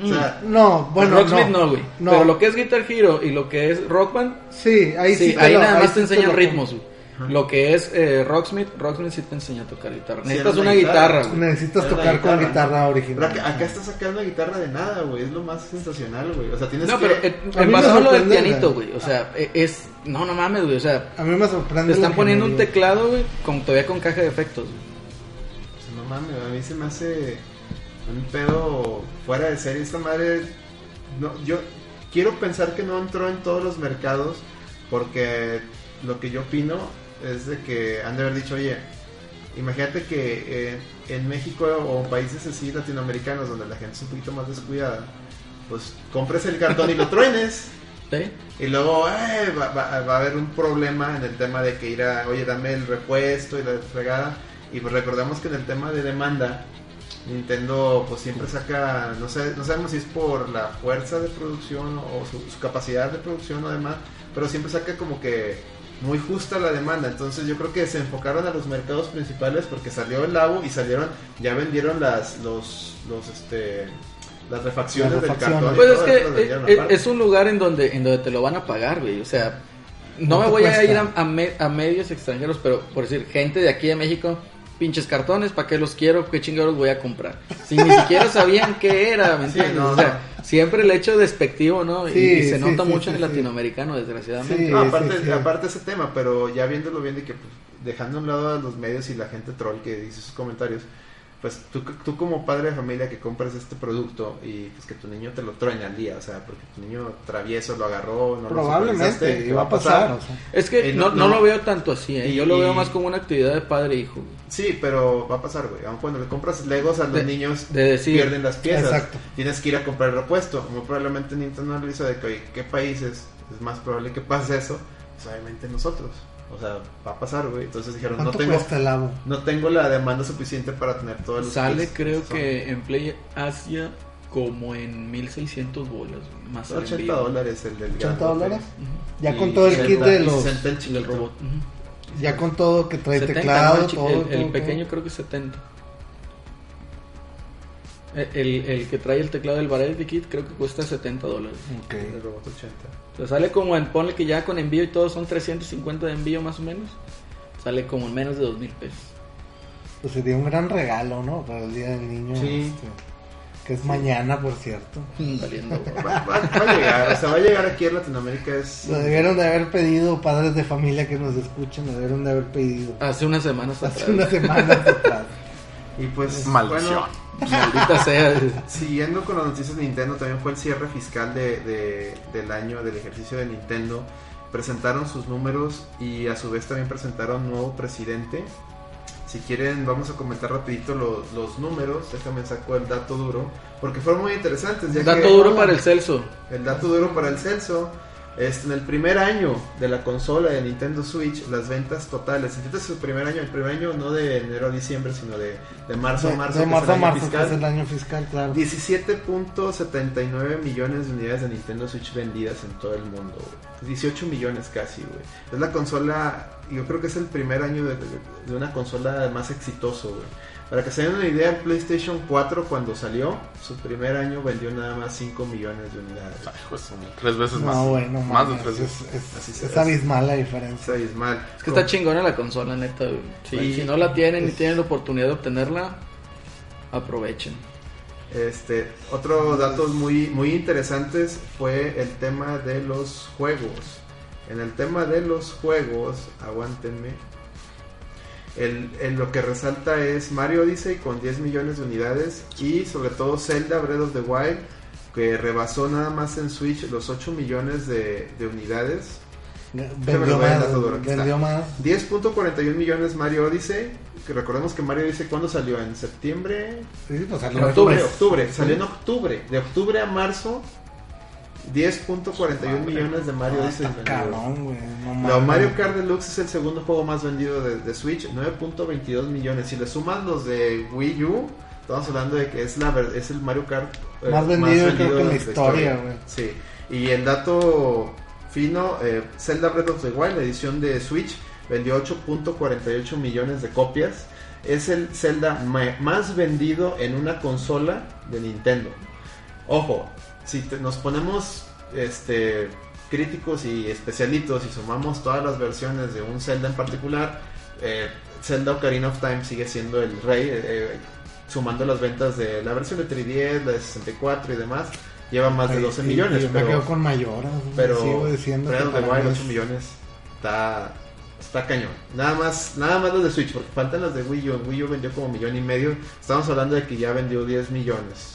Speaker 4: O sea,
Speaker 3: No, bueno,
Speaker 2: Rocksmith
Speaker 3: no.
Speaker 2: no, güey.
Speaker 3: No.
Speaker 2: Pero lo que es Guitar Hero y lo que es Rock Band,
Speaker 3: Sí, ahí sí,
Speaker 2: Sí,
Speaker 3: te
Speaker 2: ahí
Speaker 3: lo-
Speaker 2: nada más
Speaker 3: sí
Speaker 2: te enseñan
Speaker 3: lo-
Speaker 2: ritmos. güey.
Speaker 4: Ajá.
Speaker 2: Lo que es eh, Rocksmith, Rocksmith sí te enseña a tocar guitarra.
Speaker 4: Sí,
Speaker 2: Necesitas
Speaker 4: era una
Speaker 2: una guitarra,
Speaker 4: guitarra.
Speaker 2: güey.
Speaker 3: Necesitas
Speaker 4: Es la
Speaker 3: tocar con
Speaker 4: guitarra. ah,
Speaker 3: guitarra
Speaker 4: pero
Speaker 3: original.
Speaker 4: acá, acá estás sacando guitarra de nada, güey. Es lo más sensacional, güey. O sea, tienes
Speaker 2: No,
Speaker 4: que.
Speaker 2: pero eh,
Speaker 3: A mí me
Speaker 2: envasado lo del
Speaker 3: sorprende,
Speaker 2: pianito,
Speaker 3: güey.
Speaker 2: güey. O sea, eh, es. No, no mames, güey. O sea,
Speaker 3: A mí me
Speaker 2: te
Speaker 3: sorprende.
Speaker 2: están
Speaker 3: la
Speaker 2: poniendo un
Speaker 3: ingeniería.
Speaker 2: teclado, güey, con, todavía con caja de efectos. güey.
Speaker 4: Pues, No mames, a mí se me hace un pedo fuera de serie. Esta madre. No, yo quiero pensar que no entró en todos los mercados. Porque lo que yo opino es de que han de haber dicho, oye, imagínate que eh, en México o países así latinoamericanos donde la gente es un poquito más descuidada, pues compres el cartón y lo truenes.
Speaker 2: ¿Sí?
Speaker 4: Y luego eh, va, va- va a haber un problema en el tema de que ir a, oye, dame el repuesto y la fregada. Y pues recordamos que en el tema de demanda, Nintendo pues siempre saca, no, sé, no sabemos si es por la fuerza de producción o su, su capacidad de producción o demás, pero siempre saca como que muy justa la demanda. Entonces yo creo que se enfocaron a los mercados principales porque salió el Labo y salieron, ya vendieron las, los, los, este, las refacciones,
Speaker 3: Las refacciones.
Speaker 4: del cartón. y
Speaker 2: Pues es
Speaker 4: todo,
Speaker 2: que
Speaker 4: las
Speaker 2: eh,
Speaker 4: vendieron
Speaker 2: eh,
Speaker 4: aparte.
Speaker 2: es un lugar en donde, en donde te lo van a pagar, güey. O sea, no me
Speaker 3: ¿Cuánto
Speaker 2: voy a
Speaker 3: cuesta?
Speaker 2: ir a, a me- a medios extranjeros, pero por decir, gente de aquí de México, pinches cartones, ¿para qué los quiero? ¿Qué chingados voy a comprar? Si ni siquiera sabían qué era, ¿me
Speaker 4: Sí,
Speaker 2: entiendes?
Speaker 4: no,
Speaker 2: o sea, siempre el hecho despectivo, ¿no? Y-
Speaker 3: Sí,
Speaker 2: y, se
Speaker 3: sí,
Speaker 2: nota
Speaker 3: sí,
Speaker 2: mucho en
Speaker 3: sí,
Speaker 2: el
Speaker 3: sí.
Speaker 2: latinoamericano, desgraciadamente.
Speaker 3: Sí,
Speaker 4: No, aparte,
Speaker 3: sí, sí.
Speaker 4: aparte ese tema, pero ya viéndolo bien de que pues, dejando a un lado a los medios y la gente troll que dice sus comentarios, pues tú, tú como padre de familia que compras este producto y pues que tu niño te lo truene al día, o sea, porque tu niño travieso lo agarró, no lo supervisaste,
Speaker 3: Probablemente,
Speaker 4: ¿qué
Speaker 3: y va a pasar. o sea.
Speaker 2: Es que
Speaker 4: Eh,
Speaker 2: no,
Speaker 4: no-
Speaker 2: no
Speaker 4: no.
Speaker 2: lo veo tanto así, ¿eh?
Speaker 4: Y-
Speaker 2: yo lo veo
Speaker 4: y-
Speaker 2: más como una actividad de padre e hijo.
Speaker 4: Sí, pero va a pasar, güey. Aun cuando le compras Legos a los
Speaker 2: De-
Speaker 4: niños,
Speaker 2: de decir-
Speaker 4: pierden las piezas.
Speaker 3: Exacto.
Speaker 4: Tienes que ir a comprar repuesto. Muy probablemente Nintendo analizó de que, oye, ¿qué países es más probable que pase eso? Pues obviamente nosotros. O sea, va a pasar, güey. Entonces dijeron, no
Speaker 3: ¿Cuánto
Speaker 4: tengo,
Speaker 3: cuesta el amo?
Speaker 4: no tengo la demanda suficiente para tener todos los
Speaker 2: Sale
Speaker 4: kits".
Speaker 2: creo
Speaker 4: Son
Speaker 2: que en Play Asia como en 1600 bolas, güey, más el
Speaker 4: 80
Speaker 2: envío.
Speaker 4: dólares el del
Speaker 3: 80
Speaker 4: grande,
Speaker 3: dólares.
Speaker 4: güey.
Speaker 2: Ujú.
Speaker 3: Ya
Speaker 4: Y
Speaker 3: con todo el
Speaker 4: se
Speaker 3: kit
Speaker 4: está-
Speaker 3: de
Speaker 4: y
Speaker 3: los.
Speaker 4: se está en chiquito.
Speaker 2: Del robot. ujú.
Speaker 3: Ya con todo que trae
Speaker 2: 70,
Speaker 3: teclado,
Speaker 2: ¿no? El chi-
Speaker 3: todo,
Speaker 2: el,
Speaker 3: todo,
Speaker 2: el
Speaker 3: todo.
Speaker 2: pequeño creo que 70. Eh, El, el que trae el teclado del Variety Kit creo que cuesta 70 dólares.
Speaker 4: El
Speaker 3: Ok.
Speaker 4: robot 80.
Speaker 2: O sea, sale como en, ponle que ya con envío y todo son 350 de envío más o menos. Sale como en menos de 2 mil pesos.
Speaker 3: Pues sería un gran regalo, ¿no? Para el Día del Niño.
Speaker 4: Sí.
Speaker 3: este, que es mañana, por cierto.
Speaker 2: Valiendo, gorro.
Speaker 4: Va, va- va a llegar, o sea, va a llegar aquí en Latinoamérica. Es,
Speaker 3: Lo debieron de haber pedido, padres de familia que nos escuchen, lo debieron de haber pedido.
Speaker 2: Hace unas semanas
Speaker 3: Hace
Speaker 2: atrás.
Speaker 3: una semana. total.
Speaker 4: Y pues,
Speaker 5: Maldición.
Speaker 4: bueno,
Speaker 2: Maldita sea.
Speaker 4: Siguiendo con las noticias de Nintendo, también fue el cierre fiscal de- de- del año del ejercicio de Nintendo. Presentaron sus números y a su vez también presentaron nuevo presidente. Si quieren, vamos a comentar rapidito lo- los números. Déjame saco el dato duro. Porque fueron muy interesantes. Ya que-
Speaker 2: Dato duro para el Celso.
Speaker 4: el dato duro para el censo. Este, en el primer año de la consola de Nintendo Switch, las ventas totales, este es su primer año, el primer año no de enero a diciembre, sino de, de marzo a
Speaker 3: De-
Speaker 4: marzo,
Speaker 3: de
Speaker 4: que es
Speaker 3: marzo
Speaker 4: el
Speaker 3: a
Speaker 4: año
Speaker 3: marzo,
Speaker 4: fiscal.
Speaker 3: que es el año fiscal, claro.
Speaker 4: 17.79 millones de unidades de Nintendo Switch vendidas en todo el mundo. güey. 18 millones casi, güey. Es la consola, yo creo que es el primer año de, de- de una consola más exitoso, güey. Para que se den una idea, el PlayStation 4 cuando salió, su primer año vendió nada más 5 millones de unidades.
Speaker 5: Ay, pues, tres veces más.
Speaker 3: No, bueno,
Speaker 5: más de
Speaker 3: mames,
Speaker 5: tres
Speaker 3: es,
Speaker 5: veces.
Speaker 3: es-
Speaker 4: Así
Speaker 3: es
Speaker 4: se-
Speaker 3: abismal la
Speaker 4: Es
Speaker 3: diferencia.
Speaker 4: abismal.
Speaker 2: Es que está chingona la consola, neta. güey. Si,
Speaker 4: Sí.
Speaker 2: si no la tienen y tienen la oportunidad de obtenerla, aprovechen.
Speaker 4: Este, otro dato muy, muy interesantes fue el tema de los juegos. En el tema de los juegos, aguántenme. El, el- lo que resalta es Mario Odyssey con 10 millones de unidades y sobre todo Zelda Breath of the Wild que rebasó nada más en Switch los 8 millones de, de unidades. me lo
Speaker 3: Vendió
Speaker 4: voy a
Speaker 3: más,
Speaker 4: dar todo, aquí está.
Speaker 3: vendió más.
Speaker 4: 10.41 millones Mario Odyssey, que recordemos que Mario Odyssey cuando salió en septiembre,
Speaker 3: Sí, pues,
Speaker 2: En
Speaker 3: salió
Speaker 2: octubre.
Speaker 4: octubre, octubre, salió en octubre, de octubre a marzo, 10.41 millones de Mario
Speaker 3: Ah,
Speaker 4: Odyssey
Speaker 3: está
Speaker 4: vendidos.
Speaker 3: cabrón, güey. no
Speaker 4: La
Speaker 3: mames.
Speaker 4: Mario Kart Deluxe es el segundo juego más vendido de, de Switch, 9.22 millones. Si le suman los de Wii U, estamos hablando de que es, la, ver- es el Mario Kart eh,
Speaker 3: Más vendido, creo que en la
Speaker 4: de
Speaker 3: historia, güey.
Speaker 4: Sí, y el dato fino, eh, Zelda Breath of the Wild, la edición de Switch, vendió 8.48 millones de copias. Es el Zelda ma- más vendido en una consola de Nintendo. Ojo, si te- nos ponemos este, críticos y especialitos y sumamos todas las versiones de un Zelda en particular, eh, Zelda Ocarina of Time sigue siendo el rey, eh, eh, sumando las ventas de la versión de 3DS, la de 64 y demás, lleva más de
Speaker 3: Ay,
Speaker 4: 12
Speaker 3: sí,
Speaker 4: millones.
Speaker 3: Yo me
Speaker 4: Pero,
Speaker 3: quedo con mayoras. güey,
Speaker 4: pero
Speaker 3: sigo diciendo
Speaker 4: Breath
Speaker 3: que
Speaker 4: of the
Speaker 3: para
Speaker 4: Wild,
Speaker 3: mí
Speaker 4: 8
Speaker 3: es-
Speaker 4: millones, está, está cañón. Nada más, nada más los de Switch, porque faltan los de Wii U. Wii U vendió como millón y medio. Estamos hablando de que ya vendió 10 millones.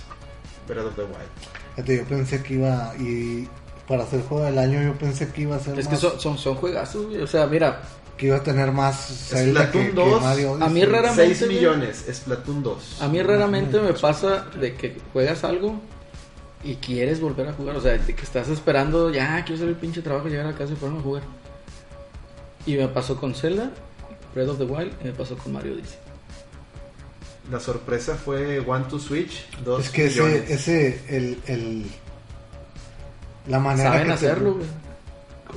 Speaker 4: Breath of the Wild.
Speaker 3: Fíjate, yo pensé que iba. Y para hacer juego del año, yo pensé que iba a ser.
Speaker 2: Es que
Speaker 3: más-
Speaker 2: son, son, son juegazos, güey. O sea, mira,
Speaker 3: que iba a tener más Zelda que,
Speaker 4: Splatoon
Speaker 3: que
Speaker 4: 2,
Speaker 3: Mario Odyssey.
Speaker 2: a mí rara- Claramente,
Speaker 4: 6
Speaker 2: güey.
Speaker 4: millones, Splatoon 2.
Speaker 2: a mí raramente me pasa de que juegas algo y quieres volver a jugar. O sea, de que estás esperando, ya quiero hacer el pinche trabajo, llegar a casa y ponerme a jugar. Y me pasó con Zelda, Breath of the Wild, y me pasó con Mario Odyssey.
Speaker 4: La sorpresa fue One to Switch, 2
Speaker 3: Es que
Speaker 4: millones.
Speaker 3: ese. ese el, el- la manera Ah, que
Speaker 2: Saben
Speaker 3: te-
Speaker 2: hacerlo, güey.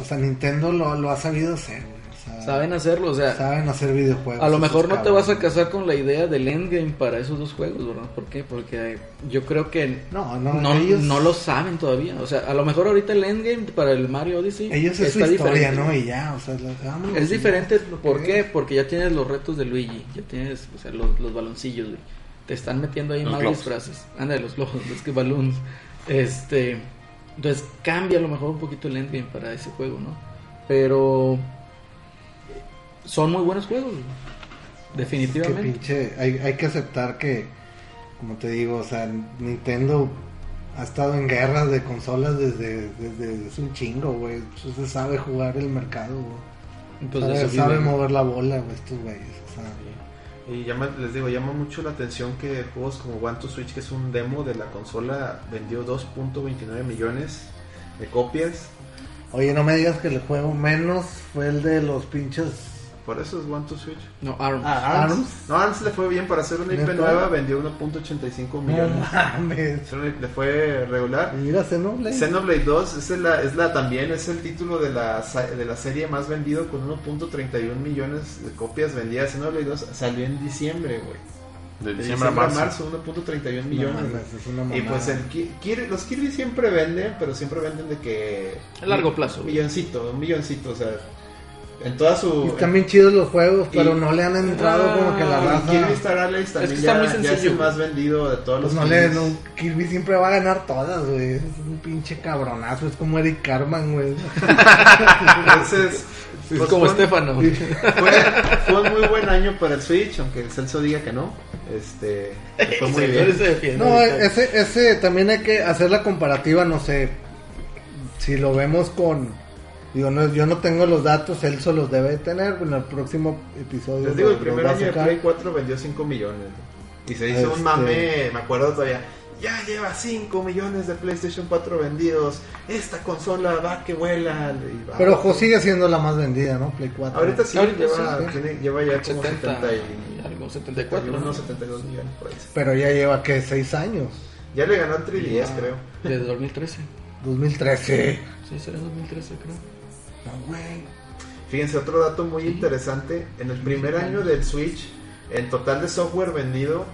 Speaker 3: O sea, Nintendo lo, lo ha sabido hacer, güey, o sea,
Speaker 2: Saben hacerlo, o sea,
Speaker 3: saben hacer videojuegos.
Speaker 2: A lo mejor
Speaker 3: esos
Speaker 2: no te vas a
Speaker 3: cabrones.
Speaker 2: casar con la idea del endgame para esos dos juegos, ¿verdad? ¿Por qué? Porque yo creo que
Speaker 3: No, no,
Speaker 2: no, no,
Speaker 3: ellos,
Speaker 2: lo saben todavía. O sea, a lo mejor ahorita el endgame para el Mario Odyssey
Speaker 3: ellos es su historia,
Speaker 2: diferente.
Speaker 3: ¿no? Y ya, o sea, lo- vámonos,
Speaker 2: Es
Speaker 3: y
Speaker 2: diferente,
Speaker 3: ya, lo
Speaker 2: ¿por
Speaker 3: que
Speaker 2: qué?
Speaker 3: es.
Speaker 2: Porque ya tienes los retos de Luigi, ya tienes, o sea, los, los baloncillos, güey. Te están metiendo ahí
Speaker 5: Los
Speaker 2: más
Speaker 5: globos.
Speaker 2: disfraces. Anda, los globos, es que balloons. Este, entonces cambia a lo mejor un poquito el endgame para ese juego, ¿no? Pero son muy buenos juegos, güey.
Speaker 3: Que
Speaker 2: Definitivamente.
Speaker 3: pinche, hay, hay que aceptar que, como te digo, o sea, Nintendo ha estado en guerras de consolas desde, desde, es un chingo, güey. Entonces sabe jugar el mercado, güey.
Speaker 2: Pues de
Speaker 3: sabe
Speaker 2: eso
Speaker 3: sabe
Speaker 2: viven.
Speaker 3: mover la bola, güey, estos güeyes. O sea,
Speaker 4: Y llama, les digo, llama mucho la atención que juegos como One to Switch, que es un demo de la consola, vendió 2.29 millones de copias.
Speaker 3: Oye, no me digas que el juego menos fue el de los pinches
Speaker 4: Por eso es One to Switch.
Speaker 2: No, ARMS.
Speaker 3: Ah,
Speaker 4: ARMS.
Speaker 3: ARMS.
Speaker 4: No, ARMS le fue bien para hacer una IP
Speaker 3: ¿Neta?
Speaker 4: nueva, vendió 1.85
Speaker 3: No
Speaker 4: millones.
Speaker 3: mames.
Speaker 4: Hacer una- Le fue regular.
Speaker 3: Mira, Xenoblade.
Speaker 4: Xenoblade 2 es la, es la también es el título de la, sa- de la serie más vendido con 1.31 millones de copias vendidas. Xenoblade 2 salió en diciembre, güey.
Speaker 5: De
Speaker 4: De
Speaker 5: diciembre a marzo.
Speaker 4: 1.31
Speaker 3: No
Speaker 4: millones. güey.
Speaker 3: mames, es una
Speaker 4: Y pues
Speaker 3: mamada.
Speaker 4: el Ki- Kirby- los Kirby siempre venden, pero siempre venden de que...
Speaker 2: A largo plazo,
Speaker 4: Un
Speaker 2: güey.
Speaker 4: milloncito, un milloncito, o sea... En toda
Speaker 3: Y
Speaker 4: su...
Speaker 3: Están bien chidos los juegos,
Speaker 4: Y-
Speaker 3: pero no le han entrado
Speaker 2: Ah,
Speaker 3: como que la
Speaker 4: en-
Speaker 3: raza.
Speaker 4: Kirby Star Allies también
Speaker 2: que está
Speaker 4: ya,
Speaker 2: muy
Speaker 4: ya es
Speaker 2: sencillo,
Speaker 4: el
Speaker 2: güey.
Speaker 4: más vendido de todos
Speaker 3: Pues
Speaker 4: los
Speaker 3: no le,
Speaker 4: Kirbys.
Speaker 3: no, Kirby siempre va a ganar todas, güey. Es un pinche cabronazo, es como Eric Carman, güey.
Speaker 4: Entonces...
Speaker 2: Es
Speaker 4: pues,
Speaker 2: como
Speaker 4: fue-
Speaker 2: Estefano.
Speaker 4: Fue, fue un muy buen año para el Switch, aunque el Celso diga que no. Este... le Fue muy
Speaker 2: Señores, se
Speaker 4: bien.
Speaker 2: defienden
Speaker 3: No,
Speaker 2: ahorita.
Speaker 3: ese, ese también hay que hacer la comparativa, no sé. Si lo vemos con. Digo, no, yo no tengo los datos, él solo los debe tener. En el próximo episodio.
Speaker 4: Les digo, el
Speaker 3: lo- lo
Speaker 4: primer
Speaker 3: va a
Speaker 4: año de
Speaker 3: sacar.
Speaker 4: Play 4 vendió 5 millones. Y se hizo
Speaker 3: Este-
Speaker 4: un mame, me acuerdo todavía. Ya lleva 5 millones de PlayStation 4 vendidos. Esta consola va que vuela. y va.
Speaker 3: Pero ojo, sigue siendo la más vendida, ¿no? Play 4.
Speaker 4: Ahorita sí,
Speaker 2: Ahorita
Speaker 4: lleva,
Speaker 3: sí, sí.
Speaker 4: tiene- lleva ya
Speaker 2: 70
Speaker 4: como 70
Speaker 2: y
Speaker 4: y...
Speaker 2: algo, 74, ¿no?
Speaker 4: unos 72 millones por ahí.
Speaker 3: Pero ya lleva, que 6 años.
Speaker 4: Ya le ganó el 3DS, creo.
Speaker 2: Desde 2013.
Speaker 3: 2013.
Speaker 2: Sí, será 2013, creo.
Speaker 3: No, güey.
Speaker 4: Fíjense, otro dato muy interesante. En el primer año del Switch, el total de software vendido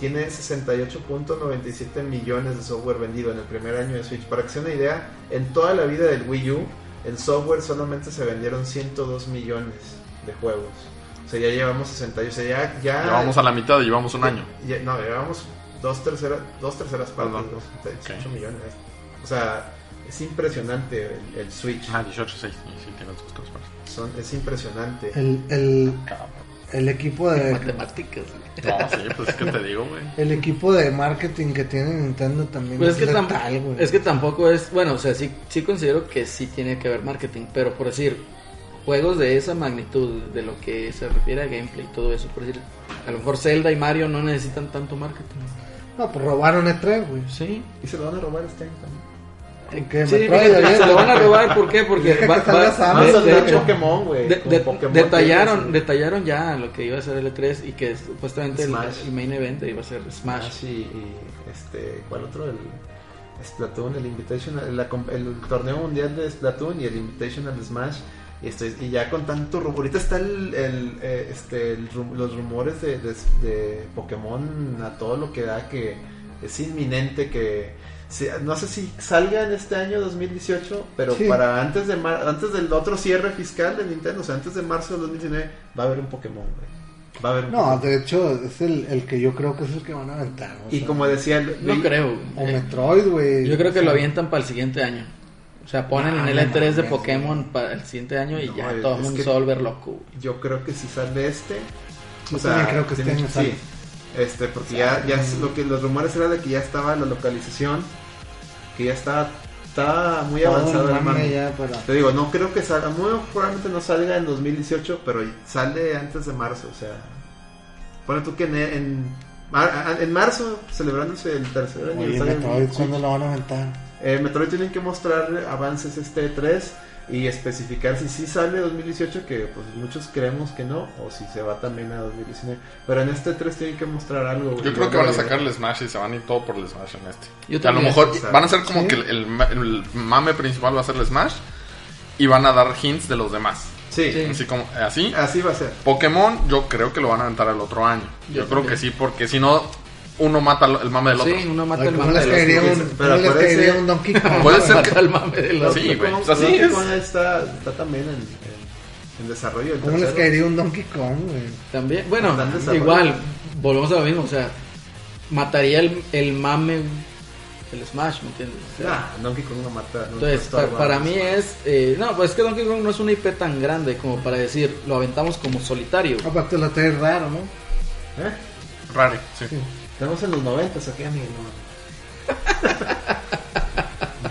Speaker 4: tiene 68.97 millones de software vendido en el primer año de Switch. Para que sea una idea, en toda la vida del Wii U, en software solamente se vendieron 102 millones de juegos. O sea, ya llevamos 60. O sea, ya... ya
Speaker 5: Llevamos a la mitad y llevamos un año.
Speaker 4: ya- no, llevamos dos terceras, dos terceras partes,
Speaker 5: Perdón.
Speaker 4: dos, 18 millones. O sea, es impresionante el, el Switch.
Speaker 5: Ah, 18, 6. Sí, tienes tus tres partes.
Speaker 4: Son, es impresionante.
Speaker 3: El, el,
Speaker 5: Cabrón.
Speaker 3: el equipo
Speaker 2: Eh,
Speaker 3: de
Speaker 2: Matemáticas.
Speaker 5: No, sí, pues es que te digo, güey.
Speaker 3: El equipo de marketing que tiene Nintendo también
Speaker 2: Pues es, que tam-
Speaker 3: letal, güey.
Speaker 2: es que tampoco es, bueno, o sea, sí, sí considero que sí tiene que ver marketing, pero por decir, juegos de esa magnitud, de lo que se refiere a gameplay y todo eso, por decir, a lo mejor Zelda y Mario no necesitan tanto marketing.
Speaker 3: No, pues robaron E3, güey.
Speaker 2: Sí.
Speaker 4: Y se lo van a robar este año también.
Speaker 3: ¿En qué?
Speaker 2: Sí,
Speaker 3: Metroid,
Speaker 2: fíjate,
Speaker 3: ayer.
Speaker 2: se lo van a robar, ¿por qué? Porque
Speaker 3: Deja que salga Samus,
Speaker 2: de-
Speaker 4: Vamos a
Speaker 2: de
Speaker 4: hablar Ah, de
Speaker 2: hecho,
Speaker 4: Pokémon, güey.
Speaker 2: de-
Speaker 4: Con
Speaker 2: de-
Speaker 4: Pokémon
Speaker 2: detallaron,
Speaker 4: tienes-
Speaker 2: detallaron ya lo que iba a ser el E3 y que supuestamente el,
Speaker 4: Smash.
Speaker 2: el main event iba a ser Smash.
Speaker 4: Smash y, y, este, ¿cuál otro? El Splatoon, el Invitation, el, el torneo mundial de Splatoon y el Invitational Smash. Y, estoy, y ya con tanto rumor, ahorita está el, el, eh, este, el rum- los rumores de, de- de Pokémon a todo lo que da que es inminente que se- no sé si salga en este año 2018, pero
Speaker 3: Sí.
Speaker 4: para antes de mar- antes del otro cierre fiscal de Nintendo, o sea, antes de marzo de 2019 va a haber un Pokémon, güey. Va a haber un
Speaker 3: No, de hecho, es el, el que yo creo que es el que van a aventar. o
Speaker 4: Y
Speaker 3: sea,
Speaker 4: como decía,
Speaker 2: No
Speaker 4: leí-
Speaker 2: creo.
Speaker 3: O
Speaker 2: eh,
Speaker 3: Metroid, güey.
Speaker 2: Yo creo que
Speaker 3: O sea,
Speaker 2: lo avientan para el siguiente año. O sea, ponen
Speaker 3: Ah,
Speaker 2: en
Speaker 3: no
Speaker 2: el E3 de
Speaker 3: mames,
Speaker 2: Pokémon para el siguiente año y
Speaker 4: No,
Speaker 2: ya
Speaker 4: es-
Speaker 2: todo
Speaker 4: es
Speaker 2: el mundo
Speaker 4: que-
Speaker 2: se va a volver loco. güey.
Speaker 4: yo creo que si sale este,
Speaker 3: Yo también creo que este
Speaker 4: tiene-
Speaker 3: año sale.
Speaker 4: sí, este, porque ya, ya es lo que los rumores eran de que ya estaba la localización, que ya estaba, estaba muy
Speaker 3: todo
Speaker 4: avanzado el
Speaker 3: mame
Speaker 4: mame.
Speaker 3: ya para-
Speaker 4: Te digo, no creo que salga, muy probablemente no salga en 2018, pero sale antes de marzo, o sea, pone tú que en, en, mar- a- en marzo, celebrándose el tercer
Speaker 3: Oye,
Speaker 4: aniversario,
Speaker 3: Metroid,
Speaker 4: del Switch,
Speaker 3: ¿cuándo lo van a aventar?
Speaker 4: eh, Metroid tienen que mostrar avances este 3 y especificar si sí sale 2018, que pues muchos creemos que no, o si se va también a 2019. Pero en este 3 tienen que mostrar algo. güey.
Speaker 5: Yo creo que van a sacar el Smash y se van a ir todo por el Smash en este.
Speaker 2: Yo
Speaker 5: Que a lo
Speaker 2: también.
Speaker 5: mejor
Speaker 4: Exacto.
Speaker 5: van a ser como
Speaker 3: Sí.
Speaker 5: que el, el ma- el mame principal va a ser el Smash y van a dar hints de los demás.
Speaker 4: Sí,
Speaker 2: Sí.
Speaker 5: Así como así.
Speaker 4: así va a ser.
Speaker 5: Pokémon yo creo que lo van a aventar al otro año. Yo,
Speaker 2: Yo
Speaker 5: creo
Speaker 2: también.
Speaker 5: que sí, porque si no, uno mata al- el mame del otro.
Speaker 2: Sí, uno mata
Speaker 3: Ay,
Speaker 2: al
Speaker 3: ¿Cómo
Speaker 2: mame
Speaker 3: les
Speaker 2: del
Speaker 3: caería
Speaker 2: otro.
Speaker 4: Switch.
Speaker 3: un,
Speaker 4: Pero
Speaker 3: ¿cómo les
Speaker 4: acuérdense-
Speaker 3: caería un Donkey Kong?
Speaker 5: Puede ser
Speaker 2: Mata
Speaker 5: que-
Speaker 2: al mame del otro.
Speaker 5: Sí, güey,
Speaker 4: Pokémon-
Speaker 5: pues así
Speaker 4: Donkey
Speaker 5: es.
Speaker 4: Kong está, está también en, en- en desarrollo. el
Speaker 3: ¿Cómo les
Speaker 4: tercero.
Speaker 3: caería un Donkey Kong, güey?
Speaker 2: También, bueno,
Speaker 4: Están desarrollando.
Speaker 2: igual, volvemos a lo mismo. O sea, mataría el, el mame el Smash, ¿me entiendes? O sea,
Speaker 4: Ah, Donkey Kong no mata. no
Speaker 2: Entonces,
Speaker 4: mata a
Speaker 2: pa-
Speaker 4: Star
Speaker 2: para
Speaker 4: Wars.
Speaker 2: mí es. eh, no, pues es que Donkey Kong no es una IP tan grande como para decir, lo aventamos como solitario.
Speaker 3: Aparte Ah, pues, lo traes raro, ¿no?
Speaker 4: ¿Eh?
Speaker 5: Rare, sí.
Speaker 4: Estamos en los 90, aquí, amigo.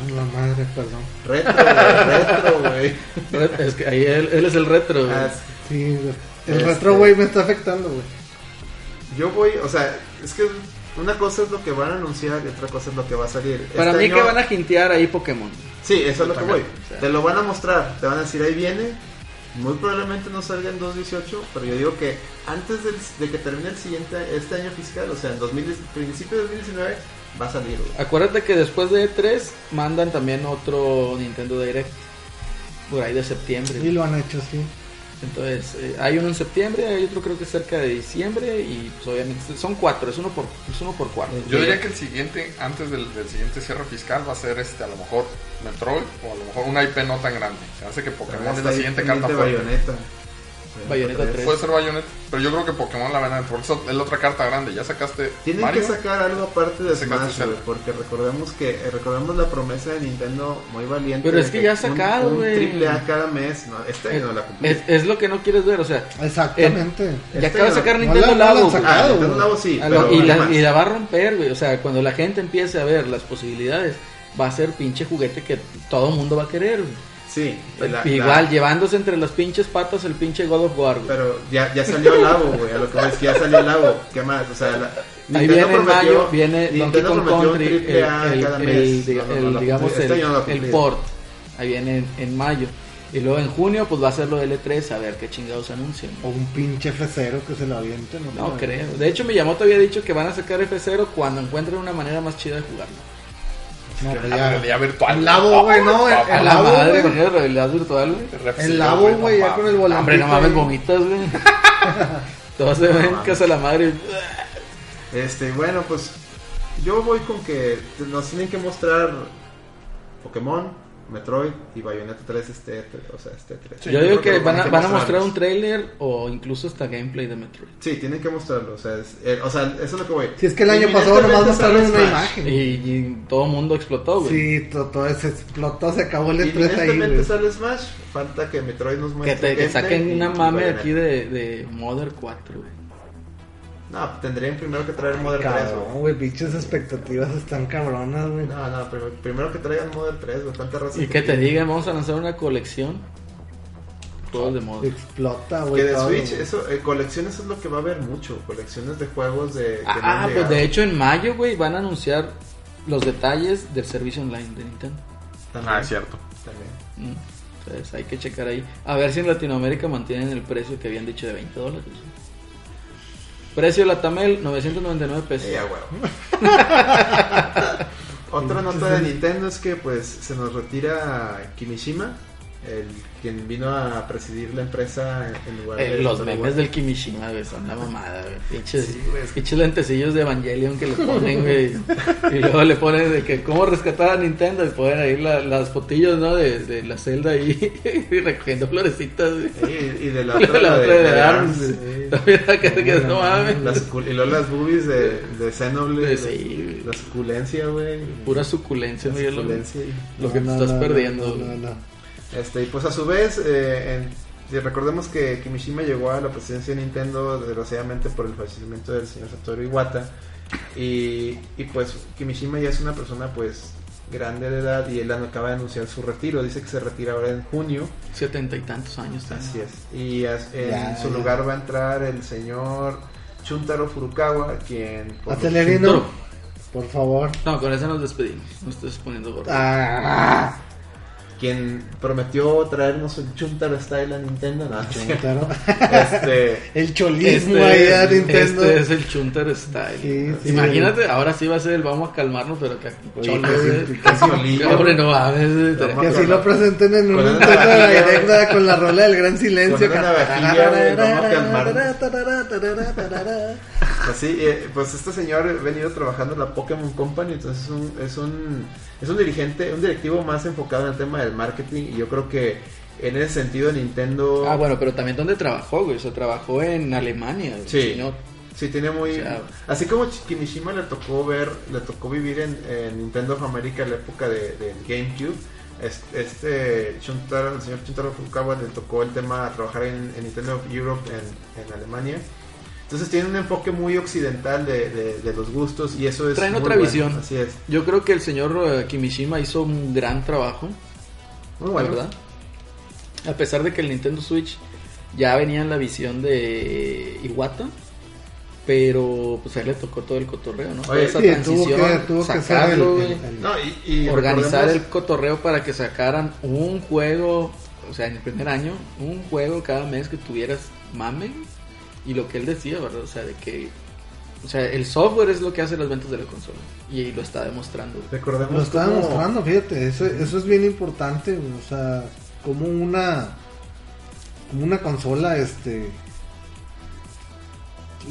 Speaker 4: No.
Speaker 3: La madre, perdón.
Speaker 4: Retro, güey, retro, güey.
Speaker 2: Ret- es que ahí él, él es el retro. güey.
Speaker 4: Ah, sí.
Speaker 3: Sí, el
Speaker 4: Este-
Speaker 3: retro, güey, me está afectando, güey.
Speaker 4: Yo voy, o sea, es que una cosa es lo que van a anunciar y otra cosa es lo que va a salir.
Speaker 2: para
Speaker 4: Este
Speaker 2: mí
Speaker 4: año-
Speaker 2: que van a jintear ahí Pokémon.
Speaker 4: Sí, eso es lo que
Speaker 5: También,
Speaker 4: voy.
Speaker 2: o sea.
Speaker 4: Te lo van a mostrar, te van a decir ahí viene. Muy probablemente no salga en 2018, pero yo digo que antes del- de que termine el siguiente este año fiscal, o sea, en 2010 principio de 2019, va a salir. güey.
Speaker 2: Acuérdate que después de E3 mandan también otro Nintendo Direct. Por ahí de septiembre.
Speaker 3: Y lo han hecho, sí.
Speaker 2: Entonces, eh, hay uno en septiembre, hay otro creo que cerca de diciembre. Y pues, obviamente son cuatro, es uno por, es uno por cuarto.
Speaker 5: Yo diría que el siguiente, antes del, del siguiente cierre fiscal, va a ser este, a lo mejor Metroid o a lo mejor una IP no tan grande. Se hace que Pokémon es
Speaker 4: Ah, Está
Speaker 5: la
Speaker 4: ahí
Speaker 5: siguiente
Speaker 4: pendiente
Speaker 5: carta fuerte.
Speaker 4: Bayonetta.
Speaker 2: Bayonetta
Speaker 4: tres.
Speaker 2: tres.
Speaker 5: Puede ser Bayonetta, pero yo creo que Pokémon la van a porque eso es la otra carta grande. Ya sacaste
Speaker 4: Tienen
Speaker 5: Mario.
Speaker 4: que sacar algo aparte de
Speaker 5: Se
Speaker 4: Smash,
Speaker 5: cancela.
Speaker 4: güey, porque recordemos que eh, recordamos la promesa de Nintendo muy valiente.
Speaker 2: Pero
Speaker 4: de
Speaker 2: es que ya ha
Speaker 4: un-
Speaker 2: sacado,
Speaker 4: un
Speaker 2: güey. Eh,
Speaker 4: triple A cada mes, no, este año no la cumplió.
Speaker 2: es, es lo que no quieres ver, o sea,
Speaker 3: Exactamente.
Speaker 2: ya
Speaker 4: Este
Speaker 2: acaba de
Speaker 4: no-
Speaker 2: sacar
Speaker 3: no
Speaker 2: Nintendo
Speaker 3: la- no la han
Speaker 2: Labo,
Speaker 3: sacado.
Speaker 2: güey.
Speaker 4: Ah,
Speaker 3: claro,
Speaker 4: Nintendo
Speaker 3: güey.
Speaker 4: Labo sí,
Speaker 2: eh, A lo-
Speaker 4: pero
Speaker 2: y,
Speaker 4: no
Speaker 2: la,
Speaker 4: más.
Speaker 2: y la va a romper, güey. O sea, cuando la gente empiece a ver las posibilidades, va a ser pinche juguete que todo mundo va a querer. güey.
Speaker 4: Sí, Pues la-
Speaker 2: Igual,
Speaker 4: la-
Speaker 2: llevándose entre las pinches patas el pinche God of War, güey.
Speaker 4: Pero ya, ya salió el Labo, güey. A lo que voy es que ya salió el Labo. ¿Qué más? O sea, la,
Speaker 2: Ahí
Speaker 4: Nintendo
Speaker 2: viene en
Speaker 4: prometió-
Speaker 2: mayo, viene Donkey
Speaker 4: Nintendo
Speaker 2: Kong
Speaker 4: prometió un
Speaker 2: Country, el,
Speaker 4: triple A
Speaker 2: el-
Speaker 4: cada
Speaker 2: el-
Speaker 4: mes.
Speaker 2: diga-
Speaker 4: No, no,
Speaker 2: el,
Speaker 4: no lo ha
Speaker 2: digamos,
Speaker 4: cumplido. Este
Speaker 2: el-
Speaker 4: año no lo ha
Speaker 2: el
Speaker 4: cumplido.
Speaker 2: port. Ahí viene en, en mayo. Y luego en junio, pues va a ser lo del E3, a ver qué chingados anuncian.
Speaker 3: O un pinche F0 que se lo aviente, no,
Speaker 2: No
Speaker 3: mames.
Speaker 2: creo. De hecho, Miyamoto había dicho que van a sacar F0 cuando encuentren una manera más chida de jugarlo.
Speaker 3: No,
Speaker 5: Ah,
Speaker 3: pues
Speaker 5: la
Speaker 3: ya.
Speaker 5: realidad virtual.
Speaker 3: El Labo, güey, no, el-
Speaker 5: Papá,
Speaker 2: A la
Speaker 3: Labo,
Speaker 2: madre,
Speaker 3: güey.
Speaker 2: imagínate realidad virtual, güey.
Speaker 5: refresco,
Speaker 3: Labo,
Speaker 5: güey, no
Speaker 3: güey, ya
Speaker 5: mames.
Speaker 3: con el volante.
Speaker 2: Hombre, no mames,
Speaker 3: Ahí.
Speaker 2: vomitas, güey. Todos se ven
Speaker 4: mames.
Speaker 2: casa de la madre.
Speaker 4: Este, bueno, pues yo voy con que nos tienen que mostrar Pokémon, Metroid y Bayonetta 3, este, o sea, este 3.
Speaker 5: Sí,
Speaker 2: yo digo
Speaker 5: creo que
Speaker 2: que
Speaker 5: lo
Speaker 2: van a,
Speaker 5: tienen que
Speaker 2: van a
Speaker 5: mostrar
Speaker 2: mostrar
Speaker 5: antes.
Speaker 2: un trailer o incluso hasta gameplay de Metroid.
Speaker 4: Sí, tienen que mostrarlo, o sea, es- eh, o sea, eso es lo que voy.
Speaker 3: Si es que el año pasado nomás mostraron una
Speaker 4: Smash.
Speaker 2: Y,
Speaker 3: imagen.
Speaker 2: y todo mundo explotó, güey.
Speaker 3: Sí, to- todo se explotó, se acabó el E3 ahí,
Speaker 4: Evidentemente
Speaker 3: güey.
Speaker 4: sale Smash, falta Pues que Metroid nos
Speaker 2: Que,
Speaker 4: muestre.
Speaker 2: te, que
Speaker 4: gameplay
Speaker 2: saquen
Speaker 4: y-
Speaker 2: una
Speaker 4: y
Speaker 2: mame
Speaker 4: Bayonetta.
Speaker 2: aquí de, de Mother 4, güey.
Speaker 4: No, tendrían primero que traer Modern 3, güey.
Speaker 3: Cabrón, güey, pinches expectativas están cabronas, güey.
Speaker 4: No, no, pero primero que traigan Modern 3, güey, tanta raza
Speaker 2: Y que te
Speaker 4: tiene.
Speaker 2: digan, vamos a lanzar una colección. Juegos de Mother.
Speaker 3: Explota, güey.
Speaker 4: Que de
Speaker 3: todo,
Speaker 4: Switch,
Speaker 3: güey.
Speaker 4: eso, eh, colecciones es lo que va a haber mucho, colecciones de juegos de... que no han
Speaker 2: Ah, pues
Speaker 4: llegado.
Speaker 2: de hecho en mayo, güey, van a anunciar los detalles del servicio online de Nintendo.
Speaker 4: También,
Speaker 5: Ah, es cierto.
Speaker 4: también.
Speaker 2: Mm. Entonces hay que checar ahí. A ver si en Latinoamérica mantienen el precio que habían dicho de 20 dólares. Precio Latamel, 999 pesos.
Speaker 4: Eh, a huevo.
Speaker 2: Eh.
Speaker 4: Otra nota de Nintendo es que pues se nos retira Kimishima, el quien vino a presidir la empresa en lugar
Speaker 2: Eh,
Speaker 4: de
Speaker 2: los
Speaker 4: Toru
Speaker 2: memes
Speaker 4: Iwata.
Speaker 2: del Kimishima, güey, son la mamada, güey. Pinches,
Speaker 4: Sí, güey, es que-
Speaker 2: pinches lentecillos de Evangelion que le ponen, güey. y luego le ponen de que cómo rescatar a Nintendo. Y ponen ahí la- las fotillos, ¿no? De, de la celda ahí. y recogiendo florecitas, güey.
Speaker 4: Y, y de la
Speaker 2: Y luego
Speaker 4: otra,
Speaker 2: la
Speaker 4: la
Speaker 2: otra
Speaker 4: de,
Speaker 2: de
Speaker 4: de
Speaker 2: Arms.
Speaker 4: Arms.
Speaker 2: güey. También acá que no mames.
Speaker 4: Las cul- y luego las boobies de, de Xenoblade.
Speaker 2: Sí, güey.
Speaker 4: la suculencia, güey.
Speaker 2: Pura suculencia,
Speaker 4: La
Speaker 2: güey, lo-
Speaker 4: suculencia y-
Speaker 2: Lo que te
Speaker 3: No, no,
Speaker 2: estás
Speaker 3: no,
Speaker 2: perdiendo,
Speaker 3: no,
Speaker 2: güey.
Speaker 3: no, no.
Speaker 4: Este, y pues a su vez, eh, en- si recordemos que Kimishima llegó a la presidencia de Nintendo desgraciadamente por el fallecimiento del señor Satoru Iwata. Y, y pues Kimishima ya es una persona pues grande de edad y él acaba de anunciar su retiro. Dice que se retira ahora en junio.
Speaker 2: Setenta y tantos años. tiene.
Speaker 4: Así es. Y as- en
Speaker 3: Ya,
Speaker 4: su
Speaker 3: ya.
Speaker 4: lugar va a entrar el señor Chuntaro Furukawa, quien... pues, por lo-
Speaker 3: Acelerino, por favor.
Speaker 2: No, con eso nos despedimos. Nos estás poniendo gordo.
Speaker 3: Ah,
Speaker 4: quien prometió traernos el Chuntaro Style a Nintendo. No,
Speaker 3: chuntaro.
Speaker 4: este...
Speaker 3: El cholismo ahí a Nintendo.
Speaker 2: este es el Chunter Style.
Speaker 3: Sí, sí.
Speaker 2: Imagínate, ahora sí va a ser el vamos a calmarnos, pero acá.
Speaker 3: Oye,
Speaker 2: Cholo,
Speaker 3: que sí,
Speaker 2: güey.
Speaker 3: que sí,
Speaker 4: Solillo.
Speaker 2: Hombre, no mames, güey,
Speaker 4: Pero
Speaker 2: estaría-
Speaker 3: Que así lo presenten en un
Speaker 4: Con una
Speaker 3: Nintendo de la
Speaker 4: navajilla.
Speaker 3: directa con la rola del gran silencio.
Speaker 4: Con una navajilla, güey, vamos a Así, eh, pues este señor ha venido trabajando en la Pokémon Company, entonces es un, es un, es un dirigente, un directivo más enfocado en el tema del marketing y yo creo que en ese sentido Nintendo...
Speaker 2: Ah, bueno, pero también dónde trabajó, güey. O sea, trabajó en Alemania. güey.
Speaker 4: Sí.
Speaker 2: Si no,
Speaker 4: Sí, tiene muy...
Speaker 2: Ya.
Speaker 4: Así como Ch- Kimishima le tocó ver, le tocó vivir en, en Nintendo of America la época de, del GameCube, es- este Shuntaro, el señor Shuntaro Fukawa le tocó el tema trabajar en, en Nintendo of Europe en, en Alemania. Entonces tiene un enfoque muy occidental de, de- de los gustos y eso es...
Speaker 2: Traen
Speaker 4: muy
Speaker 2: otra
Speaker 4: bueno,
Speaker 2: visión.
Speaker 4: Así es.
Speaker 2: Yo creo que el señor eh, Kimishima hizo un gran trabajo,
Speaker 4: Muy
Speaker 2: la
Speaker 4: bueno.
Speaker 2: verdad. A pesar de que el Nintendo Switch ya venía en la visión de Iwata, pero pues a él le tocó todo el cotorreo, ¿no? Toda
Speaker 4: Oye,
Speaker 2: esa
Speaker 3: sí, tuvo
Speaker 2: transición,
Speaker 3: que, tuvo que ser el-
Speaker 2: sacarlo,
Speaker 3: el-
Speaker 2: güey,
Speaker 3: el-
Speaker 4: No, y, y
Speaker 2: organizar
Speaker 4: recordemos-
Speaker 2: el cotorreo para que sacaran un juego, o sea, en el primer año, un juego cada mes que tuvieras mame y lo que él decía, ¿verdad? O sea, de que o sea, el software es lo que hace las ventas de la consola y lo está demostrando. Pues güey.
Speaker 4: Recordemos
Speaker 3: Lo está
Speaker 4: cómo-
Speaker 3: demostrando, fíjate, eso, eso es bien importante, güey, o sea, como una como una consola, este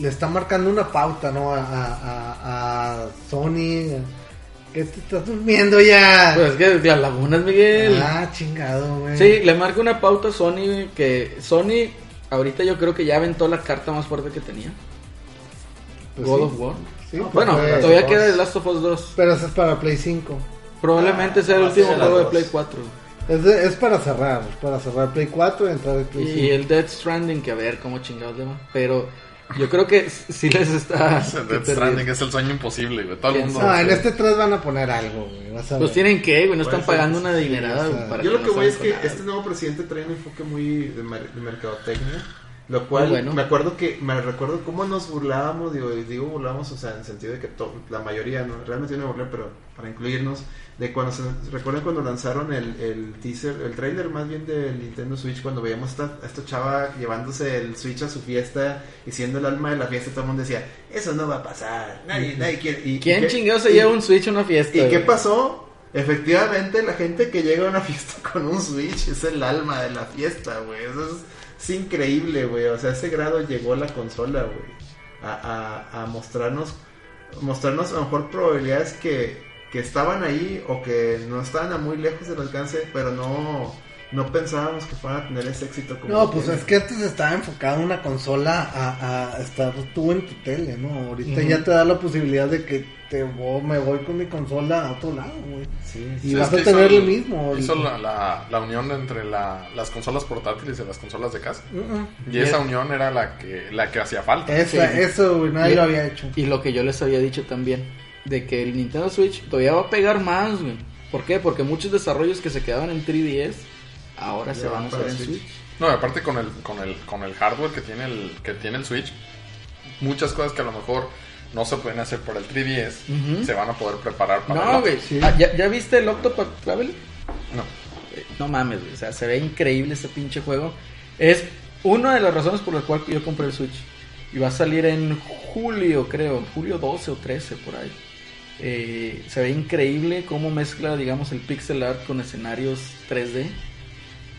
Speaker 3: le está marcando una pauta, ¿no? A, a, a- a Sony, que te estás durmiendo ya.
Speaker 2: Pues es que las lagunas, Miguel.
Speaker 3: ah, chingado, güey.
Speaker 2: Sí, le marca una pauta a Sony güey, que Sony ahorita yo creo que ya aventó la carta más fuerte que tenía.
Speaker 3: Pues
Speaker 2: God
Speaker 3: sí.
Speaker 2: of War.
Speaker 3: Sí, pues
Speaker 2: bueno,
Speaker 3: fue-
Speaker 2: todavía queda el Last of Us 2.
Speaker 3: Pero eso es para Play 5.
Speaker 2: Probablemente
Speaker 3: Ah,
Speaker 2: sea el
Speaker 4: va a ser
Speaker 2: último
Speaker 4: el
Speaker 2: juego de
Speaker 4: dos.
Speaker 2: Play 4.
Speaker 3: Es, de- es para cerrar, es para cerrar Play 4 y entrar en Play 5.
Speaker 2: Y Pues el Dead Stranding, que a ver cómo chingados le va. Pero yo creo que s- sí les está.
Speaker 5: Ese
Speaker 2: que
Speaker 5: Death
Speaker 2: perdiendo.
Speaker 5: Stranding es el sueño imposible, güey. Todo el
Speaker 2: ¿Quién
Speaker 5: mundo.
Speaker 3: No, en
Speaker 5: sí.
Speaker 3: este 3 van a poner algo, güey. vas a
Speaker 2: Pues
Speaker 3: ver.
Speaker 2: tienen que, güey, no
Speaker 4: Puede
Speaker 2: están
Speaker 4: ser,
Speaker 2: pagando una
Speaker 4: sí,
Speaker 2: dinerada.
Speaker 3: o sea.
Speaker 2: güey, para
Speaker 4: Yo lo que voy es
Speaker 2: salgan
Speaker 4: que
Speaker 2: con nada.
Speaker 4: este nuevo presidente trae un enfoque muy de, mer- de mercadotecnia, lo cual
Speaker 2: Muy bueno.
Speaker 4: me acuerdo que me recuerdo cómo nos burlábamos, digo, y digo burlábamos, o sea, en el sentido de que to- la mayoría, no, realmente yo no me burlé, pero para incluirnos, de cuando se recuerdan cuando lanzaron el, el teaser, el trailer más bien del Nintendo Switch, cuando veíamos esta- a esta chava llevándose el Switch a su fiesta y siendo el alma de la fiesta, todo el mundo decía, eso no va a pasar, nadie, nadie quiere. Y,
Speaker 2: ¿Quién
Speaker 4: y-
Speaker 2: chingados se
Speaker 4: y-
Speaker 2: lleva un Switch a una fiesta?
Speaker 4: ¿Y qué
Speaker 2: güey?
Speaker 4: pasó? Efectivamente, la gente que llega a una fiesta con un Switch es el alma de la fiesta, güey. Eso es, es increíble, güey. O sea, a ese grado llegó la consola, güey. A, a- a mostrarnos, mostrarnos a lo mejor probabilidades que, que estaban ahí o que no estaban a muy lejos del alcance, pero no, no pensábamos que fueran a tener ese éxito como
Speaker 3: No,
Speaker 4: lo
Speaker 3: pues
Speaker 4: tienen.
Speaker 3: es que antes estaba enfocado una consola a, a estar tú en tu tele, ¿no? Ahorita
Speaker 2: Ujú.
Speaker 3: ya te da la posibilidad de que te vo- me voy con mi consola a otro lado, güey.
Speaker 4: Sí,
Speaker 3: Y
Speaker 5: Sí,
Speaker 3: vas
Speaker 5: es que
Speaker 3: a
Speaker 5: hizo
Speaker 3: tener
Speaker 5: el-
Speaker 3: lo mismo.
Speaker 5: Hizo
Speaker 3: el-
Speaker 5: la, la- la unión entre la- las consolas portátiles y las consolas de casa.
Speaker 3: Mm, mm.
Speaker 5: Y esa unión era la que, la que hacía falta.
Speaker 3: Esa,
Speaker 2: Sí.
Speaker 3: Eso, güey, nadie
Speaker 2: Y-
Speaker 3: lo había hecho.
Speaker 2: Y lo que yo les había dicho también, de que el Nintendo Switch todavía va a pegar más, güey. ¿Por qué? Porque muchos desarrollos que se quedaban en 3DS ahora
Speaker 4: Ya
Speaker 2: se van
Speaker 4: van
Speaker 2: a
Speaker 4: para
Speaker 2: hacer en
Speaker 4: Switch.
Speaker 2: Switch.
Speaker 5: No, y aparte con el, con el, con el hardware que tiene el, que tiene el Switch, muchas cosas que a lo mejor no se pueden hacer por el 3DS
Speaker 2: Ujú.
Speaker 5: se van a poder preparar para el
Speaker 2: No,
Speaker 5: otro.
Speaker 2: güey.
Speaker 3: Sí.
Speaker 2: Ah, ¿ya, ya viste el Octopath Traveler?
Speaker 5: No.
Speaker 2: Eh, No mames, güey. O sea, se ve increíble este pinche juego. Es una de las razones por las cuales yo compré el Switch. Y va a salir en julio, creo. Julio 12 o 13, por ahí. Eh, se ve increíble cómo mezcla, digamos, el pixel art con escenarios 3D.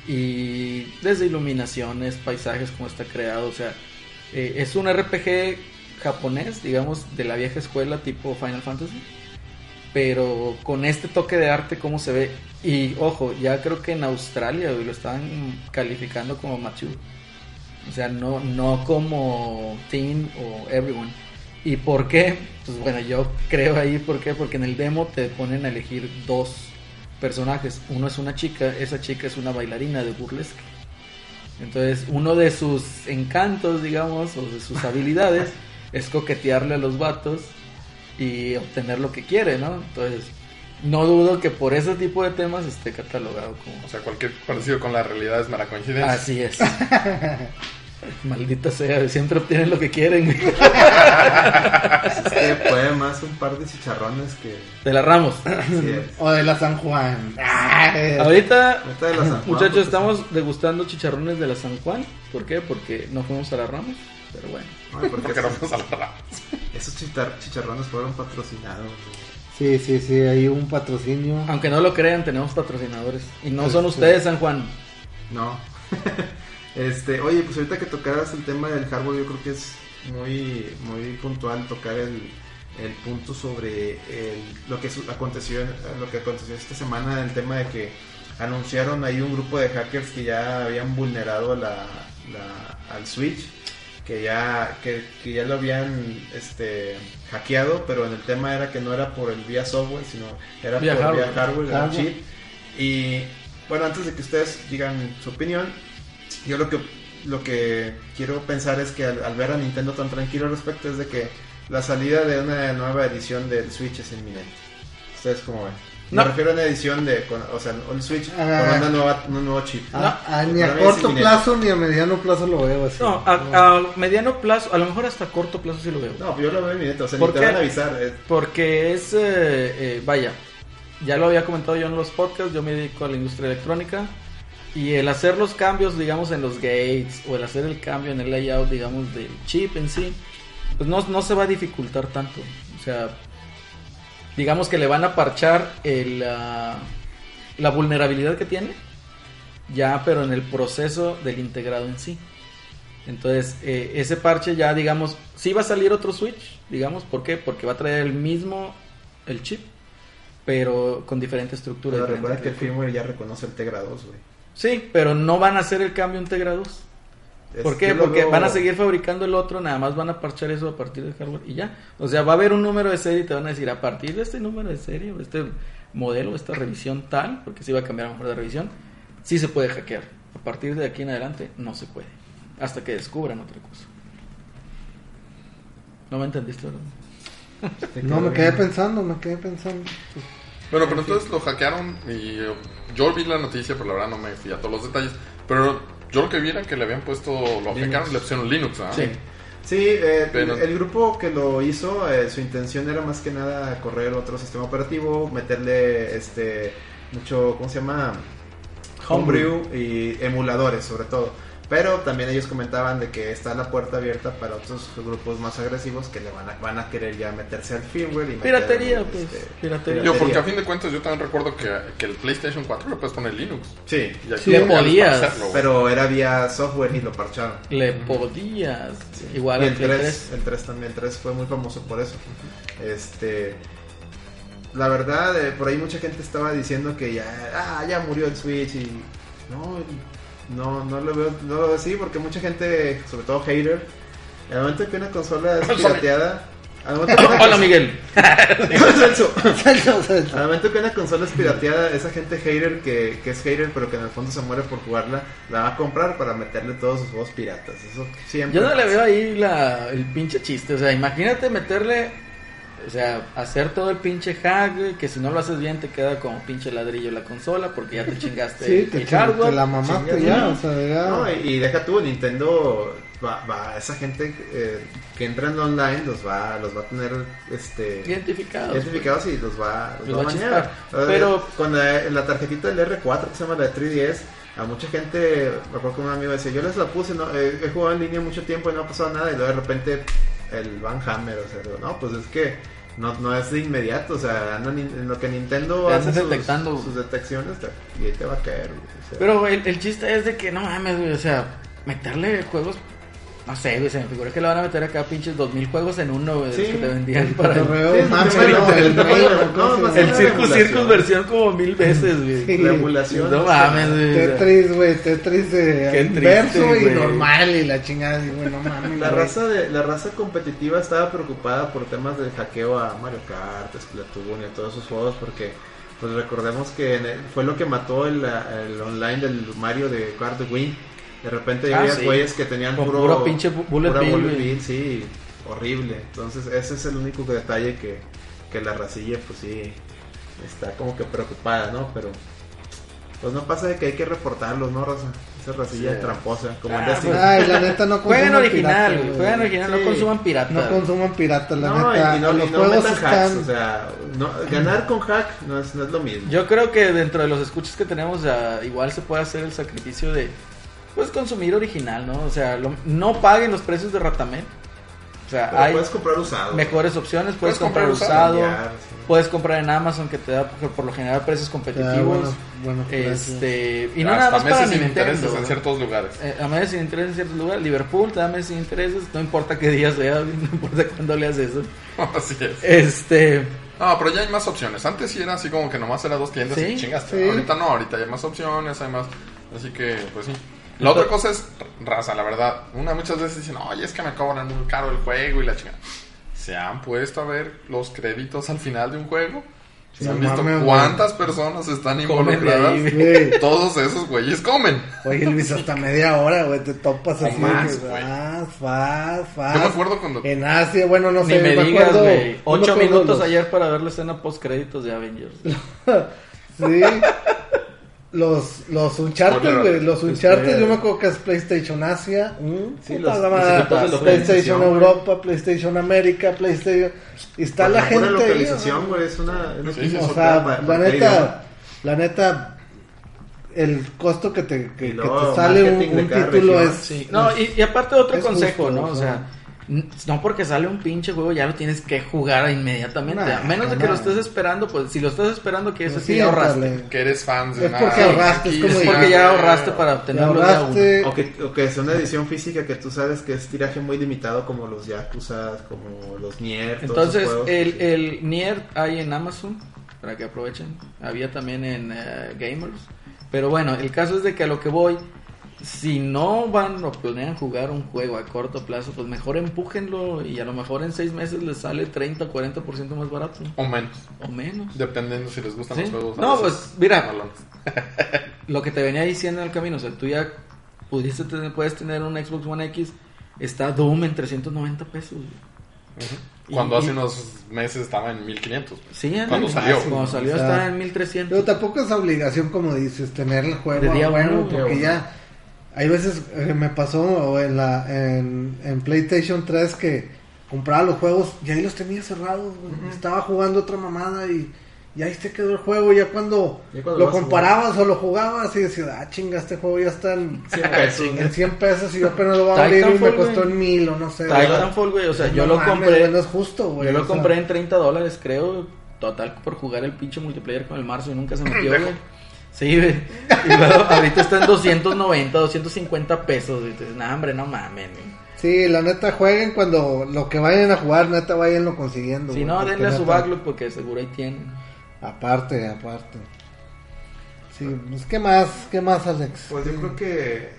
Speaker 2: Y desde iluminaciones, paisajes, cómo está creado. O sea, eh, es un RPG japonés, digamos, de la vieja escuela tipo Final Fantasy pero con este toque de arte cómo se ve y ojo ya creo que en Australia güey, lo estaban calificando como mature o sea no no como teen o everyone y por qué pues bueno yo creo ahí por qué porque en el demo te ponen a elegir dos personajes uno es una chica esa chica es una bailarina de burlesque entonces uno de sus encantos digamos o de sus habilidades es coquetearle a los vatos y obtener lo que quiere, ¿no? Entonces, no dudo que por ese tipo de temas esté catalogado como...
Speaker 5: O sea, cualquier parecido con la realidad es mera coincidencia.
Speaker 2: Así es. Maldita sea, siempre obtienen lo que quieren.
Speaker 4: Pues es que puede más un par de chicharrones que...
Speaker 2: De la Ramos.
Speaker 4: Así es.
Speaker 3: O de la San Juan. Ah, eh.
Speaker 2: Ahorita,
Speaker 4: Ahorita de la San Juan,
Speaker 2: muchachos,
Speaker 4: pues,
Speaker 2: estamos degustando chicharrones de la San Juan. ¿Por qué? Porque no fuimos a la Ramos. Pero bueno.
Speaker 4: Ay, porque
Speaker 5: Porque no vamos a la rama.
Speaker 4: Esos chichar- chicharrones fueron patrocinados. güey.
Speaker 3: Sí, sí, sí, hay un patrocinio.
Speaker 2: Aunque no lo crean, tenemos patrocinadores. Y no son
Speaker 3: Sí.
Speaker 2: ustedes, San Juan.
Speaker 4: No. este, oye, pues ahorita que tocaras el tema del hardware, yo creo que es muy, muy puntual tocar el, el punto sobre el- lo que su- aconteció, en- lo que aconteció esta semana, el tema de que anunciaron ahí un grupo de hackers que ya habían vulnerado la, la- al Switch. que ya, que, que ya lo habían este, hackeado, pero en el tema era que no era por el vía software, sino era
Speaker 2: Vía
Speaker 4: por
Speaker 2: hardware.
Speaker 4: vía hardware, era un
Speaker 3: Hardware.
Speaker 4: chip. Y bueno, antes de que ustedes digan su opinión, yo lo que, lo que quiero pensar es que al, al ver a Nintendo tan tranquilo al respecto es de que la salida de una nueva edición del Switch es inminente. ¿Ustedes cómo ven?
Speaker 2: No.
Speaker 4: Me refiero a una edición de, con- o sea, un Switch
Speaker 3: Ah.
Speaker 4: con una nueva, un nuevo chip.
Speaker 3: A- a- Ah, ni
Speaker 4: Para
Speaker 3: a
Speaker 4: mí es
Speaker 3: corto
Speaker 4: inminente.
Speaker 3: plazo ni a mediano plazo lo veo así.
Speaker 2: No, a, a mediano plazo, a lo mejor hasta corto plazo sí lo veo.
Speaker 4: No, yo lo veo inminente, o sea, ni
Speaker 2: ¿Por
Speaker 4: te
Speaker 2: qué?
Speaker 4: van a avisar. eh,
Speaker 2: Porque es, eh, eh, vaya, ya lo había comentado yo en los podcasts, yo me dedico a la industria electrónica y el hacer los cambios, digamos, en los gates o el hacer el cambio en el layout, digamos, del chip en sí, pues no, no se va a dificultar tanto. O sea, digamos que le van a parchar el, ah, la vulnerabilidad que tiene, ya, pero en el proceso del integrado en sí. Entonces, eh, ese parche ya, digamos, sí va a salir otro Switch, digamos, ¿por qué? Porque va a traer el mismo, el chip, pero con diferente estructura.
Speaker 4: Pero
Speaker 2: diferente
Speaker 4: recuerda que el
Speaker 2: arquitectura.
Speaker 4: firmware ya reconoce el Tegra 2, güey.
Speaker 2: Sí, pero no van a hacer el cambio en Tegra 2.
Speaker 4: Es-
Speaker 2: ¿Por qué?
Speaker 4: yo lo
Speaker 2: Porque
Speaker 4: veo-
Speaker 2: van a seguir fabricando el otro, nada más van a parchar eso a partir del hardware y ya. O sea, va a haber un número de serie y te van a decir, a partir de este número de serie, o este modelo, o esta revisión tal, porque si va a cambiar a lo mejor de revisión, sí se puede hackear. A partir de aquí en adelante no se puede. Hasta que descubran otra cosa. ¿No me entendiste, verdad?
Speaker 4: Te
Speaker 3: No,
Speaker 4: quedo
Speaker 3: me quedé
Speaker 4: bien.
Speaker 3: pensando, me quedé pensando.
Speaker 5: Bueno, pero entonces lo hackearon y eh, yo vi la noticia, pero la verdad no me fui a todos los detalles. Pero yo lo que vi era que le habían puesto, lo hackearon y le pusieron Linux, ¿ah?
Speaker 2: Sí.
Speaker 4: Sí, eh,
Speaker 5: Pero-
Speaker 4: el grupo que lo hizo, eh, su intención era más que nada correr otro sistema operativo, meterle este mucho, ¿cómo se llama? Homebrew y emuladores sobre todo. Pero también ellos comentaban de que está la puerta abierta para otros grupos más agresivos que le van a, van a querer ya meterse al firmware y meter, este,
Speaker 2: Piratería, pues, piratería.
Speaker 5: Yo, porque a fin de cuentas yo también recuerdo que, que el PlayStation 4 le puedes poner Linux.
Speaker 4: Sí,
Speaker 5: Y aquí
Speaker 2: Le
Speaker 5: no tienes
Speaker 2: podías,
Speaker 5: para hacerlo, güey.
Speaker 4: pero era vía software y lo parcharon.
Speaker 2: Le podías. Igual
Speaker 4: Y
Speaker 2: al
Speaker 4: el
Speaker 2: Play
Speaker 4: 3,
Speaker 2: 3.
Speaker 4: el 3 también, el 3 fue muy famoso por eso. Este la verdad, eh, por ahí mucha gente estaba diciendo que ya ah, ya murió el Switch y no no no lo veo no lo veo así porque mucha gente, sobre todo hater, al momento que una consola es pirateada, al momento que una
Speaker 2: Hola, Miguel.
Speaker 4: Celso.
Speaker 3: Celso, Celso.
Speaker 4: Al momento que una consola es pirateada, esa gente hater que, que es hater pero que en el fondo se muere por jugarla, la va a comprar para meterle todos sus juegos piratas. Eso siempre.
Speaker 2: Yo no le
Speaker 4: pasa.
Speaker 2: veo ahí la, el pinche chiste. O sea, imagínate meterle. O sea, hacer todo el pinche hack, güey, que si no lo haces bien te queda como pinche ladrillo la consola porque ya te chingaste
Speaker 3: Sí,
Speaker 2: el-
Speaker 3: te,
Speaker 2: el
Speaker 3: te-
Speaker 2: hardware.
Speaker 3: te la mamaste
Speaker 4: Chinga,
Speaker 3: ya,
Speaker 4: no.
Speaker 3: o sea, ya.
Speaker 4: No, y, y deja tú, Nintendo va, va esa gente eh, que entra en online los va, los va a tener este
Speaker 2: Identificado.
Speaker 4: identificados y los va, los
Speaker 2: pues. Los
Speaker 4: va
Speaker 2: va
Speaker 4: a
Speaker 2: a
Speaker 4: bañar.
Speaker 2: chispar.
Speaker 4: Eh,
Speaker 2: Pero-
Speaker 4: con la, la tarjetita del R4 que se llama la de 3DS, a mucha gente, me acuerdo que un amigo decía, yo les la puse, no, eh, he jugado en línea mucho tiempo y no ha pasado nada, y luego de repente el Van Hammer, o sea, digo, no, pues es que no, no es de inmediato, o sea, andan in- en lo que Nintendo
Speaker 2: Te andas
Speaker 4: sus,
Speaker 2: detectando.
Speaker 4: sus detecciones te- y ahí te va a caer. güey, o sea.
Speaker 2: Pero güey, el, el chiste es de que no mames, güey, o sea, meterle juegos. No sé, güey, se me figura que le van a meter acá pinches 2000 juegos en uno, güey, de los
Speaker 4: Sí.
Speaker 2: que te vendían para el,
Speaker 3: Torreo,
Speaker 4: Sí,
Speaker 3: más
Speaker 4: sí,
Speaker 3: o menos,
Speaker 4: sí,
Speaker 3: el
Speaker 4: sí,
Speaker 3: rey,
Speaker 4: sí,
Speaker 3: ¿no?
Speaker 4: sí,
Speaker 3: Más
Speaker 4: sí.
Speaker 3: o
Speaker 2: el
Speaker 3: menos.
Speaker 2: Circus
Speaker 4: emulación.
Speaker 2: Circus versión como mil veces, güey.
Speaker 3: Sí.
Speaker 4: La emulación.
Speaker 2: No
Speaker 4: o sea,
Speaker 2: mames, güey. o sea,
Speaker 3: Tetris, güey, Tetris de
Speaker 2: Qué triste,
Speaker 3: verso y
Speaker 2: güey.
Speaker 3: normal y la chingada, y güey, no mames.
Speaker 4: La
Speaker 3: güey.
Speaker 4: raza, de, la raza competitiva estaba preocupada por temas del hackeo a Mario Kart, Splatoon y a todos esos juegos porque pues recordemos que en el- fue lo que mató el, el online del Mario de Kart Wii. De repente
Speaker 2: Ah,
Speaker 4: había
Speaker 2: sí.
Speaker 4: güeyes que tenían
Speaker 2: Con
Speaker 4: puro,
Speaker 2: puro pinche bu- bullet
Speaker 4: pura
Speaker 2: bill,
Speaker 4: bullet
Speaker 2: güey.
Speaker 4: bill, sí, horrible. Entonces ese es el único detalle que, que la racilla pues sí está como que preocupada, ¿no? Pero pues no pasa de que hay que reportarlos, ¿no, raza? Esa racilla
Speaker 5: Sí.
Speaker 4: tramposa, como el
Speaker 2: Ah,
Speaker 4: Destiny.
Speaker 2: pues,
Speaker 3: Ay, la neta no consuman
Speaker 2: Jueguen original,
Speaker 3: pirata,
Speaker 2: güey. Jueguen original,
Speaker 4: Sí.
Speaker 2: no consuman pirata.
Speaker 3: No consuman pirata, la
Speaker 4: no,
Speaker 3: neta.
Speaker 4: y no,
Speaker 3: los
Speaker 4: y no
Speaker 3: juegos
Speaker 4: metan
Speaker 3: están. Ah,
Speaker 4: hacks, o sea, no- ganar con hack no es, no es lo mismo.
Speaker 2: Yo creo que dentro de los escuchas que tenemos, ah, igual se puede hacer el sacrificio de pues consumir original, ¿no? O sea, lo- no paguen los precios de Ratamen. O sea,
Speaker 4: Pero
Speaker 2: hay
Speaker 4: puedes comprar usado.
Speaker 2: mejores opciones, puedes,
Speaker 5: Puedes
Speaker 2: comprar,
Speaker 5: comprar
Speaker 2: usado,
Speaker 4: cambiar, sí.
Speaker 2: puedes comprar en Amazon que te da por, por lo general precios competitivos.
Speaker 3: Ah, bueno, bueno, pues,
Speaker 2: este, y no
Speaker 5: Hasta
Speaker 2: nada más para
Speaker 5: meses sin intereses
Speaker 2: Nintendo.
Speaker 5: en ciertos lugares.
Speaker 2: Eh, a meses sin intereses en ciertos lugares, Liverpool te da meses sin intereses, no importa qué día sea, no importa cuándo leas eso.
Speaker 5: Así es.
Speaker 2: Este,
Speaker 5: No, pero ya hay más opciones. Antes sí era así como que nomás eran dos tiendas
Speaker 2: Sí,
Speaker 5: y chingaste.
Speaker 3: sí.
Speaker 5: Ahorita no, ahorita hay más opciones, hay más. Así que, pues sí. La otra cosa es raza, la verdad. Una muchas veces dicen, oye, es que me cobran muy caro el juego y la chingada. ¿Se han puesto a ver los créditos al final de un juego? ¿Se
Speaker 3: No
Speaker 5: han visto
Speaker 3: mames, güey.
Speaker 5: cuántas personas están
Speaker 2: Comen de
Speaker 5: involucradas?
Speaker 2: ahí, güey.
Speaker 3: Güey,
Speaker 5: Todos esos güeyes comen.
Speaker 3: Oye, Luis, hasta media hora, güey, te topas
Speaker 5: O
Speaker 3: así.
Speaker 5: más,
Speaker 3: de que
Speaker 5: güey.
Speaker 3: fas, fas, fas.
Speaker 5: Yo
Speaker 2: Ah,
Speaker 5: me acuerdo cuando...
Speaker 2: eh,
Speaker 3: En Asia, bueno, no
Speaker 2: Ni
Speaker 3: sé.
Speaker 2: me digas,
Speaker 3: acuerdo-
Speaker 2: güey.
Speaker 3: no me
Speaker 2: Ocho
Speaker 3: acuerdo
Speaker 2: minutos
Speaker 3: los-
Speaker 2: ayer para ver la escena post créditos de Avengers.
Speaker 3: Sí. Los, los Uncharted,
Speaker 5: Spoiler
Speaker 3: güey. Los
Speaker 4: este,
Speaker 2: alert.
Speaker 3: Uncharted,
Speaker 2: Spoiler.
Speaker 3: yo me acuerdo que es PlayStation Asia. mm,
Speaker 2: Sí,
Speaker 3: puta
Speaker 2: los-
Speaker 3: la
Speaker 2: los
Speaker 3: madre,
Speaker 2: equipos de
Speaker 3: PlayStation
Speaker 2: localización, güey.
Speaker 3: Europa, PlayStation América, PlayStation. Y está la gente.
Speaker 4: Una
Speaker 3: ahí,
Speaker 4: localización, güey, es una... es una-
Speaker 5: Sí, sí,
Speaker 3: o
Speaker 5: eso
Speaker 3: sea,
Speaker 4: para-
Speaker 3: la
Speaker 4: para-
Speaker 3: neta, la neta, el costo que te, que-
Speaker 4: Y
Speaker 3: que
Speaker 4: luego
Speaker 3: te sale un,
Speaker 4: marketing de
Speaker 3: un
Speaker 4: cada
Speaker 3: título
Speaker 4: región.
Speaker 3: es.
Speaker 2: Sí. No, y, y aparte otro
Speaker 3: Es
Speaker 2: consejo,
Speaker 3: justo,
Speaker 2: ¿no? O
Speaker 3: o
Speaker 2: sea,
Speaker 3: sea.
Speaker 2: n- no porque sale un pinche juego ya lo tienes que jugar inmediatamente.
Speaker 3: Nah,
Speaker 2: a menos de que
Speaker 3: nah. Pues
Speaker 2: lo estés esperando, pues si lo estás esperando, que eso sí,
Speaker 3: sí,
Speaker 2: ya ahorraste.
Speaker 3: ándale.
Speaker 5: que eres fan de
Speaker 3: Es
Speaker 5: una-
Speaker 3: porque ahorraste, es
Speaker 5: X,
Speaker 3: como-
Speaker 2: Es
Speaker 3: Sí,
Speaker 2: porque
Speaker 5: una-
Speaker 2: ya ahorraste para obtenerlo día uno.
Speaker 3: ahorraste,
Speaker 4: O que, o que es una edición física que tú sabes que es tiraje muy limitado, como los Yakuza, como los Nier. todos
Speaker 2: Entonces,
Speaker 4: esos juegos.
Speaker 2: el, el Nier hay en Amazon, para que aprovechen. Había también en eh, Gamers. Pero bueno, el caso es de que a lo que voy, si no van o planean jugar un juego a corto plazo, pues mejor empújenlo y a lo mejor en seis meses les sale 30 o 40% más barato.
Speaker 5: O menos,
Speaker 2: O menos.
Speaker 5: dependiendo si les gustan
Speaker 2: Sí.
Speaker 5: los juegos.
Speaker 2: No,
Speaker 5: A veces-
Speaker 2: pues, mira.
Speaker 5: a los-
Speaker 2: Lo que te venía diciendo en el camino, o sea, tú ya pudiste tener, puedes tener un Xbox One X, está Doom en 390 pesos. güey.
Speaker 5: Cuando
Speaker 2: Y-
Speaker 5: hace
Speaker 2: y-
Speaker 5: unos meses estaba en 1500.
Speaker 2: Sí, en
Speaker 5: Cuando
Speaker 2: el-
Speaker 5: salió.
Speaker 2: Cuando salió
Speaker 3: O sea,
Speaker 2: está en 1300.
Speaker 3: Pero tampoco es obligación, como dices, tener el juego
Speaker 2: De día
Speaker 3: bueno,
Speaker 2: uno,
Speaker 3: porque
Speaker 2: güey.
Speaker 3: ya hay veces eh, me pasó o en la en, en PlayStation 3 que compraba los juegos y ahí los tenía cerrados, güey. estaba jugando otra mamada y, y ahí se quedó el juego, ya cuando,
Speaker 4: Ya cuando
Speaker 3: lo
Speaker 4: vas a
Speaker 3: comparabas o lo jugabas y decías, ah, chinga, este juego ya está en,
Speaker 4: 100 pesos.
Speaker 3: en 100 pesos y yo apenas lo voy a abrir y me
Speaker 2: Titanfall,
Speaker 3: costó
Speaker 2: güey.
Speaker 3: en 1000 o no sé. güey.
Speaker 2: Titanfall, güey, o sea, yo
Speaker 3: No
Speaker 2: lo
Speaker 3: mames,
Speaker 2: compré.
Speaker 3: güey, no es justo, güey.
Speaker 2: Yo
Speaker 3: o
Speaker 2: lo
Speaker 3: sea.
Speaker 2: compré en 30 dólares, creo, total, por jugar el pinche multiplayer con el marzo y nunca se metió, güey. Sí, güey. Y luego, ahorita está en 290, 250 pesos, güey. Entonces, nah, hombre, no mamen. güey.
Speaker 3: Sí, la neta, jueguen cuando lo que vayan a jugar, neta, vayanlo consiguiendo.
Speaker 2: Si
Speaker 3: güey,
Speaker 2: no,
Speaker 3: porque
Speaker 2: denle a su
Speaker 3: neta-
Speaker 2: backlog porque seguro ahí tienen.
Speaker 3: Aparte, aparte. Sí, pues, ¿qué más? ¿Qué más, Alex?
Speaker 4: Pues yo creo que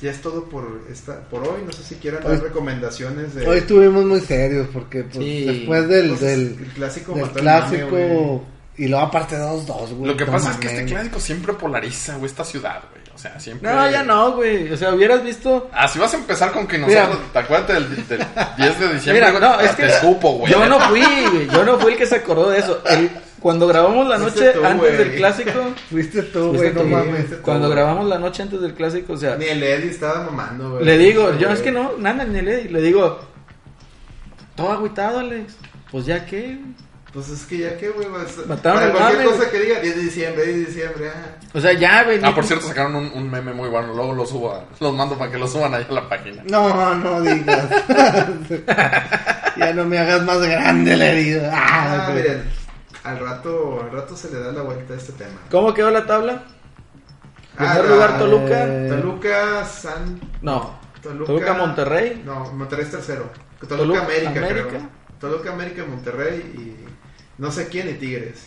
Speaker 4: ya es todo por esta por hoy. No sé si quieran
Speaker 3: Hoy-
Speaker 4: dar recomendaciones
Speaker 5: eh,
Speaker 4: de...
Speaker 3: Pues, Hoy estuvimos muy serios porque pues,
Speaker 2: Sí.
Speaker 3: después del,
Speaker 4: pues,
Speaker 3: del,
Speaker 4: el clásico
Speaker 3: del
Speaker 4: mató al
Speaker 3: clásico
Speaker 4: mame, güey.
Speaker 3: y luego aparte 2-2, güey.
Speaker 5: Lo que
Speaker 3: no
Speaker 5: pasa es que
Speaker 3: mames.
Speaker 5: este clásico siempre polariza, güey, esta ciudad, güey. O sea, siempre.
Speaker 2: No, ya no, güey. O sea, hubieras visto.
Speaker 5: Así vas a empezar con que
Speaker 2: Mira.
Speaker 5: nosotros. ¿Te acuerdas del, del 10 de diciembre?
Speaker 2: Mira,
Speaker 5: güey?
Speaker 2: no, es
Speaker 5: Te
Speaker 2: que.
Speaker 5: supo, güey.
Speaker 2: Yo no fui, güey. Yo no fui el que se acordó de eso. El- cuando grabamos la
Speaker 4: Fuiste
Speaker 2: noche
Speaker 4: tú,
Speaker 2: antes
Speaker 4: güey.
Speaker 2: del clásico.
Speaker 3: Fuiste tú,
Speaker 2: Fuiste
Speaker 3: güey, no
Speaker 2: tú,
Speaker 3: mames.
Speaker 4: güey.
Speaker 2: Cuando grabamos la noche antes del clásico, o sea.
Speaker 4: Ni el Eddie estaba mamando, güey.
Speaker 5: Pues,
Speaker 2: Le digo, yo
Speaker 4: Güey.
Speaker 2: es que no, nada, ni le, le digo, todo agüitado, Alex. Pues ya que.
Speaker 4: Pues es que ya que, güey, vas...
Speaker 2: Mataron
Speaker 4: para
Speaker 2: al
Speaker 4: cualquier
Speaker 2: mame,
Speaker 4: cosa que diga, 10 de diciembre, 10 de diciembre, ah.
Speaker 2: O sea, ya, güey.
Speaker 5: Ah,
Speaker 2: ni-
Speaker 5: por cierto, sacaron un, un meme muy bueno. Luego lo subo, a- los mando para que lo suban ahí a la página.
Speaker 3: No, no digas. ya no me hagas más grande la herida. Ah,
Speaker 4: Ah,
Speaker 3: güey.
Speaker 4: miren, al rato, al rato se le da la vuelta a este tema.
Speaker 2: ¿Cómo quedó la tabla?
Speaker 4: Ah,
Speaker 2: Primer
Speaker 4: la-
Speaker 2: lugar, Toluca.
Speaker 3: eh,
Speaker 4: Toluca, San...
Speaker 2: No.
Speaker 4: Toluca,
Speaker 2: Toluca, Monterrey.
Speaker 4: No, Monterrey es tercero. Toluca,
Speaker 2: Toluca,
Speaker 4: América,
Speaker 2: América.
Speaker 4: creo. Toluca, América, Monterrey y no sé quién y Tigres.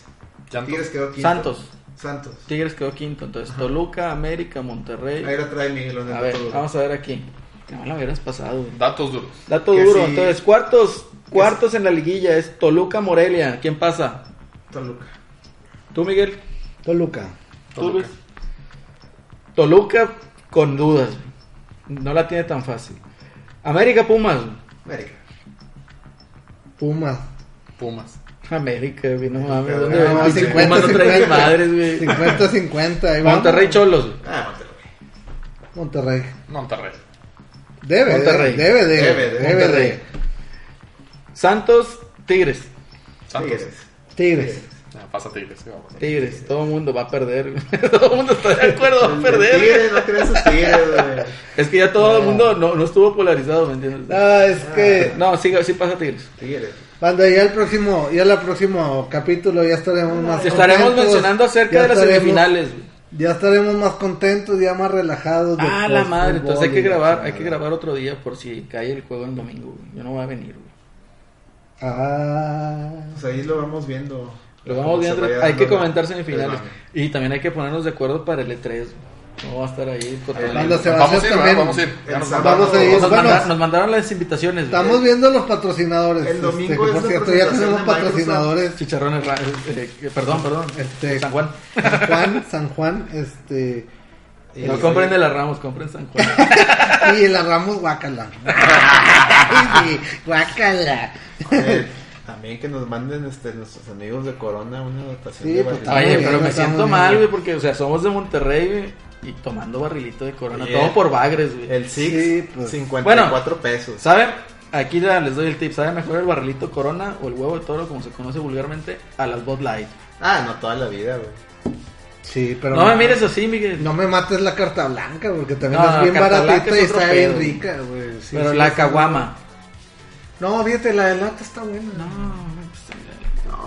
Speaker 5: Ya no-
Speaker 4: Tigres quedó quinto.
Speaker 2: Santos.
Speaker 4: Santos.
Speaker 2: Tigres quedó quinto. Entonces, Toluca, América, Monterrey.
Speaker 4: Ahí la trae Miguel Ángel
Speaker 2: A ver,
Speaker 4: Toluca.
Speaker 2: vamos a ver aquí. Que no la hubieras pasado, güey.
Speaker 5: Datos duros.
Speaker 2: Dato
Speaker 4: Que
Speaker 2: duro.
Speaker 4: sí.
Speaker 2: Entonces, cuartos, cuartos en la liguilla es Toluca, Morelia. ¿Quién pasa?
Speaker 4: Toluca.
Speaker 2: ¿Tú, Miguel?
Speaker 3: Toluca.
Speaker 2: ¿Tú,
Speaker 5: Toluca.
Speaker 2: Luis? Toluca con dudas. güey. No la tiene tan fácil. América, Pumas. güey.
Speaker 4: América.
Speaker 3: Pumas.
Speaker 5: Pumas.
Speaker 2: América, güey, no mames.
Speaker 4: Pero,
Speaker 2: ¿Dónde
Speaker 4: no,
Speaker 2: ven? Pinche
Speaker 3: 50,
Speaker 2: Puma no trae ni
Speaker 3: 50.
Speaker 2: madres, güey.
Speaker 3: 50-50. ahí vamos.
Speaker 2: Monterrey Cholos, güey.
Speaker 4: Ah, Monterrey.
Speaker 3: Monterrey.
Speaker 5: Monterrey.
Speaker 3: Debe,
Speaker 2: Monterrey.
Speaker 3: debe, debe,
Speaker 4: Debe,
Speaker 3: debe,
Speaker 4: debe.
Speaker 3: debe de.
Speaker 2: Monterrey. Santos, Tigres.
Speaker 5: Santos.
Speaker 4: Tigres.
Speaker 3: Tigres.
Speaker 5: Ah, pasa Tigres. sí, vamos.
Speaker 2: Tigres, todo el mundo va a perder. güey. todo el mundo está de acuerdo, va a perder. güey.
Speaker 4: Tigres, no creas esos Tigres, güey.
Speaker 2: Es que ya todo el mundo no, Ah, no estuvo polarizado, ¿me entiendes?
Speaker 3: No, es que
Speaker 4: Ah.
Speaker 2: No, sí, sí pasa Tigres.
Speaker 4: Tigres.
Speaker 3: cuando ya el próximo, ya el próximo capítulo ya estaremos más
Speaker 2: Estaremos
Speaker 3: contentos,
Speaker 2: mencionando acerca
Speaker 3: ya
Speaker 2: de las
Speaker 3: estaremos-
Speaker 2: semifinales. güey.
Speaker 3: Ya estaremos más contentos, ya más relajados. de
Speaker 2: Ah, la madre,
Speaker 3: post-fútbol
Speaker 2: entonces hay que
Speaker 3: y la
Speaker 2: grabar,
Speaker 3: chingada.
Speaker 2: hay que grabar otro día por si cae el juego el domingo. güey. Yo no voy a venir. güey.
Speaker 3: Ah,
Speaker 4: Pues ahí lo vamos viendo.
Speaker 2: Lo
Speaker 4: Cómo
Speaker 2: vamos
Speaker 4: se
Speaker 2: viendo,
Speaker 4: vaya
Speaker 2: hay
Speaker 4: dando
Speaker 2: que
Speaker 4: la-
Speaker 2: comentar semifinales.
Speaker 4: el mame.
Speaker 2: Y también hay que ponernos de acuerdo para el E3. güey. No va a estar ahí. cotorreando.
Speaker 3: Cuando se va a
Speaker 5: Vamos a
Speaker 3: hacer
Speaker 5: ir, ¿verdad?
Speaker 3: también.
Speaker 5: Vamos a ir. Ya
Speaker 4: Vamos
Speaker 5: nos mandaron-
Speaker 4: a ir.
Speaker 2: Nos,
Speaker 3: bueno,
Speaker 2: manda- nos mandaron las invitaciones. güey.
Speaker 3: Estamos viendo los patrocinadores. Este,
Speaker 4: El domingo
Speaker 3: que,
Speaker 4: es
Speaker 3: por
Speaker 4: la
Speaker 3: cierto, ya
Speaker 4: presentación
Speaker 3: tenemos
Speaker 4: de Microsoft.
Speaker 3: patrocinadores.
Speaker 2: Chicharrones. ra- eh, eh, perdón, perdón.
Speaker 3: Este-
Speaker 2: San Juan.
Speaker 3: San Juan, San Juan, este.
Speaker 2: No compren
Speaker 3: eh.
Speaker 2: de las Ramos, compren San Juan.
Speaker 3: Y la Ramos Guacala. Sí, guácala.
Speaker 4: Eh, también que nos manden este, nuestros amigos de Corona una dotación
Speaker 3: Sí,
Speaker 4: de
Speaker 3: pues,
Speaker 4: barriga.
Speaker 3: Está muy
Speaker 2: Oye,
Speaker 3: bien,
Speaker 2: pero me
Speaker 3: está muy
Speaker 2: siento
Speaker 3: bien.
Speaker 2: mal, güey, porque, o sea, somos de Monterrey, güey, y tomando barrilito de corona.
Speaker 4: Oye.
Speaker 2: Todo por bagres, güey.
Speaker 4: El Six,
Speaker 3: Sí, pues.
Speaker 4: 54 pesos.
Speaker 2: ¿Saben? Aquí ya les doy el tip. ¿Saben mejor el barrilito corona o el huevo de toro, como se conoce vulgarmente, a las Bud Light?
Speaker 4: Ah, no, toda la vida, güey.
Speaker 3: Sí, pero.
Speaker 2: no me mires así, Miguel.
Speaker 3: No me mates la carta blanca, porque también
Speaker 2: No,
Speaker 3: es
Speaker 2: no,
Speaker 3: bien
Speaker 2: carta blanca
Speaker 3: baratita
Speaker 2: es
Speaker 3: y
Speaker 2: otro
Speaker 3: está
Speaker 2: pedo.
Speaker 3: bien rica, güey. Sí,
Speaker 2: pero
Speaker 3: sí,
Speaker 2: la
Speaker 3: está-
Speaker 2: caguama.
Speaker 3: No, fíjate, la de lata está buena.
Speaker 2: No, pues,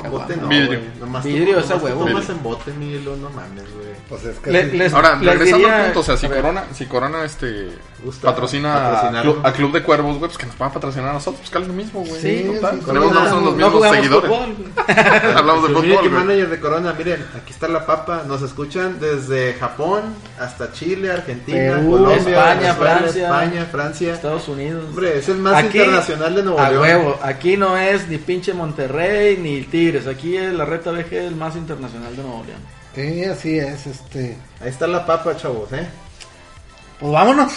Speaker 4: No, bote no,
Speaker 5: Vidrio.
Speaker 4: güey. Nomás
Speaker 2: Vidrio,
Speaker 4: tú,
Speaker 2: esa
Speaker 4: nomás tú
Speaker 2: huevo.
Speaker 4: Tomas en bote, Miguelo, no mames, güey.
Speaker 3: Pues es que.
Speaker 2: Le-
Speaker 3: sí.
Speaker 2: les-
Speaker 5: Ahora,
Speaker 2: les
Speaker 5: regresando
Speaker 2: diría-
Speaker 5: al punto, o sea, si
Speaker 2: a ver,
Speaker 5: Corona, si Corona este
Speaker 4: Gusta
Speaker 5: patrocina a
Speaker 4: patrocinar.
Speaker 5: Club, a Club de Cuervos, güey, pues que nos van a patrocinar a nosotros, pues que es lo mismo, güey.
Speaker 2: Sí,
Speaker 5: total.
Speaker 3: sí,
Speaker 5: Tenemos
Speaker 4: sí.
Speaker 5: nosotros los
Speaker 2: no
Speaker 5: mismos
Speaker 2: jugamos
Speaker 5: seguidores.
Speaker 2: fútbol, güey.
Speaker 5: Hablamos de
Speaker 4: Pues mire que
Speaker 5: fútbol, güey.
Speaker 4: manager de Corona, miren, aquí está la papa. Nos escuchan desde Japón hasta Chile, Argentina,
Speaker 3: Perú,
Speaker 4: Colombia,
Speaker 2: España,
Speaker 4: Venezuela,
Speaker 2: Francia.
Speaker 4: España, Francia.
Speaker 2: Estados Unidos.
Speaker 4: Hombre, es el más internacional de Nuevo
Speaker 2: a
Speaker 4: León.
Speaker 2: huevo, aquí no es ni pinche Monterrey ni Tigres, aquí es la Reta BG el más internacional de Nuevo León.
Speaker 3: Sí, así es, este.
Speaker 4: Ahí está la papa, chavos, ¿eh?
Speaker 3: Pues vámonos.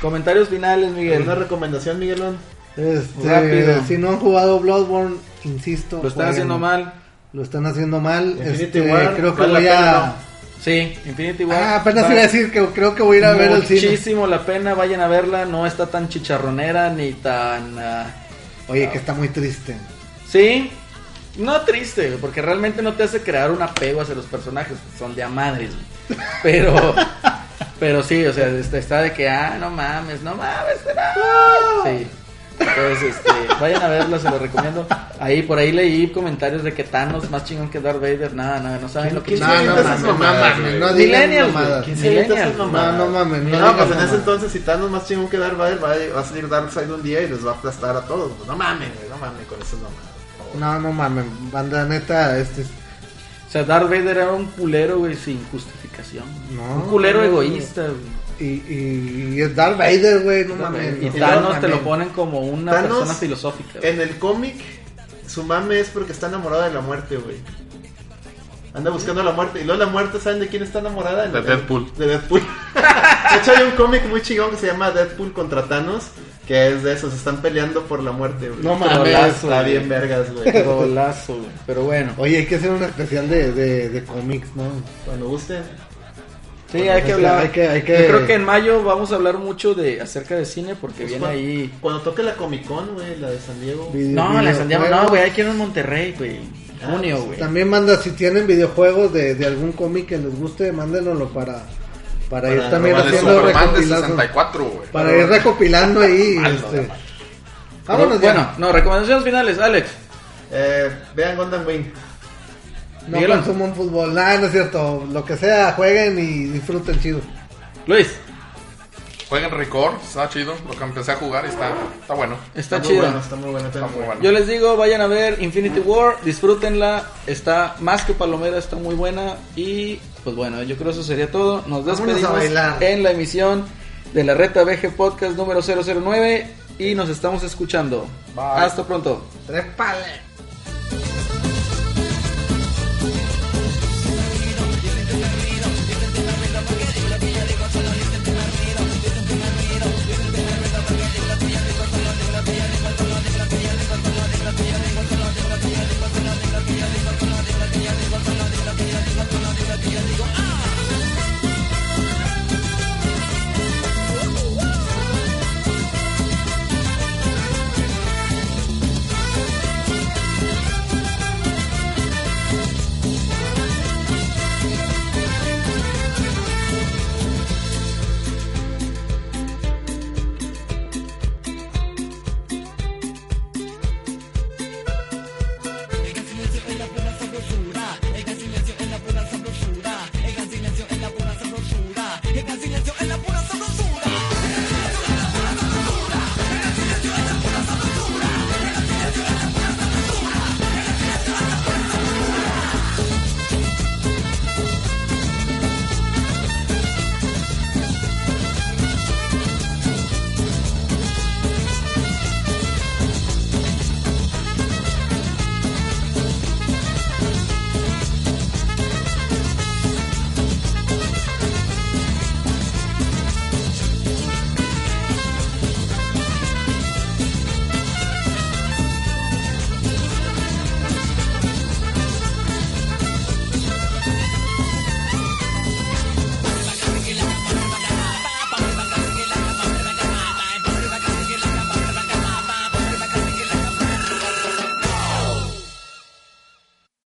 Speaker 2: Comentarios finales, Miguel.
Speaker 3: Mm.
Speaker 4: ¿Una recomendación, Miguelón?
Speaker 3: Este,
Speaker 2: Rápido.
Speaker 3: Si no han jugado Bloodborne, insisto.
Speaker 2: Lo están
Speaker 3: jueguen.
Speaker 2: haciendo mal.
Speaker 3: Lo están haciendo mal.
Speaker 4: Infinity
Speaker 3: Este,
Speaker 4: War,
Speaker 3: creo que
Speaker 4: vale la
Speaker 3: voy
Speaker 4: pena,
Speaker 3: a.
Speaker 4: ¿no?
Speaker 2: Sí, Infinity War.
Speaker 3: Ah, apenas
Speaker 2: va-
Speaker 3: iba a decir que creo que voy a ir a ver el cine.
Speaker 2: Muchísimo la pena, vayan a verla, no está tan chicharronera ni tan... ah,
Speaker 3: Oye, que está muy triste.
Speaker 2: Sí, no triste, güey, porque realmente no te hace crear un apego hacia los personajes, son de a madres, güey. Pero, pero sí, o sea, este, está de que, ah, no mames, no mames, no. Sí. Entonces, este, vayan a verla, se lo recomiendo. Ahí, por ahí leí comentarios de que Thanos más chingón que Darth Vader, nada, nada, no saben lo que
Speaker 4: ¿Quién
Speaker 3: No,
Speaker 4: se
Speaker 3: no
Speaker 4: avienta
Speaker 3: mames,
Speaker 4: esas
Speaker 3: no
Speaker 5: mamadas,
Speaker 3: mames,
Speaker 5: güey?
Speaker 3: no digan
Speaker 2: Millennials, güey,
Speaker 3: mamadas.
Speaker 2: ¿quién se
Speaker 4: Millennials,
Speaker 2: avienta esas
Speaker 4: no
Speaker 2: mamadas?
Speaker 3: No, no mames, no
Speaker 4: No,
Speaker 3: digas
Speaker 4: pues en
Speaker 3: mamadas.
Speaker 4: ese entonces, si Thanos más chingón que Darth Vader, va a, va a salir Darkseid un día y les va a aplastar a todos. No mames, güey, no mames con esas mamadas. por favor.
Speaker 3: No, no mames, banda neta, este es-
Speaker 2: O sea, Darth Vader era un culero, güey, sin justificación. güey.
Speaker 3: No,
Speaker 2: un culero
Speaker 3: no,
Speaker 2: egoísta, güey.
Speaker 3: y, y, y es Darth Vader, güey, no mames.
Speaker 2: Y
Speaker 3: no,
Speaker 2: Thanos
Speaker 3: no
Speaker 2: te lo
Speaker 3: mames.
Speaker 2: ponen como una
Speaker 4: Thanos
Speaker 2: persona filosófica. güey.
Speaker 4: En el cómic, su mame es porque está enamorada de la muerte, güey. Anda buscando la muerte. Y luego la muerte, ¿saben de quién está enamorada?
Speaker 5: De Deadpool.
Speaker 4: De Deadpool. de hecho, hay un cómic muy chingón que se llama Deadpool contra Thanos. Que es de esos, están peleando por la muerte, güey. Ah,
Speaker 3: No
Speaker 2: mames,
Speaker 4: Está
Speaker 2: güey.
Speaker 4: bien vergas, güey.
Speaker 2: Golazo, güey. Pero bueno.
Speaker 3: Oye, hay que hacer un especial de, de, de cómics, ¿no?
Speaker 4: Cuando gusten.
Speaker 2: Sí, hay que
Speaker 3: Hay
Speaker 2: hablar.
Speaker 3: que- hay que-
Speaker 2: Yo creo que en mayo vamos a hablar mucho de acerca de cine porque
Speaker 4: Pues
Speaker 2: viene
Speaker 4: cuando,
Speaker 2: ahí.
Speaker 4: cuando toque la Comic Con, güey, la de San Diego.
Speaker 3: Video-
Speaker 2: No, la San Diego
Speaker 3: videojuegos.
Speaker 2: no, güey, hay que ir a Monterrey, güey. Junio, güey.
Speaker 3: Ah, pues, También manda, si tienen videojuegos de, de algún cómic que les guste, mándenoslo para, para,
Speaker 4: Para
Speaker 3: ir también
Speaker 5: Vale,
Speaker 3: haciendo
Speaker 5: Superman de
Speaker 3: recopilación.
Speaker 5: 64, güey.
Speaker 3: Para ir recopilando ahí.
Speaker 5: Malo,
Speaker 3: este.
Speaker 5: malo.
Speaker 3: Vámonos ya.
Speaker 2: bueno, no, recomendaciones finales, Alex.
Speaker 4: Eh, vean Gundam Wing.
Speaker 3: no
Speaker 2: Miguelón.
Speaker 3: consuman fútbol. Nada, no es cierto. Lo que sea, jueguen y disfruten chido.
Speaker 2: Luis,
Speaker 5: Jueguen Record, está chido. Lo que empecé a jugar y está, está bueno.
Speaker 2: está,
Speaker 4: muy
Speaker 2: chido.
Speaker 4: bueno, está muy bueno.
Speaker 5: Está muy bueno.
Speaker 2: Yo les digo, vayan a ver Infinity War, disfrútenla, está más que palomera, está muy buena y pues bueno, yo creo eso sería todo. Nos
Speaker 3: Vámonos a
Speaker 2: despedimos
Speaker 3: bailar.
Speaker 2: en la emisión de la Reta BG Podcast número 009 y nos estamos escuchando.
Speaker 5: Bye.
Speaker 2: Hasta pronto.
Speaker 3: Tres pales.
Speaker 7: I